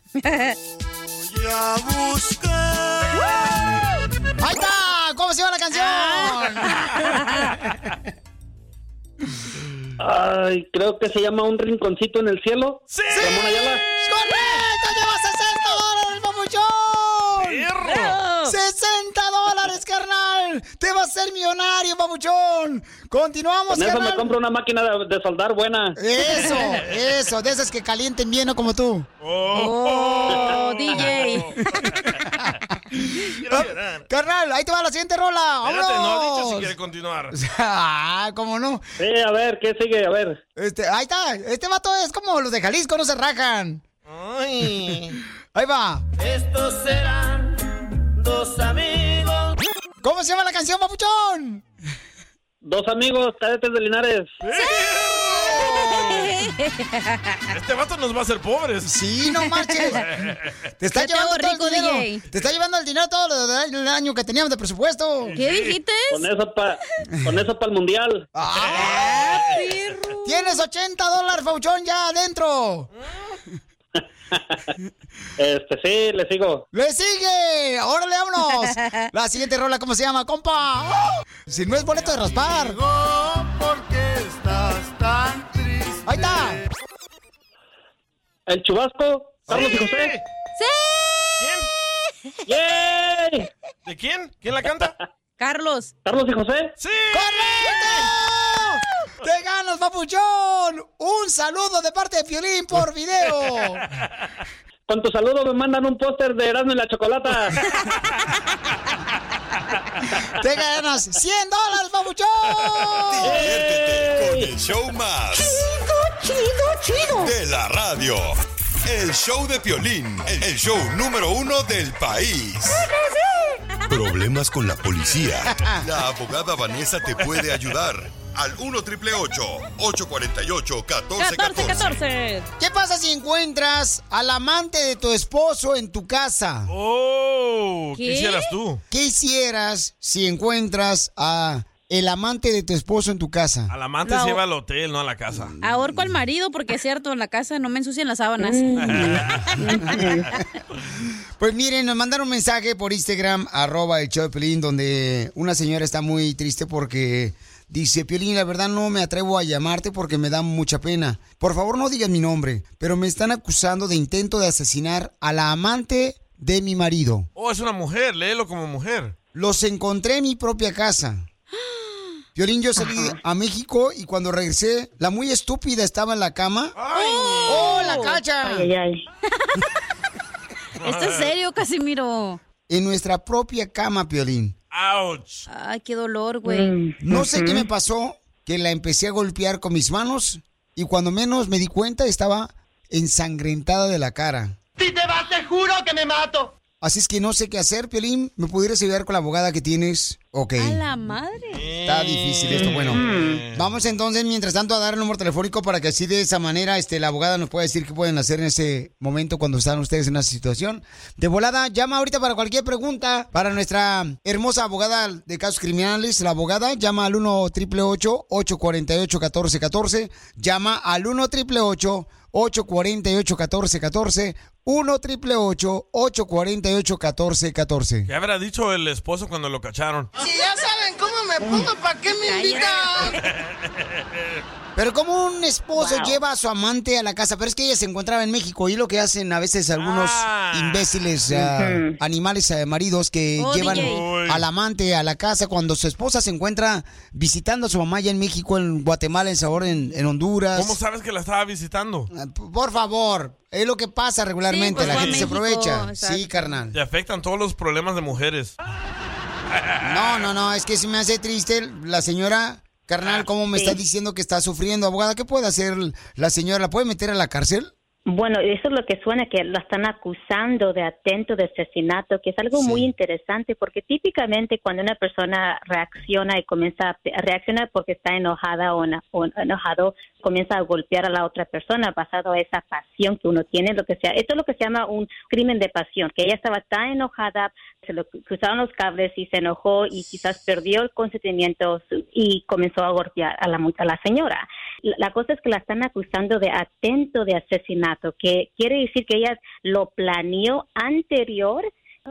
Speaker 7: a buscar.
Speaker 1: ¡Ahí está! ¿Cómo se llama la
Speaker 4: Ah.
Speaker 1: canción?
Speaker 17: Ay, creo que se llama Un Rinconcito en el Cielo. ¡Sí!
Speaker 1: ¡Correcto! ¡Llevas 60 dólares, papuchón!
Speaker 9: ¡Bravo!
Speaker 1: ¡60 dólares, carnal! ¡Te vas a ser millonario, papuchón! Continuamos,
Speaker 17: Con eso me
Speaker 1: carnal.
Speaker 17: compro una máquina de, de soldar buena.
Speaker 1: Eso, eh. eso, de esas que calienten bien, no como tú.
Speaker 4: Oh, DJ.
Speaker 1: Oh, Carnal, ahí te va la siguiente rola. ¡Vámonos!
Speaker 3: Espérate, no ha dicho si quiere continuar.
Speaker 1: ah, ¿cómo no?
Speaker 17: Sí, Eh, a ver, ¿qué sigue? A ver.
Speaker 1: Este, ahí está. Este vato es como los de Jalisco, no se rajan. Ahí va.
Speaker 9: Estos serán dos amigos.
Speaker 1: ¿Cómo se llama la canción, papuchón?
Speaker 17: Dos amigos, cadetes de Linares.
Speaker 3: Este vato nos va a hacer pobres.
Speaker 1: Sí, no marches. Te está llevando todo el dinero. Te está llevando el dinero todo lo de- el año que teníamos de presupuesto.
Speaker 17: Con eso para el mundial.
Speaker 1: Ah. Tienes 80 dólares, Fauchón, ya adentro.
Speaker 17: Este, sí, le sigo.
Speaker 1: ¡Le sigue! ¡Órale, vámonos! La siguiente rola, ¿cómo se llama, compa? ¡Oh! Si no es boleto de raspar. estás tan triste? Ahí está.
Speaker 17: El chubasco, Carlos y José.
Speaker 3: ¡Sí!
Speaker 17: ¿Quién? ¡Yay!
Speaker 3: ¿De quién? ¿Quién la canta?
Speaker 4: Carlos.
Speaker 17: ¿Carlos y José?
Speaker 3: ¡Sí!
Speaker 1: ¡Correcto! ¡Te ganas, papuchón! ¡Un saludo de parte de Piolín por video!
Speaker 17: Con tu saludo me mandan un póster de Erasmo y la Chocolata.
Speaker 1: ¡Te ganas 100 dólares, papuchón!
Speaker 7: Diviértete con el show más. Chido, chido, chido. De la radio. El show de Piolín. El show número uno del país. Problemas con la policía. La abogada Vanessa te puede ayudar. Al 1 triple 848 1414.
Speaker 4: 14.
Speaker 1: ¿Qué pasa si encuentras al amante de tu esposo en tu casa?
Speaker 3: ¡Oh!
Speaker 1: ¿Qué?
Speaker 3: ¿Qué hicieras tú?
Speaker 1: ¿Qué hicieras si encuentras a el amante de tu esposo en tu casa?
Speaker 3: Al amante
Speaker 4: No.
Speaker 3: se lleva al hotel, no a la casa.
Speaker 4: Ahorco al marido porque es cierto, en la casa no me ensucian las sábanas.
Speaker 1: Mm. Pues miren, nos mandaron un mensaje por Instagram, arroba el show de Piolín, donde una señora está muy triste porque dice, Piolín, la verdad no me atrevo a llamarte porque me da mucha pena. Por favor no digas mi nombre, pero me están acusando de intento de asesinar a la amante de mi marido.
Speaker 3: Oh, es una mujer, léelo como mujer.
Speaker 1: Los encontré en mi propia casa. Piolín, yo salí a México y cuando regresé, la muy estúpida estaba en la cama.
Speaker 3: Ah,
Speaker 1: ¡Oh, la cacha!
Speaker 4: ¿Esto es serio, Casimiro?
Speaker 1: En nuestra propia cama, Piolín.
Speaker 3: ¡Auch!
Speaker 4: Ay, qué dolor, güey.
Speaker 1: No sé qué me pasó, que la empecé a golpear con mis manos y cuando menos me di cuenta estaba ensangrentada de la cara.
Speaker 9: Si te vas, te juro que me mato.
Speaker 1: Así es que no sé qué hacer, Piolín. ¿Me pudieras ayudar con la abogada que tienes? Ok.
Speaker 4: A la madre.
Speaker 1: Está difícil esto, bueno. Vamos entonces, mientras tanto, a dar el número telefónico para que así de esa manera este, la abogada nos pueda decir qué pueden hacer en ese momento cuando están ustedes en una situación. De volada, llama ahorita para cualquier pregunta para nuestra hermosa abogada de casos criminales. La abogada llama al 1 888 848 1414 Llama al 1 888 848 1414 1 888 848 1414
Speaker 3: ¿Qué habrá dicho el esposo cuando lo cacharon?
Speaker 24: si ya saben cómo me pongo, ¿para qué me invitan?
Speaker 1: Pero como un esposo
Speaker 24: Wow.
Speaker 1: lleva a su amante a la casa, pero es que ella se encontraba en México y lo que hacen a veces algunos imbéciles ah,
Speaker 9: Ujú.
Speaker 1: animales eh, maridos que
Speaker 9: Oh,
Speaker 1: llevan
Speaker 9: DJ. Uy.
Speaker 1: al amante a la casa cuando su esposa se encuentra visitando a su mamá ya en México, en Guatemala, en Salvador, en, en Honduras.
Speaker 3: ¿Cómo sabes que la estaba visitando?
Speaker 1: Ah, Por favor, es lo que pasa regularmente,
Speaker 3: pues,
Speaker 1: la
Speaker 3: va a
Speaker 1: gente se
Speaker 3: México,
Speaker 1: aprovecha.
Speaker 3: exacto.
Speaker 1: Sí, carnal.
Speaker 3: Te afectan todos los problemas de mujeres.
Speaker 1: No, no, no, es que se me hace triste la señora,
Speaker 3: Ah,
Speaker 1: carnal, cómo me está diciendo que está sufriendo, abogada. ¿Qué puede hacer la señora? ¿La puede meter a la cárcel?
Speaker 18: Bueno, eso es lo que suena, que la están acusando de atento de asesinato, que es algo muy interesante, porque típicamente cuando una persona reacciona y comienza a a reaccionar porque está enojada o, ena- o enojado, comienza a golpear a la otra persona basado en esa pasión que uno tiene, lo que sea. Esto es lo que se llama un crimen de pasión, que ella estaba tan enojada, se lo cruzaron los cables y se enojó y quizás perdió el consentimiento su- y comenzó a golpear a la, mu- a la señora. La la cosa es que la están acusando de atento de asesinato, que quiere decir que ella lo planeó anterior.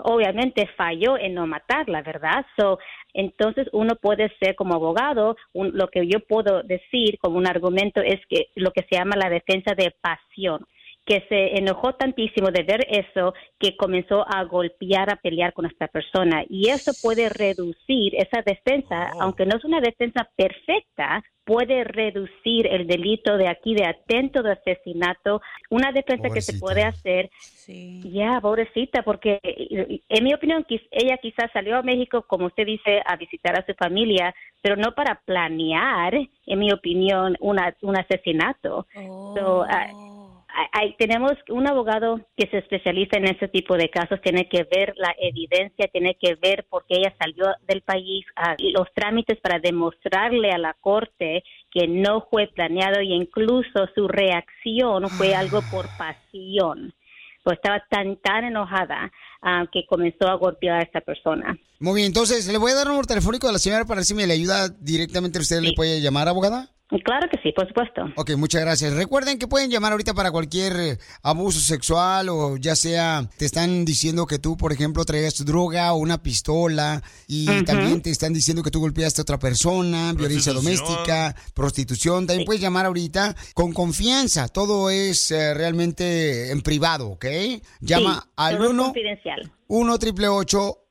Speaker 18: Obviamente falló en no matarla, ¿verdad? So, entonces uno puede ser como abogado, un- lo que yo puedo decir como un argumento es que lo que se llama la defensa de pasión que se enojó tantísimo de ver eso que comenzó a golpear, a pelear con esta persona. Y eso puede reducir esa defensa, aunque no es una defensa perfecta, puede reducir el delito de aquí de atento de asesinato, una defensa que se puede hacer. Ya, pobrecita, porque eh, en mi opinión quiz- ella quizás salió a México, como usted dice, a visitar a su familia, pero no para planear, en mi opinión, una, un asesinato. So, ah, hay- hay- tenemos un abogado que se especializa en ese tipo de casos, tiene que ver la evidencia, tiene que ver por qué ella salió del país, ah, y los trámites para demostrarle a la corte que no fue planeado y incluso su reacción fue algo por pasión. Pues estaba tan, tan enojada ah, que comenzó a golpear a esta persona.
Speaker 1: Muy bien, entonces le voy a dar un número telefónico a la señora para ver si me le ayuda directamente. ¿Usted le puede llamar, abogada?
Speaker 18: Claro que sí, por supuesto.
Speaker 1: Ok, muchas gracias. Recuerden que pueden llamar ahorita para cualquier eh, abuso sexual o ya sea te están diciendo que tú, por ejemplo, traías droga o una pistola y
Speaker 9: Ujú.
Speaker 1: también te están diciendo que tú golpeaste a otra persona, violencia
Speaker 9: Prostitución.
Speaker 1: doméstica, prostitución. También puedes llamar ahorita con confianza. Todo es eh, realmente en privado, ¿ok? Llama
Speaker 18: Sí,
Speaker 1: al
Speaker 18: todo es
Speaker 1: 1
Speaker 18: confidencial.
Speaker 1: 1 triple 848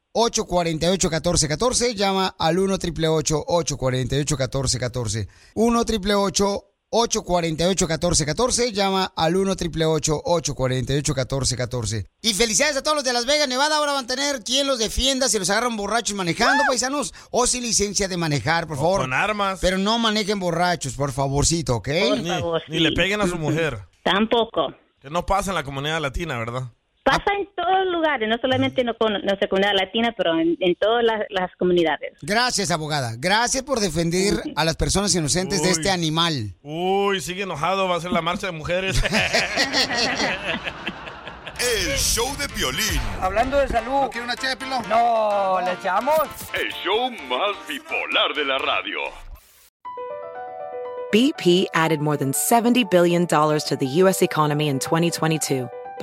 Speaker 1: 1414 Llama al 1 triple 848 1414 1 triple 848 1414 Llama al 1 triple 848 1414 Y felicidades a todos los de Las Vegas, Nevada. Ahora van a tener quien los defienda si los agarran borrachos manejando, paisanos. O sin licencia de manejar, por favor.
Speaker 3: con armas.
Speaker 1: Pero no manejen borrachos, por favorcito, ¿ok?
Speaker 3: Ni, ni le peguen a su mujer.
Speaker 18: Tampoco.
Speaker 3: Que no pasa en la comunidad latina, ¿verdad?
Speaker 18: Pasa en todos lugares, no solamente en nuestra comunidad latina, pero en, en todas las- las comunidades.
Speaker 1: Gracias, abogada. Gracias por defender a las personas inocentes de
Speaker 3: Uy.
Speaker 1: este animal.
Speaker 3: Uy, sigue enojado, va a ser la marcha de mujeres.
Speaker 7: El show de Piolín.
Speaker 23: Hablando de salud. ¿No quiere una ché de pilón? No, ¿le echamos?
Speaker 2: El show más bipolar de la radio.
Speaker 19: BP added more than $70 billion to the U.S. economy in 2022